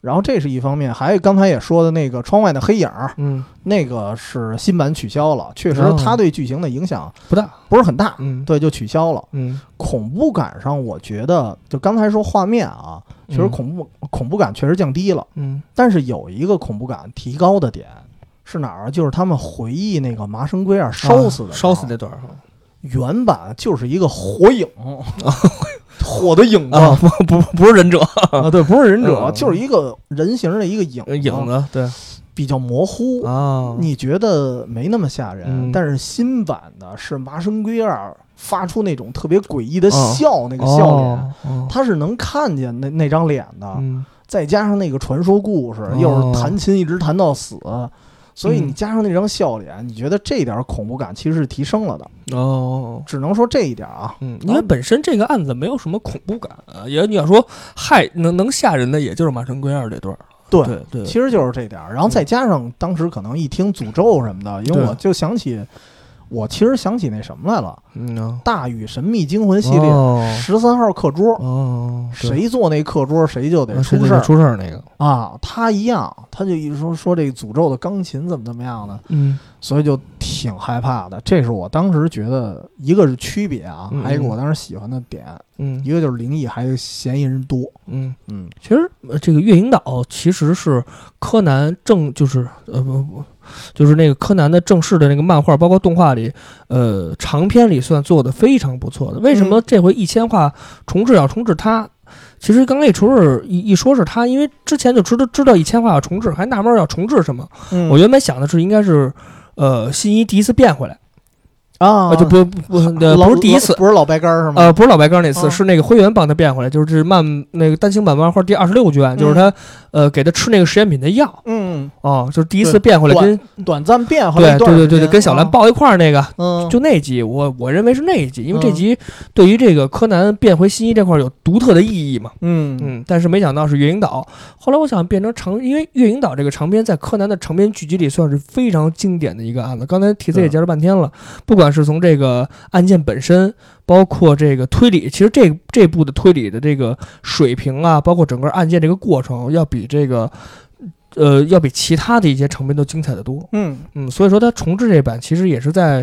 Speaker 2: 然后这是一方面，还有刚才也说的那个窗外的黑影儿，
Speaker 1: 嗯，
Speaker 2: 那个是新版取消了，确实
Speaker 1: 哦
Speaker 2: 它对剧情的影响
Speaker 1: 不大，
Speaker 2: 不是很大，
Speaker 1: 嗯
Speaker 2: 对，就取消了。
Speaker 1: 嗯，
Speaker 2: 恐怖感上，我觉得就刚才说画面啊，确实恐怖、恐怖感确实降低了，
Speaker 1: 嗯，
Speaker 2: 但是有一个恐怖感提高的点是哪儿啊？就是他们回忆那个麻生龟二烧死的、
Speaker 1: 啊烧死那段儿
Speaker 2: 原版就是一个 火影，火的影子
Speaker 1: 啊， 不不不是忍者
Speaker 2: 啊，对，不是忍者，
Speaker 1: 嗯
Speaker 2: 就是一个人形的一个影
Speaker 1: 呃影子，对
Speaker 2: 比较模糊，
Speaker 1: 啊，
Speaker 2: 你觉得没那么吓人，
Speaker 1: 嗯
Speaker 2: 但是新版的是麻生龟二发出那种特别诡异的
Speaker 1: 哦
Speaker 2: 笑，那个笑脸。啊
Speaker 1: 哦，哦
Speaker 2: 他是能看见那那张脸的，
Speaker 1: 嗯
Speaker 2: 再加上那个传说故事，
Speaker 1: 哦
Speaker 2: 又是弹琴一直弹到死，所以
Speaker 1: 嗯
Speaker 2: 你加上那张笑脸，你觉得这点恐怖感其实是提升了的。
Speaker 1: 哦，
Speaker 2: 只能说这一点啊，
Speaker 1: 嗯，因为本身这个案子没有什么恐怖感，啊，也你要说害能能吓人的，也就是麻生龟二这段儿。
Speaker 2: 对
Speaker 1: 对对，
Speaker 2: 其实就是这点儿。然后再加上当时可能一听诅咒什么的，因为
Speaker 1: 对
Speaker 2: 我就想起，我其实想起那什么来了，
Speaker 1: 嗯啊
Speaker 2: 《大禹神秘惊魂》系列
Speaker 1: 哦
Speaker 2: 十三号课桌，
Speaker 1: 哦，对
Speaker 2: 谁坐那课桌谁就得
Speaker 1: 啊谁
Speaker 2: 出
Speaker 1: 就
Speaker 2: 事
Speaker 1: 得
Speaker 2: 儿
Speaker 1: 出事儿那个，
Speaker 2: 啊！他一样，他就一直说说这诅咒的钢琴怎么怎么样的，
Speaker 1: 嗯
Speaker 2: 所以就挺害怕的。这是我当时觉得一个是区别啊
Speaker 1: 嗯，
Speaker 2: 还有一个我当时喜欢的点，
Speaker 1: 嗯
Speaker 2: 一个就是灵异，还有一个嫌疑人多。
Speaker 1: 嗯，
Speaker 2: 嗯，
Speaker 1: 其实呃这个月影岛其实是柯南正就是呃不不，就是那个柯南的正式的那个漫画，包括动画里，呃长篇里算做的非常不错的。为什么这回一千话重置要重置它？其实刚那重置一一说是它，因为之前就知道知道一千话要重置，还纳闷儿要重置什么。我
Speaker 2: 觉
Speaker 1: 原本想的是应该是。呃，新一第一次变回来，
Speaker 2: 得啊
Speaker 1: 啊，就不不呃
Speaker 2: 老
Speaker 1: 不是第一次
Speaker 2: 老，不是老白干儿是吗？
Speaker 1: 呃，不是老白干那次，
Speaker 2: 啊
Speaker 1: 是那个灰原帮他变回来，就是漫那个单行版漫画第二十六卷，就是他呃给他吃那个实验品的药
Speaker 2: 嗯，
Speaker 1: 哦，就是第一次变回来
Speaker 2: 对
Speaker 1: 跟
Speaker 2: 短暂变回来
Speaker 1: 对
Speaker 2: 一段
Speaker 1: 对对
Speaker 2: 时间哦啊
Speaker 1: 对对跟小兰，抱一块儿那个，
Speaker 2: 嗯，
Speaker 1: 就那集我我认为是那一集，因为这
Speaker 2: 嗯
Speaker 1: 集对于这个柯南变回新一这块儿有独特的意义嘛，
Speaker 2: 嗯嗯
Speaker 1: 嗯，但是没想到是月影岛，后来我想变成长，因为月影岛这个长篇在柯南的长篇剧集里算是非常经典的一个案子，刚才 T C
Speaker 2: 对
Speaker 1: 也介绍半天了，不管是从这个案件本身，包括这个推理，其实这这部的推理的这个水平啊，包括整个案件这个过程，要比这个。呃，要比其他的一些长篇都精彩的多，
Speaker 2: 嗯，
Speaker 1: 嗯，所以说它重置这版其实也是在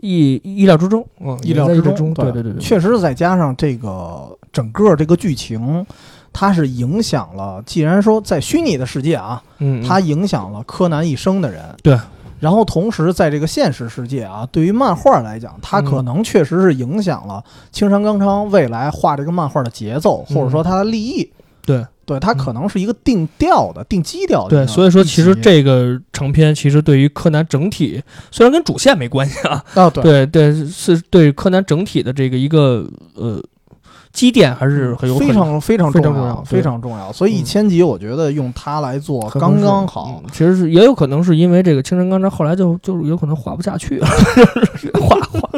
Speaker 1: 意意料之中，嗯，
Speaker 2: 意料
Speaker 1: 也在
Speaker 2: 之
Speaker 1: 中，
Speaker 2: 中，
Speaker 1: 对对对对，
Speaker 2: 确实是再加上这个整个这个剧情，它是影响了，既然说在虚拟的世界啊，
Speaker 1: 嗯，
Speaker 2: 它
Speaker 1: 嗯
Speaker 2: 影响了柯南一生的人。
Speaker 1: 对。
Speaker 2: 然后同时，在这个现实世界啊，对于漫画来讲，它可
Speaker 1: 嗯
Speaker 2: 能确实是影响了青山刚昌未来画这个漫画的节奏，
Speaker 1: 嗯
Speaker 2: 或者说他的立意。
Speaker 1: 对
Speaker 2: 对，它
Speaker 1: 嗯
Speaker 2: 可能是一个定调的、定基调啊的一
Speaker 1: 对，
Speaker 2: 个。
Speaker 1: 所以说其实
Speaker 2: 一集
Speaker 1: 这个长篇其实对于柯南整体，虽然跟主线没关系啊，
Speaker 2: 啊，对，
Speaker 1: 对对，是对柯南整体的这个一个呃积淀还是很有
Speaker 2: 非常非常
Speaker 1: 非
Speaker 2: 重
Speaker 1: 常重要
Speaker 2: 要，
Speaker 1: 对
Speaker 2: 非常重要。所以
Speaker 1: 嗯
Speaker 2: 一千集，我觉得用它来做
Speaker 1: 很
Speaker 2: 刚刚好。
Speaker 1: 嗯其实是也有可能是因为这个青山刚昌后来就就是有可能画不下去了， 画画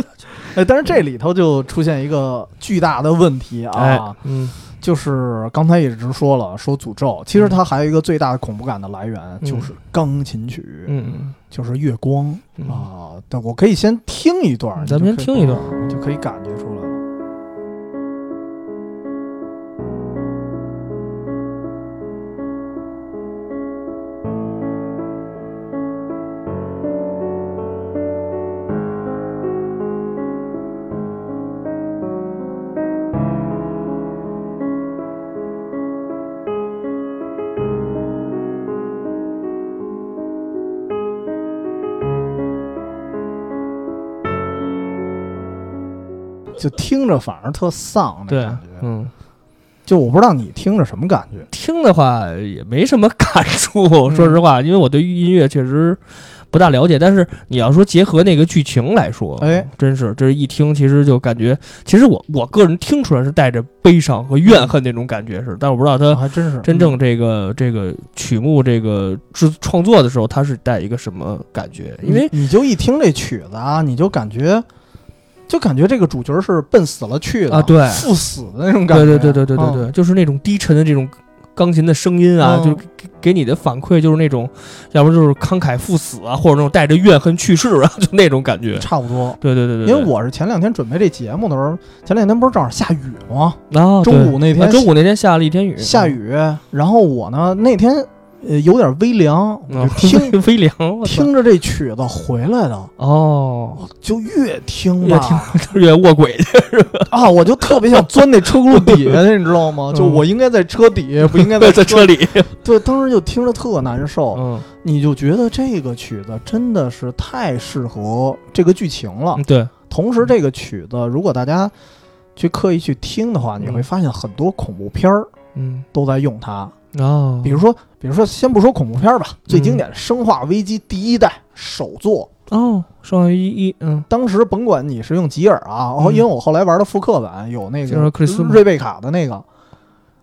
Speaker 2: 哎，但是这里头就出现一个巨大的问题啊，
Speaker 1: 哎嗯
Speaker 2: 就是刚才也直说了，说诅咒，其实它还有一个最大的恐怖感的来源、就是钢琴曲，
Speaker 1: 嗯
Speaker 2: 就是月光
Speaker 1: 嗯啊，
Speaker 2: 啊。但我可以先听一段，
Speaker 1: 咱们先听一段，
Speaker 2: 你就可以，就可以感觉出来了。就听着反而特丧的
Speaker 1: 对
Speaker 2: 感觉，
Speaker 1: 嗯。
Speaker 2: 就我不知道你听着什么感觉。
Speaker 1: 听的话也没什么感触，
Speaker 2: 嗯
Speaker 1: 说实话，因为我对音乐确实不大了解。但是你要说结合那个剧情来说，
Speaker 2: 哎，
Speaker 1: 真是这一听，其实就感觉，其实我我个人听出来是带着悲伤和怨恨那种感觉是，但我不知道
Speaker 2: 啊
Speaker 1: 他
Speaker 2: 还真是
Speaker 1: 呃真正这个这个曲目这个制创作的时候，他是带一个什么感觉？因为
Speaker 2: 你你就一听这曲子啊，你就感觉，就感觉这个主角是奔死了去的
Speaker 1: 啊对
Speaker 2: 赴死的那种感
Speaker 1: 对
Speaker 2: 觉。
Speaker 1: 对对对对对
Speaker 2: 嗯
Speaker 1: 对，就是那种低沉的这种钢琴的声音啊，
Speaker 2: 嗯
Speaker 1: 就是给给你的反馈就是那种，要不就是慷慨赴死啊，或者那种带着怨恨去世啊，就 那种感觉。
Speaker 2: 嗯差不多。
Speaker 1: 对对对对
Speaker 2: 因
Speaker 1: 对，
Speaker 2: 为我是前两天准备这节目的时候，前两天不是正好下雨吗？
Speaker 1: 啊，对
Speaker 2: 中午那天
Speaker 1: 啊中午那嗯天下了一天雨，
Speaker 2: 下雨，然后我呢那天呃有点微凉，
Speaker 1: 嗯，
Speaker 2: 我就听
Speaker 1: 微凉，我操
Speaker 2: 听着这曲子回来的，
Speaker 1: 哦，
Speaker 2: 就越听
Speaker 1: 越
Speaker 2: 吧
Speaker 1: 听越卧轨去，
Speaker 2: 啊，我就特别想钻那车轱辘底下，你知道吗？
Speaker 1: 嗯
Speaker 2: 就我应该在车底，不应 该在
Speaker 1: 在车里，
Speaker 2: 对，当时就听着特难受，
Speaker 1: 嗯，
Speaker 2: 你就觉得这个曲子真的是太适合这个剧情了。
Speaker 1: 对，
Speaker 2: 同时，这个曲子如果大家去刻意去听的话，
Speaker 1: 嗯
Speaker 2: 你会发现很多恐怖片儿
Speaker 1: 嗯，
Speaker 2: 都在用它，
Speaker 1: 哦，
Speaker 2: 比如说，比如说，先不说恐怖片
Speaker 1: 嗯
Speaker 2: 儿吧，最经典的《生化危机》第一代首作，
Speaker 1: 哦，双鱼一一，嗯，
Speaker 2: 当时甭管你是用吉尔啊，哦，
Speaker 1: 嗯
Speaker 2: 因为我后来玩的复刻版有那
Speaker 1: 就是
Speaker 2: 个
Speaker 1: 克里斯吗
Speaker 2: 瑞贝卡的那个，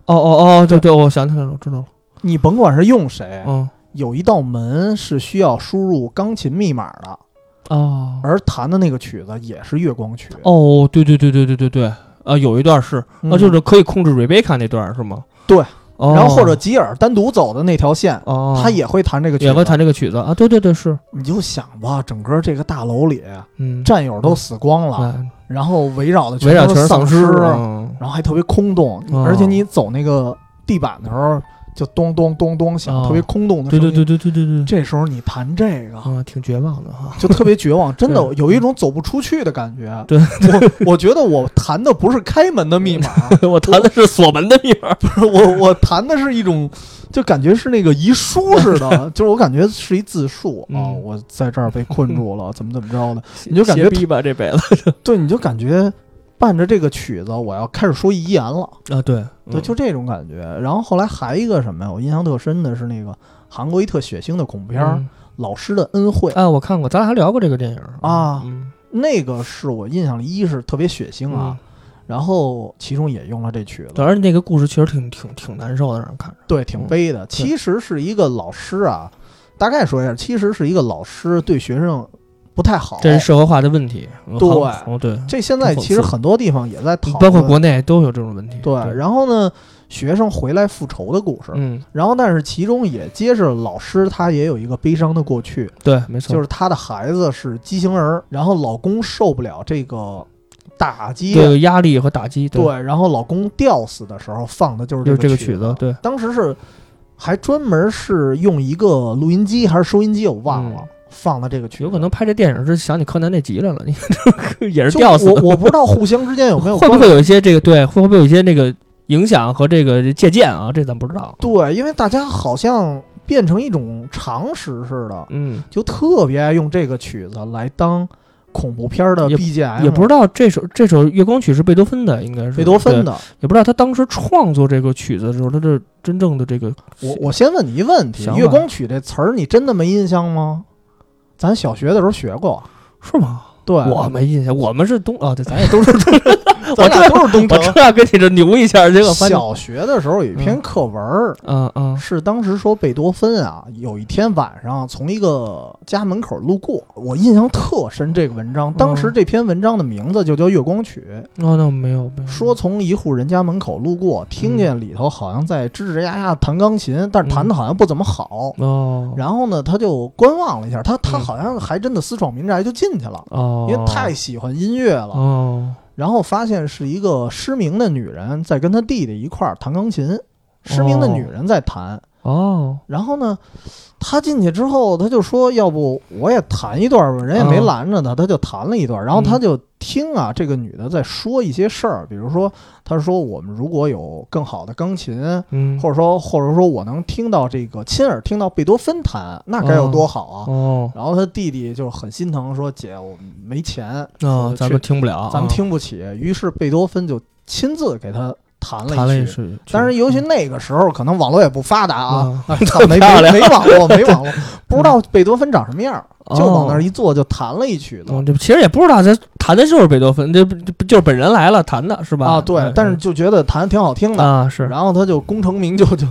Speaker 1: 哦哦哦，对对，我想起来了，我知道了，
Speaker 2: 你甭管是用谁，
Speaker 1: 嗯，
Speaker 2: 有一道门是需要输入钢琴密码的，
Speaker 1: 哦，
Speaker 2: 而弹的那个曲子也是月光曲。
Speaker 1: 哦，对对对对对对对，啊，有一段是，
Speaker 2: 嗯
Speaker 1: 啊，就是可以控制 Rebecca 那段是吗？
Speaker 2: 对
Speaker 1: 哦，
Speaker 2: 然后或者吉尔单独走的那条线，
Speaker 1: 哦，
Speaker 2: 他也会弹这个曲
Speaker 1: 也会
Speaker 2: 子。
Speaker 1: 弹这个曲子啊，对对对，是，
Speaker 2: 你就想吧，整个这个大楼里
Speaker 1: 嗯，
Speaker 2: 战友都死光了，
Speaker 1: 哎
Speaker 2: 然后围绕的
Speaker 1: 围绕
Speaker 2: 都
Speaker 1: 全是丧
Speaker 2: 丧
Speaker 1: 尸，
Speaker 2: 啊
Speaker 1: 嗯
Speaker 2: 然后还特别空洞，
Speaker 1: 哦
Speaker 2: 而且你走那个地板的时候，就咚咚咚咚响，
Speaker 1: 哦
Speaker 2: 特别空洞的
Speaker 1: 对
Speaker 2: 声音。
Speaker 1: 对对对对对对，
Speaker 2: 这时候你弹这个，
Speaker 1: 啊，挺绝望的哈，
Speaker 2: 就特别 绝望，真的
Speaker 1: 对
Speaker 2: 有一种走不出去的感觉。
Speaker 1: 对
Speaker 2: 我我觉得我弹的不是开门的密码，
Speaker 1: 我弹的是锁门的密码，
Speaker 2: 不是我我弹的是一种，就感觉是那个遗书似的， 就是我感觉是一自述啊、
Speaker 1: 嗯
Speaker 2: 我在这儿被困住了，怎么怎么着的，你就感觉
Speaker 1: 邪逼吧这辈子
Speaker 2: 对，你就感觉伴着这个曲子，我要开始说遗言了，
Speaker 1: 啊，对，嗯
Speaker 2: 对，就这种感觉。然后后来还一个什么呀，我印象特深的是那个韩国一特血腥的恐怖片儿《
Speaker 1: 嗯
Speaker 2: 老师的恩 惠》，
Speaker 1: 啊，我看过，咱俩还聊过这个电影
Speaker 2: 啊
Speaker 1: 嗯
Speaker 2: 那个是我印象里一是特别血腥啊。
Speaker 1: 嗯
Speaker 2: 然后其中也用了这曲
Speaker 1: 对，嗯
Speaker 2: 子，
Speaker 1: 而且那个故事确实挺挺挺难受的，让人看着。
Speaker 2: 对，挺悲的。其实是一个老师啊，大概说一下，其实是一个老师对学生不太好。
Speaker 1: 这是社会化的问题。嗯
Speaker 2: 哦对
Speaker 1: 好哦对，
Speaker 2: 这现在其实很多地方也在讨论，
Speaker 1: 包括国内都有这种问题。
Speaker 2: 对。然后呢，学生回来复仇的故事，
Speaker 1: 嗯，
Speaker 2: 然后但是其中也揭示了老师他也有一个悲伤的过去，
Speaker 1: 对，没错，
Speaker 2: 就是他的孩子是畸形儿，然后老公受不了这个打击，
Speaker 1: 对压力和打击，
Speaker 2: 对然后老公吊死的时候放的就是
Speaker 1: 就是这
Speaker 2: 个
Speaker 1: 个
Speaker 2: 曲
Speaker 1: 曲子，对，
Speaker 2: 当时是还专门是用一个录音机还是收音机，我忘了、
Speaker 1: 嗯
Speaker 2: 放的这个曲子，
Speaker 1: 有可能拍这电影是想起柯南那集来了，你 也是
Speaker 2: 就
Speaker 1: 吊死的，
Speaker 2: 我我不知道互相之间有 没有
Speaker 1: 会
Speaker 2: 关
Speaker 1: 不
Speaker 2: 系。
Speaker 1: 会有一些这个对，会不会有一些那个影响和这个借鉴啊？这咱不知道。
Speaker 2: 对，因为大家好像变成一种常识似的，
Speaker 1: 嗯，
Speaker 2: 就特别爱用这个曲子来当恐怖片的
Speaker 1: 也
Speaker 2: BGM，
Speaker 1: 也不知道这首这首《月光曲》是贝多芬的，应该是
Speaker 2: 哎贝多芬
Speaker 1: 对，
Speaker 2: 的。
Speaker 1: 也不知道他当时创作这个曲子的时候，他这真正的这个
Speaker 2: 我我先问你一问题：
Speaker 1: 想法
Speaker 2: 月光曲这词儿你真的没印象吗？咱小学的时候学过，
Speaker 1: 是吗？
Speaker 2: 对，
Speaker 1: 我没印象，我们是 东哦，对，咱也
Speaker 2: 都是咱俩都是东
Speaker 1: 我
Speaker 2: 城。
Speaker 1: 正要跟你这牛一下，结果发现，
Speaker 2: 小学的时候有一篇课文儿，
Speaker 1: 嗯嗯
Speaker 2: 是当时说贝多芬啊，有一天晚上从一个家门口路过，我印象特深这个文章。当
Speaker 1: 嗯
Speaker 2: 时这篇文章的名字就叫《月光曲》，
Speaker 1: 哦，那没有没有
Speaker 2: 说从一户人家门口路过，听见里头好像在吱吱呀呀弹钢琴，但是弹的好像不怎么好。
Speaker 1: 哦
Speaker 2: 然后呢，他就观望了一下，他他
Speaker 1: 嗯
Speaker 2: 好像还真的私闯民宅就进去了，
Speaker 1: 哦，
Speaker 2: 因为太喜欢音乐了。
Speaker 1: 哦
Speaker 2: 然后发现是一个失明的女人在跟她弟弟一块儿弹钢琴，失明的女人在弹。
Speaker 1: 哦
Speaker 2: 然后呢，他进去之后，他就说：“要不我也弹一段吧。”人也没拦着他，
Speaker 1: 嗯
Speaker 2: 他就弹了一段。然后他就听啊，这个女的在说一些事儿，比如说，她说：“我们如果有更好的钢琴，
Speaker 1: 嗯
Speaker 2: 或者说，或者说我能听到这个亲耳听到贝多芬弹，那该有多好啊！”
Speaker 1: 哦
Speaker 2: 然后他弟弟就很心疼，说：“姐，我没钱，
Speaker 1: 哦，咱们
Speaker 2: 去
Speaker 1: 听不了，
Speaker 2: 咱们听不起。”于是贝多芬就亲自给他弹
Speaker 1: 啊弹了
Speaker 2: 一
Speaker 1: 一
Speaker 2: 曲。
Speaker 1: 曲，嗯
Speaker 2: 当然，尤其那个时候，可能网络也不发达啊，
Speaker 1: 啊，
Speaker 2: 啊，操没
Speaker 1: 漂
Speaker 2: 没
Speaker 1: 亮
Speaker 2: 没网络，没 网络，不知道贝多芬长什么样，就往那儿
Speaker 1: 一。
Speaker 2: 一坐就弹了一曲子
Speaker 1: 嗯哦哦，这其实也不知道，这弹的就是贝多芬，这不这不就是本人来了弹的是吧？
Speaker 2: 啊，对
Speaker 1: 嗯，
Speaker 2: 但是就觉得弹得挺好听的，
Speaker 1: 啊是
Speaker 2: 然后他就功成名就，就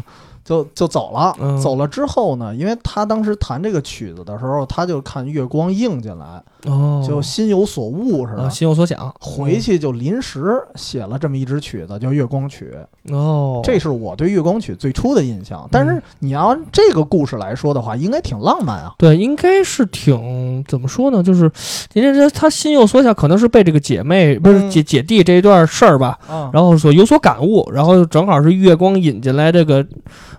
Speaker 2: 就就走了
Speaker 1: 嗯。
Speaker 2: 走了之后呢，因为他当时弹这个曲子的时候，他就看月光映进来，
Speaker 1: 哦，
Speaker 2: 就心有所悟似
Speaker 1: 啊，
Speaker 2: 的。
Speaker 1: 心有所想，
Speaker 2: 回去就临时写了这么一支曲子，叫《月光曲》，
Speaker 1: 哦，
Speaker 2: 这是我对月光曲最初的印象。但
Speaker 1: 嗯
Speaker 2: 是你要按这个故事来说的话，应该挺浪漫啊。
Speaker 1: 对，应该是挺怎么说呢？就是您这这他心有所想，可能是被这个姐妹不是
Speaker 2: 嗯
Speaker 1: 姐姐弟这一段事儿吧，
Speaker 2: 啊
Speaker 1: 然后所有所感悟，然后正好是月光引进来这个，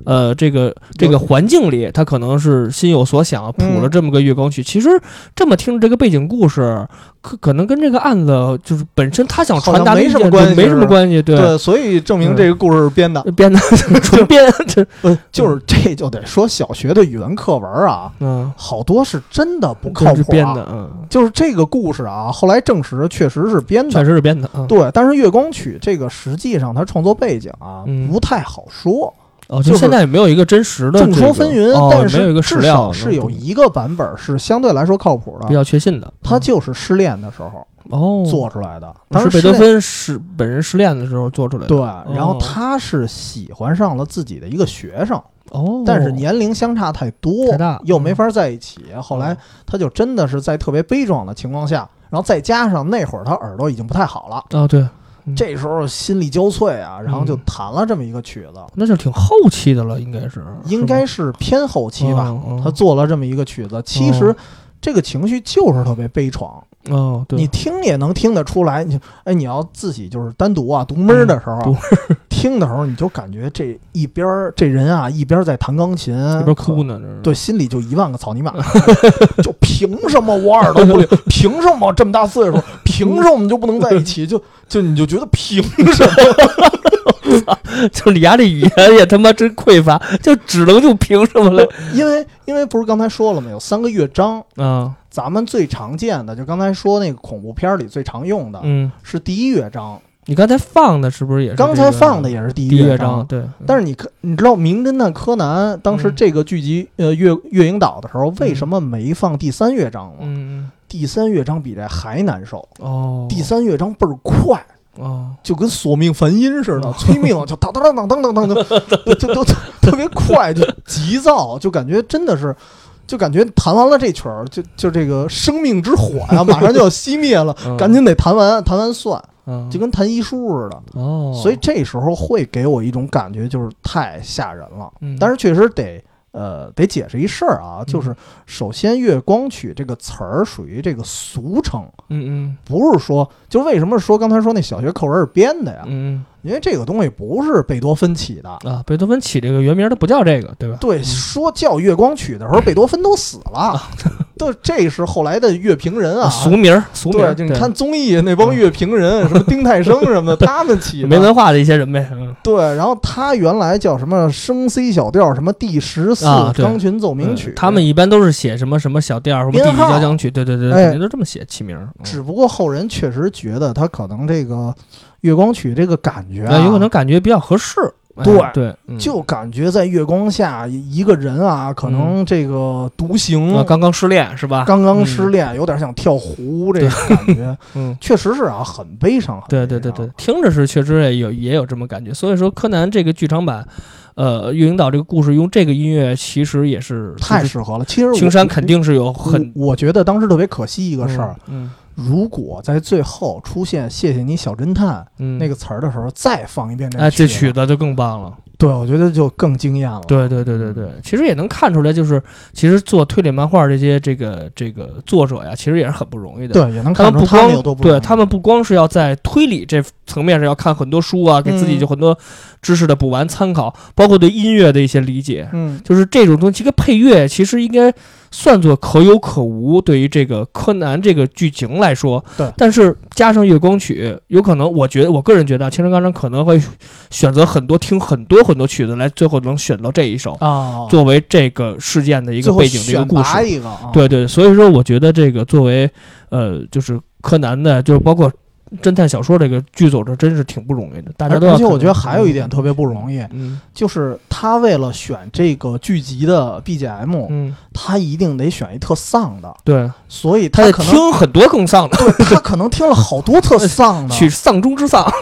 Speaker 1: 呃，这个这个环境里，他可能是心有所想，谱
Speaker 2: 嗯
Speaker 1: 了这么个月光曲。其实这么听着这个背景故事，可可能跟这个案子就是本身他想传达的
Speaker 2: 好
Speaker 1: 意
Speaker 2: 像
Speaker 1: 见
Speaker 2: 没什么关系
Speaker 1: 没什
Speaker 2: 是
Speaker 1: 么
Speaker 2: 吧
Speaker 1: 关系，对，
Speaker 2: 对，所以证明这个故事是编的。
Speaker 1: 编的 纯编，这
Speaker 2: 呃，就是这就得说小学的语文课文啊，
Speaker 1: 嗯，
Speaker 2: 好多是真的不靠
Speaker 1: 这是
Speaker 2: 谱、啊。
Speaker 1: 编的，嗯，
Speaker 2: 就是这个故事啊，后来证实确实是编
Speaker 1: 确
Speaker 2: 的。
Speaker 1: 实是编的，嗯，
Speaker 2: 对，但是《月光曲》这个实际上它创作背景啊、
Speaker 1: 嗯
Speaker 2: 不太好说，
Speaker 1: 哦，
Speaker 2: 就
Speaker 1: 就是现在也没有一个真实的
Speaker 2: 众
Speaker 1: 这
Speaker 2: 说
Speaker 1: 个
Speaker 2: 纷纭。
Speaker 1: 哦
Speaker 2: 但
Speaker 1: 没有一
Speaker 2: 是
Speaker 1: 个史
Speaker 2: 至
Speaker 1: 料
Speaker 2: 少是有
Speaker 1: 嗯
Speaker 2: 一个版本是相对来说靠谱
Speaker 1: 比
Speaker 2: 的，
Speaker 1: 较确信的，
Speaker 2: 它
Speaker 1: 嗯
Speaker 2: 就是失恋的时候
Speaker 1: 哦
Speaker 2: 做出来的。当
Speaker 1: 是
Speaker 2: 时
Speaker 1: 贝多
Speaker 2: 失恋
Speaker 1: 芬哦失本人失恋的时候做出来的，
Speaker 2: 对，然后他是喜欢上了自己的一个学生，
Speaker 1: 哦，
Speaker 2: 但是年龄相差太多，
Speaker 1: 太大
Speaker 2: 又没
Speaker 1: 嗯
Speaker 2: 法在一起。后来他就真的是在特别悲壮的情况下，然后再加上那会儿他耳朵已经不太好了，
Speaker 1: 哦，对，
Speaker 2: 这时候心力交瘁啊，然后就
Speaker 1: 嗯
Speaker 2: 弹了这么一个曲子，
Speaker 1: 那就挺后期的了，应该是，
Speaker 2: 应该是偏后期吧，
Speaker 1: 嗯嗯嗯
Speaker 2: 他做了这么一个曲子。其实这个情绪就是特别悲怆，
Speaker 1: 是吧哦，对，
Speaker 2: 你听也能听得出来。你哎，你要自己就是单独啊，独闷儿的时候
Speaker 1: 嗯独
Speaker 2: 啊，听的时候你就感觉这一边儿这人啊，一边儿在弹钢琴，
Speaker 1: 这
Speaker 2: 一
Speaker 1: 边哭呢，这是
Speaker 2: 对，心里就一万个草泥马， 就凭什么我耳朵 不灵？凭什么这么大岁数？凭什么我们就不能在一起？就就你就觉得凭什么？
Speaker 1: 就是你丫这语言也他妈真匮乏，就只能就凭什么来？
Speaker 2: 因为因为不是刚才说了吗？有三个乐章，
Speaker 1: 啊，
Speaker 2: 咱们最常见的就刚才说那个恐怖片里最常用的
Speaker 1: 嗯，
Speaker 2: 是第一乐章，
Speaker 1: 你刚才放的是不是也是
Speaker 2: 刚才放的也是第
Speaker 1: 第
Speaker 2: 一
Speaker 1: 乐
Speaker 2: 章。
Speaker 1: 对，
Speaker 2: 但
Speaker 1: 是
Speaker 2: 是你可你知道《名侦探柯南》当时
Speaker 1: 嗯
Speaker 2: 这个剧集，呃，月月影岛的时候，为什么没放第三乐章呢？
Speaker 1: 嗯，
Speaker 2: 第三乐章比这还难受，
Speaker 1: 嗯哦，
Speaker 2: 第三乐章倍儿快，
Speaker 1: 哦，
Speaker 2: 就跟索命梵音似的，催命就当当当当当当 当，就就都特别快，就急躁，就感觉真的是，就感觉弹完了这曲儿，就就这个生命之火呀、 马上就要熄灭了，
Speaker 1: 嗯
Speaker 2: 赶紧得弹完，弹完算，
Speaker 1: 嗯
Speaker 2: 就跟弹医书似的。
Speaker 1: 哦，
Speaker 2: 所以这时候会给我一种感觉，就是太吓人了。
Speaker 1: 嗯，
Speaker 2: 但是确实得。呃，得解释一事儿啊，就是首先“月光曲”这个词儿属于这个俗称，
Speaker 1: 嗯
Speaker 2: 不是说就为什么说刚才说那小学课文是编的呀？
Speaker 1: 嗯嗯
Speaker 2: 因为这个东西不是贝多芬起的。
Speaker 1: 嗯啊，贝多芬起这个原名，他不叫这个，对吧？
Speaker 2: 对，说叫月光曲的时候，贝多芬都死 了。对，这是后来的乐评人啊。
Speaker 1: 俗名儿，俗名儿，
Speaker 2: 对，就你看综艺那帮乐评人，什么丁太升什么 的，他们起
Speaker 1: 嗯
Speaker 2: 的。
Speaker 1: 没文化的一些人呗，嗯
Speaker 2: 对，然后他原来叫什么升 C 小调，什么第十四
Speaker 1: 啊对
Speaker 2: 钢琴奏鸣曲。
Speaker 1: 嗯他们一般都是写什么什么小调儿，什么
Speaker 2: 编
Speaker 1: 第几
Speaker 2: 号
Speaker 1: 交响曲，对对对，
Speaker 2: 哎啊
Speaker 1: 肯定都这么写起名儿。嗯
Speaker 2: 只不过后人确实觉得他可能这个月光曲这个感觉啊，
Speaker 1: 那有可能感觉比较合适。哎
Speaker 2: 对
Speaker 1: 对，嗯
Speaker 2: 就感觉在月光下一个人啊，可能这个独行
Speaker 1: 啊嗯刚刚失恋是吧？
Speaker 2: 刚刚失恋，有点想跳湖这个感 觉，
Speaker 1: 嗯，
Speaker 2: 确实是啊，很悲伤。很
Speaker 1: 对
Speaker 2: 悲
Speaker 1: 对
Speaker 2: 伤
Speaker 1: 对对，，听着是确实也有也有这么感觉。所以说，柯南这个剧场版，呃，运营导这个故事用这个音乐其实也是
Speaker 2: 太
Speaker 1: 就是
Speaker 2: 适合了。其实我
Speaker 1: 青山肯定是有
Speaker 2: 我
Speaker 1: 很
Speaker 2: 我觉得当时特别可惜一个事儿，，
Speaker 1: 嗯
Speaker 2: 如果在最后出现“谢谢你小侦探”
Speaker 1: 嗯，
Speaker 2: 那个词儿的时候再放一遍这
Speaker 1: 哎，这
Speaker 2: 曲
Speaker 1: 曲
Speaker 2: 子，
Speaker 1: 子就更棒了。
Speaker 2: 对我觉得就更惊艳了。
Speaker 1: 对对对对对，其实也能看出来，就是其实做推理漫画这些这个这个作者呀，其实也是很不容易的。
Speaker 2: 对，也能
Speaker 1: 他
Speaker 2: 看
Speaker 1: 们不
Speaker 2: 出他
Speaker 1: 光
Speaker 2: 们有多不容
Speaker 1: 对
Speaker 2: 易
Speaker 1: 他们不光是要在推理这层面上要看很多书啊，给自己
Speaker 2: 嗯
Speaker 1: 就很多知识的补完参考，包括对音乐的一些理解。
Speaker 2: 嗯，
Speaker 1: 就是这种东西，这个配乐其实应该算作可有可无。对于这个柯南这个剧情来说，
Speaker 2: 对
Speaker 1: 但是加上月光曲，有可能，我觉得我个人觉得，青山刚昌可能会选择很多听很多很多曲子来，最后能选到这一首，
Speaker 2: 啊，
Speaker 1: 作为这个事件的一
Speaker 2: 一
Speaker 1: 个背景的一个故事。
Speaker 2: 一个啊，
Speaker 1: 对对，所以说我觉得这个作为呃，就是柯南的，就是包括侦探小说这个剧组，这真是挺不容易的。大家
Speaker 2: 而
Speaker 1: 都要
Speaker 2: 而且我
Speaker 1: 看
Speaker 2: 觉得还有一点特别不容易，
Speaker 1: 嗯
Speaker 2: 就是他为了选这个剧集的 BGM，
Speaker 1: 嗯，
Speaker 2: 他一定得选一特丧的，
Speaker 1: 对，
Speaker 2: 所以
Speaker 1: 他得
Speaker 2: 他可能
Speaker 1: 听很多更丧的
Speaker 2: 对他可能听了好 多特丧的
Speaker 1: 曲，丧中之丧，
Speaker 2: 啊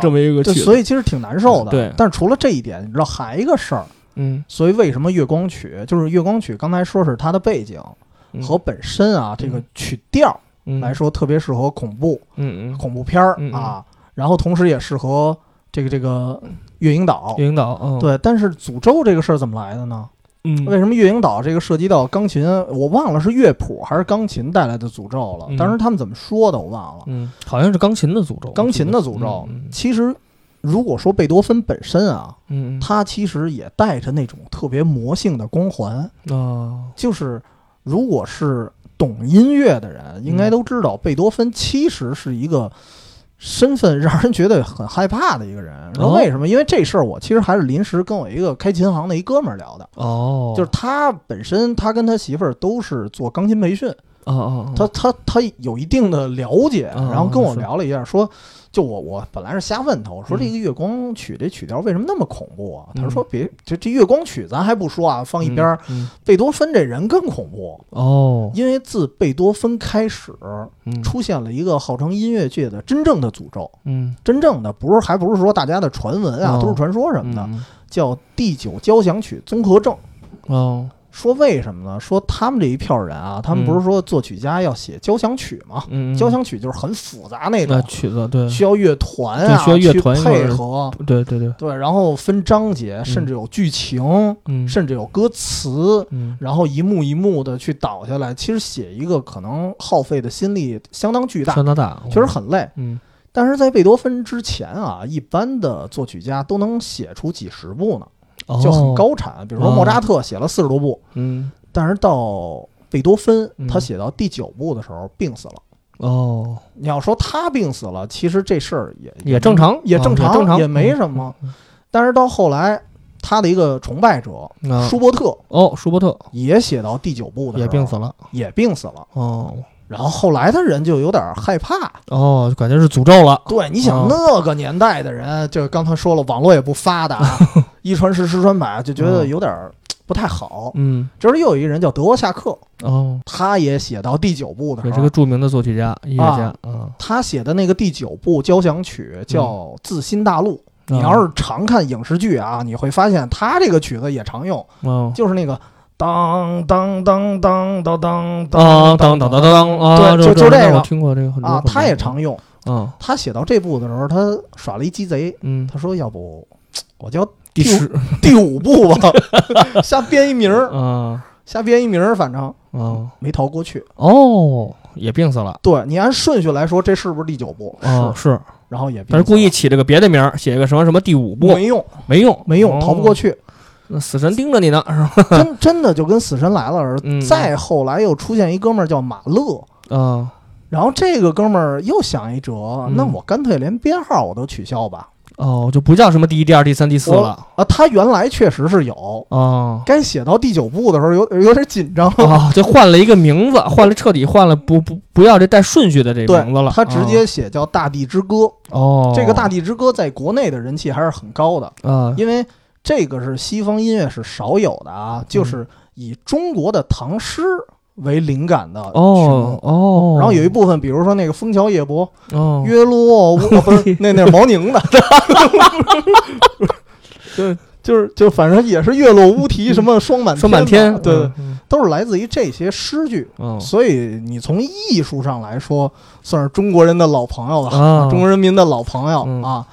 Speaker 1: 这么一个
Speaker 2: 对，
Speaker 1: 曲子。
Speaker 2: 所以其实挺难受的。
Speaker 1: 对
Speaker 2: 但是除了这一点，你知道还一个事儿，
Speaker 1: 嗯
Speaker 2: 所以为什么月光曲就是月光曲？刚才说是它的背景
Speaker 1: 嗯
Speaker 2: 和本身啊，这个曲调来，说特别适合恐怖
Speaker 1: 嗯嗯嗯，
Speaker 2: 恐怖片儿
Speaker 1: 嗯嗯
Speaker 2: 啊，然后同时也适合这个这个月影岛。
Speaker 1: 运营嗯岛，嗯，，
Speaker 2: 对，但是诅咒这个事儿怎么来的呢？
Speaker 1: 嗯，
Speaker 2: 为什么月影岛这个涉及到钢琴，我忘了是乐谱还是钢琴带来的诅咒了
Speaker 1: 嗯。
Speaker 2: 当时他们怎么说的我忘了。
Speaker 1: 嗯，好像是钢琴的诅咒，
Speaker 2: 钢琴的诅咒
Speaker 1: 嗯，
Speaker 2: 其实如果说贝多芬本身啊，
Speaker 1: 嗯，
Speaker 2: 他其实也带着那种特别魔性的光环。
Speaker 1: 他啊，
Speaker 2: 就是如果是懂音乐的
Speaker 1: 嗯
Speaker 2: 人，应该都知道贝多芬其实是一个身份 让人觉得很害怕的一个人。
Speaker 1: 哦
Speaker 2: 说为什么？因为这事儿我其实还是临时跟我一个开琴行的一哥们儿聊的，
Speaker 1: 哦，
Speaker 2: 就是他本身他跟他媳妇儿都是做钢琴培训，
Speaker 1: 啊啊，
Speaker 2: 他他他有一定的了解，
Speaker 1: 嗯
Speaker 2: 然后跟我
Speaker 1: 是
Speaker 2: 聊了一下，说就我我本来是瞎问他，我说
Speaker 1: 嗯
Speaker 2: 这个月光曲这曲调为什么那么恐怖啊？他
Speaker 1: 嗯
Speaker 2: 说别这这月光曲咱还不说啊，放一边儿，，
Speaker 1: 嗯，
Speaker 2: 贝多芬这人更恐怖。
Speaker 1: 哦，
Speaker 2: 因为自贝多芬开始，
Speaker 1: 嗯
Speaker 2: 出现了一个号称音乐界的真正的诅咒，
Speaker 1: 嗯
Speaker 2: 真正的不是还不是说大家的传闻啊、
Speaker 1: 哦
Speaker 2: 都市传说什么的，
Speaker 1: 嗯，
Speaker 2: 叫第九交响曲综合症。
Speaker 1: 哦，
Speaker 2: 说为什么呢？说他们这一票人啊，他们
Speaker 1: 嗯
Speaker 2: 不是说作曲家要写交响曲吗？
Speaker 1: 嗯，
Speaker 2: 交响曲就是很复杂那
Speaker 1: 那
Speaker 2: 种，
Speaker 1: 曲子，对，
Speaker 2: 需要乐团
Speaker 1: 对
Speaker 2: 啊
Speaker 1: 需要乐团
Speaker 2: 去配合，
Speaker 1: 对对对，
Speaker 2: 对，然后分章节，甚至有剧情，
Speaker 1: 嗯，，
Speaker 2: 甚至有歌词，
Speaker 1: 嗯
Speaker 2: 然后一幕一幕的去倒下来，其实写一个可能耗费的心力相当巨大，
Speaker 1: 相当大，
Speaker 2: 确实，很累。
Speaker 1: 嗯
Speaker 2: 但是在贝多芬之前啊，一般的作曲家都能写出几十部呢，
Speaker 1: 嗯，
Speaker 2: 就很，高产。比如说
Speaker 1: 哦
Speaker 2: 莫扎特写了四十多部，
Speaker 1: 嗯，
Speaker 2: 但是到贝多芬
Speaker 1: 嗯
Speaker 2: 他写到第九部的时候病死了。
Speaker 1: 哦，
Speaker 2: 你要说他病死了，其实这事儿也
Speaker 1: 也正常，啊
Speaker 2: 也正常，
Speaker 1: 也正常，嗯
Speaker 2: 也没什么。但是到后来，他的一个崇拜者
Speaker 1: 么
Speaker 2: 舒伯特
Speaker 1: 哦，舒伯特
Speaker 2: 也写到第九部的时
Speaker 1: 也
Speaker 2: 候
Speaker 1: 病死了，
Speaker 2: 也病死了。
Speaker 1: 哦
Speaker 2: 然后后来他人就有点害怕。
Speaker 1: 哦，感觉是诅咒了，
Speaker 2: 对，你想
Speaker 1: 哦
Speaker 2: 那个年代的
Speaker 1: 啊
Speaker 2: 人，就刚才说了，网络也不发达， 一传十，十传百，就觉得
Speaker 1: 嗯
Speaker 2: 有点儿不太好。
Speaker 1: 嗯，
Speaker 2: 就是又有一个人叫德沃夏克，
Speaker 1: 哦，
Speaker 2: 他也写到第九部的
Speaker 1: 也
Speaker 2: 时
Speaker 1: 是
Speaker 2: 候
Speaker 1: 个，著名的作曲家、音乐家，啊，
Speaker 2: 他写的那个第九部交响曲叫《自新大陆》。
Speaker 1: 嗯
Speaker 2: 你要是常看影视剧啊，你会发现他这个曲子也常用，
Speaker 1: 哦，
Speaker 2: 就是那个当当当当当当
Speaker 1: 啊，当当当当当啊，
Speaker 2: 对就
Speaker 1: 这
Speaker 2: 就这个
Speaker 1: 我听过这个很多
Speaker 2: 啊，
Speaker 1: 很多
Speaker 2: 他也常用。
Speaker 1: 啊，
Speaker 2: 他写到这部的时候，他耍了一鸡贼，
Speaker 1: 嗯，
Speaker 2: 他说：“要不我叫
Speaker 1: 第十
Speaker 2: 第五部吧，瞎编一名儿，
Speaker 1: 啊
Speaker 2: 瞎编一名儿，反正
Speaker 1: 啊
Speaker 2: 没逃过去。
Speaker 1: 哦，也病死了。
Speaker 2: 对你按顺序来说，这是不是第九部？
Speaker 1: 啊，
Speaker 2: 是，
Speaker 1: 是，
Speaker 2: 然后也
Speaker 1: 他是故意起了个别的名儿，写个什么什么第五部，
Speaker 2: 没用，
Speaker 1: 没用，
Speaker 2: 没用，逃不过
Speaker 1: 去。
Speaker 2: 去，
Speaker 1: 那死神盯着你呢，是 吧？
Speaker 2: 真真的就跟死神来了似
Speaker 1: 嗯
Speaker 2: 的。再后来又出现一哥们儿叫马勒。”
Speaker 1: 啊
Speaker 2: 然后这个哥们儿又想一辙，
Speaker 1: 嗯
Speaker 2: 那我干脆连编号我都取消吧。
Speaker 1: 哦，就不叫什么第一、第二、第三、第四
Speaker 2: 我
Speaker 1: 了
Speaker 2: 啊，他原来确实是有，
Speaker 1: 啊。
Speaker 2: 该写到第九部的时候有有点 紧张，
Speaker 1: 啊，就换了一个名字，换了彻底换了不不不要这带顺序的这
Speaker 2: 对
Speaker 1: 名字了。，啊
Speaker 2: 他直接写叫《大地之歌》
Speaker 1: 哦，
Speaker 2: 这个《大地之歌》在国内的人气还是很高的，
Speaker 1: 啊
Speaker 2: 因为这个是西方音乐是少有的
Speaker 1: 嗯
Speaker 2: 啊，就是以中国的唐诗为灵感的曲
Speaker 1: 哦
Speaker 2: 目。
Speaker 1: 哦，
Speaker 2: 然后有一部分，比如说那个《枫桥夜泊》
Speaker 1: 哦
Speaker 2: 约洛，啊不是那那是毛宁的，
Speaker 1: 对，
Speaker 2: 就是就反正也是月落乌啼，什么霜满
Speaker 1: 哦说满天
Speaker 2: 嘛，对，对，
Speaker 1: 嗯
Speaker 2: 都是来自于这些诗句。
Speaker 1: 嗯
Speaker 2: 所以你从艺术上来说，算是中国人的老朋友了，
Speaker 1: 啊，
Speaker 2: 中国人民的老朋友
Speaker 1: 嗯
Speaker 2: 啊。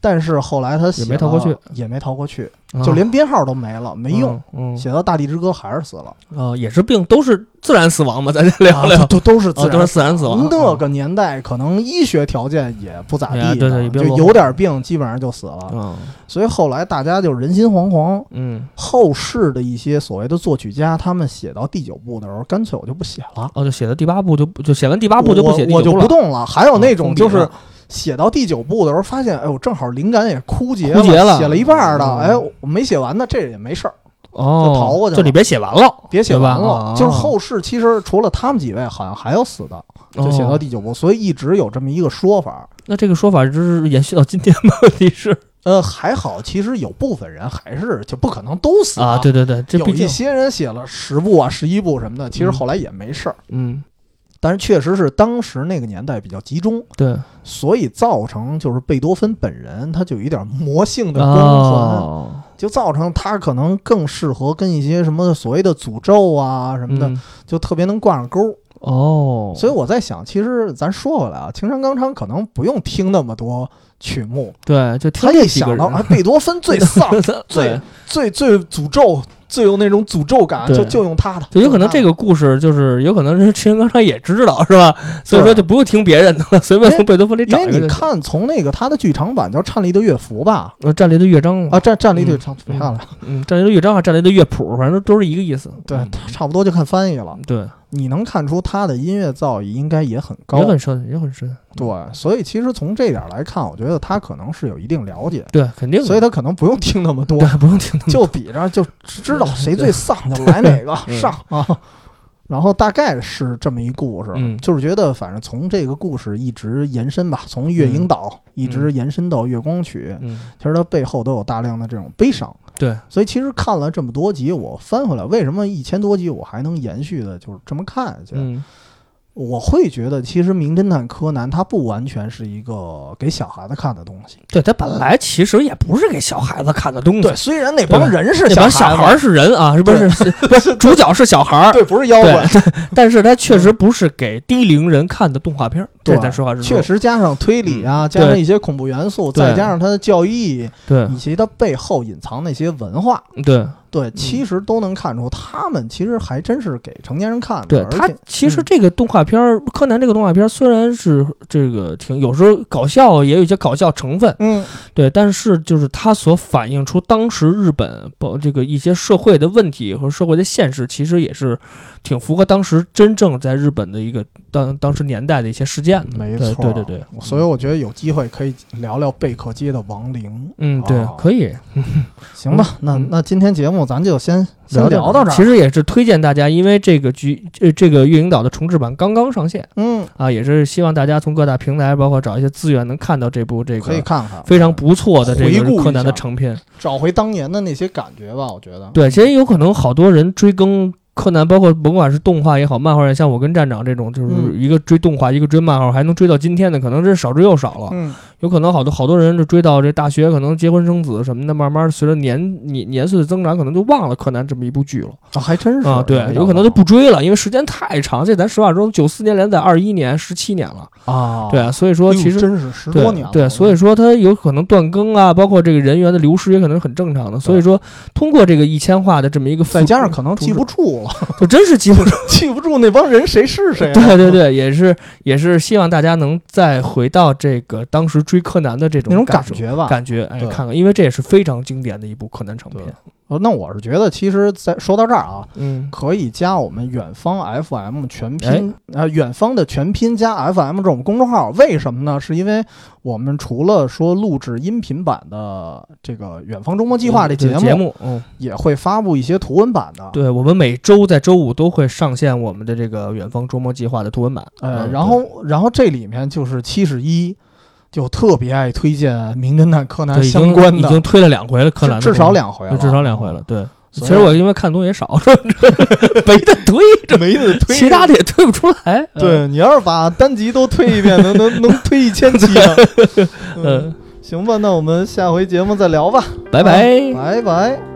Speaker 2: 但是后来他写
Speaker 1: 也没逃过去
Speaker 2: 了，也没逃过去，
Speaker 1: 啊
Speaker 2: 就连编号都没了，没用。，
Speaker 1: 嗯
Speaker 2: 写到《大地之歌》还是死了，
Speaker 1: 嗯啊，也是病，都是自然死亡嘛，咱这聊聊
Speaker 2: 啊，都都是
Speaker 1: 啊
Speaker 2: 自
Speaker 1: 都
Speaker 2: 然
Speaker 1: 是自然死哦亡，
Speaker 2: 那个年代可能医学条件也不咋地
Speaker 1: 哎呀
Speaker 2: 的，
Speaker 1: 对对也别
Speaker 2: 就
Speaker 1: 落后
Speaker 2: 有点病，基本上就死了。
Speaker 1: 嗯
Speaker 2: 所以后来大家就人心惶惶。
Speaker 1: 嗯，
Speaker 2: 后世的一些所谓的作曲家，他们写到第九部的时候，干脆我就不写了，
Speaker 1: 哦，就写到第八部就不就写完第八部就不写第
Speaker 2: 我我
Speaker 1: 九
Speaker 2: 就
Speaker 1: 部
Speaker 2: 不
Speaker 1: 了，
Speaker 2: 动了。还有那种
Speaker 1: 嗯
Speaker 2: 就是写到第九部的时候，发现哎呦，正好灵感也枯竭
Speaker 1: 枯竭了
Speaker 2: 写了一半儿的，
Speaker 1: 嗯
Speaker 2: 哎，我没写完呢，这也没事儿，
Speaker 1: 哦，
Speaker 2: 就逃过去了
Speaker 1: 就你别写完了，
Speaker 2: 别写完
Speaker 1: 对吧
Speaker 2: 了。
Speaker 1: 啊
Speaker 2: 就是后世其实除了他们几位，好像还有死的，就写到
Speaker 1: 哦
Speaker 2: 第九部，所以一直有这么一个说法。
Speaker 1: 那这个说法就是延续到今天吗？ 你是
Speaker 2: 呃，还好，其实有部分人还是就不可能都死
Speaker 1: 啊，对对对，这
Speaker 2: 有
Speaker 1: 毕
Speaker 2: 一
Speaker 1: 竟
Speaker 2: 些人写了十部啊、十一部什么的，其实
Speaker 1: 嗯
Speaker 2: 后来也没事儿。
Speaker 1: 嗯，
Speaker 2: 但是确实是当时那个年代比较集中，
Speaker 1: 对，
Speaker 2: 所以造成就是贝多芬本人他就有一点魔性的光环，
Speaker 1: 哦，
Speaker 2: 就造成他可能更适合跟一些什么所谓的诅咒啊什么的，
Speaker 1: 嗯
Speaker 2: 就特别能挂上钩。
Speaker 1: 哦，
Speaker 2: 所以我在想，其实咱说回来啊，青山刚昌可能不用听那么多曲目，
Speaker 1: 对，就听
Speaker 2: 他
Speaker 1: 这
Speaker 2: 一
Speaker 1: 几个
Speaker 2: 想
Speaker 1: 人、
Speaker 2: 到啊，啊贝多芬最丧 最
Speaker 1: 对
Speaker 2: 最最诅咒、最有那种诅咒感，
Speaker 1: 对
Speaker 2: 就就用他的，
Speaker 1: 就有可能这
Speaker 2: 个。
Speaker 1: 个故事就是有可能是 陈刚昌也知道是吧？所以说就不用听别人 的了，随便从贝多芬里
Speaker 2: 因
Speaker 1: 找
Speaker 2: 为
Speaker 1: 一个
Speaker 2: 你
Speaker 1: 就行。
Speaker 2: 看，从那个他的剧场版叫《颤栗的乐符》吧，
Speaker 1: 呃，战雷的乐章
Speaker 2: 啊，，《战战栗的唱》别看了，
Speaker 1: 嗯，战雷的乐章啊，战雷的乐谱，反正都是一个意思。
Speaker 2: 对
Speaker 1: 嗯，
Speaker 2: 差不多就看翻译了。
Speaker 1: 对，
Speaker 2: 你能看出他的音乐造诣应该也很高
Speaker 1: 也，很深，也很深。
Speaker 2: 对，所以其实从这点儿来看，我觉得他可能是有一定了解，
Speaker 1: 对，肯定的。
Speaker 2: 所以他可能不用听那么多
Speaker 1: 对，，不用 听他们
Speaker 2: 就比着就知道谁最 丧就来哪个
Speaker 1: 嗯
Speaker 2: 上啊。然后大概是这么一故事，
Speaker 1: 嗯
Speaker 2: 就是觉得反正从这个故事一直延伸吧，从月影岛一直延伸到月光曲，
Speaker 1: 嗯，
Speaker 2: 其实它背后都有大量的这种悲伤。
Speaker 1: 对，
Speaker 2: 所以其实看了这么多集，我翻回来，为什么一千多集我还能延续的，就是这么看下去？
Speaker 1: 嗯，
Speaker 2: 我会觉得，其实《名侦探柯南》它不完全是一个给小孩子看的东西。
Speaker 1: 对，他本来其实也不是给小孩子看的东西。
Speaker 2: 对，，虽然那
Speaker 1: 嗯对
Speaker 2: 帮
Speaker 1: 吧
Speaker 2: 人是
Speaker 1: 那帮小
Speaker 2: 孩
Speaker 1: 孩儿是人啊，是不是？是不 是主角是小孩儿，
Speaker 2: 对，不是妖怪。
Speaker 1: 但是他确实不是给低龄人看的动画片儿。
Speaker 2: 对
Speaker 1: 这咱实话实说，
Speaker 2: 确实加上推理啊，加上一些恐怖元素，
Speaker 1: 嗯对嗯
Speaker 2: 再加上它的教育意义，
Speaker 1: 对
Speaker 2: 以及它背后隐藏那些文化，
Speaker 1: 对
Speaker 2: 对，其实都能看出他们其实还真是给成年人看的。
Speaker 1: 对，
Speaker 2: 而
Speaker 1: 他
Speaker 2: 且
Speaker 1: 其实
Speaker 2: 嗯
Speaker 1: 这个动画片儿，柯南这个动画片儿虽然是这个挺有时候搞笑，也有一些搞笑成分，
Speaker 2: 嗯，
Speaker 1: 对，但是就是它所反映出当时日本包这个一些社会的问题和社会的现实，其实也是挺符合当时真正在日本的一个当当时年代的一些事件的。
Speaker 2: 没
Speaker 1: 嗯对
Speaker 2: 错
Speaker 1: 对对对，
Speaker 2: 所以我觉得有机会可以聊聊贝克街的亡灵。
Speaker 1: 嗯，对
Speaker 2: 哦，
Speaker 1: 可以
Speaker 2: 行吧，那
Speaker 1: 嗯
Speaker 2: 那今天节目咱就先先
Speaker 1: 聊
Speaker 2: 聊到这儿。
Speaker 1: 其实也是推荐大家，因为这个剧这这个月影岛的重制版刚刚上线
Speaker 2: 嗯，
Speaker 1: 啊，也是希望大家从各大平台，包括找一些资源，能看到这部这个
Speaker 2: 可以看看，
Speaker 1: 非常不错的这
Speaker 2: 啊回顾
Speaker 1: 个
Speaker 2: 一下
Speaker 1: 柯南的成片。
Speaker 2: 找回当年的那些感觉吧，我觉得。
Speaker 1: 对，其实有可能好多人追更柯南，包括甭管是动画也好，漫画也好像我跟站长这种，就是
Speaker 2: 嗯
Speaker 1: 一个追动画，一个追漫画，还能追到今天的，可能真是少之又少了。
Speaker 2: 嗯，
Speaker 1: 有可能好多好多人就追到这大学，可能结婚生子什么的，慢慢随着年年年岁的增长，可能就忘了柯南这么一部剧了
Speaker 2: 啊，还真是
Speaker 1: 啊。对，有可能就不追了，因为时间太长。这咱实话说，九四年连载二一年，十七年了。
Speaker 2: 啊，
Speaker 1: 对啊，所以说
Speaker 2: 哎呦
Speaker 1: 其实
Speaker 2: 真是十
Speaker 1: 对
Speaker 2: 多啊年了，
Speaker 1: 对，所以说它有可能断更啊，包括这个人员的流失也可能很正常的。所以说，通过这个一千话的这么一个复，
Speaker 2: 再加上可能记不住了，
Speaker 1: 就真是记不住。
Speaker 2: 记不住那帮人谁是谁啊了。
Speaker 1: 对对对，也是也是希望大家能再回到这个当时追柯南的这种
Speaker 2: 那种感
Speaker 1: 感受
Speaker 2: 觉吧。啊
Speaker 1: 感觉，哎，
Speaker 2: 对
Speaker 1: 看看，因为这也是非常经典的一部柯南长篇
Speaker 2: 对。呃那我是觉得，其实在说到这儿啊，
Speaker 1: 嗯，
Speaker 2: 可以加我们远方 FM 全拼
Speaker 1: 哎
Speaker 2: 呃，远方的全拼加 FM 这种公众号。为什么呢？是因为我们除了说录制音频版的这个远方周末计划这
Speaker 1: 节
Speaker 2: 节
Speaker 1: 节
Speaker 2: 目，啊
Speaker 1: 目，嗯，
Speaker 2: 也会发布一些图文版的。
Speaker 1: 对我们每周在周五都会上线我们的这个远方周末计划的图文版。
Speaker 2: 呃，
Speaker 1: 嗯
Speaker 2: 然后然后这里面就是七十一，就特别爱推荐《名侦探柯南
Speaker 1: 对，对已》
Speaker 2: 相
Speaker 1: 经
Speaker 2: 关
Speaker 1: 已
Speaker 2: 的，
Speaker 1: 经推了两回了，柯南的
Speaker 2: 至
Speaker 1: 东
Speaker 2: 至少
Speaker 1: 西
Speaker 2: 两回了，
Speaker 1: 至少两回了。。对，
Speaker 2: 所
Speaker 1: 其
Speaker 2: 以
Speaker 1: 实我因为看东西也少， 没得推，
Speaker 2: 这没得推，
Speaker 1: 其他的也推不出来。嗯，
Speaker 2: 对你要是把单集都推一遍，能能能推一千集呢。嗯，
Speaker 1: 嗯，
Speaker 2: 行吧，那我们下回节目再聊吧，
Speaker 1: 拜拜。
Speaker 2: 拜拜。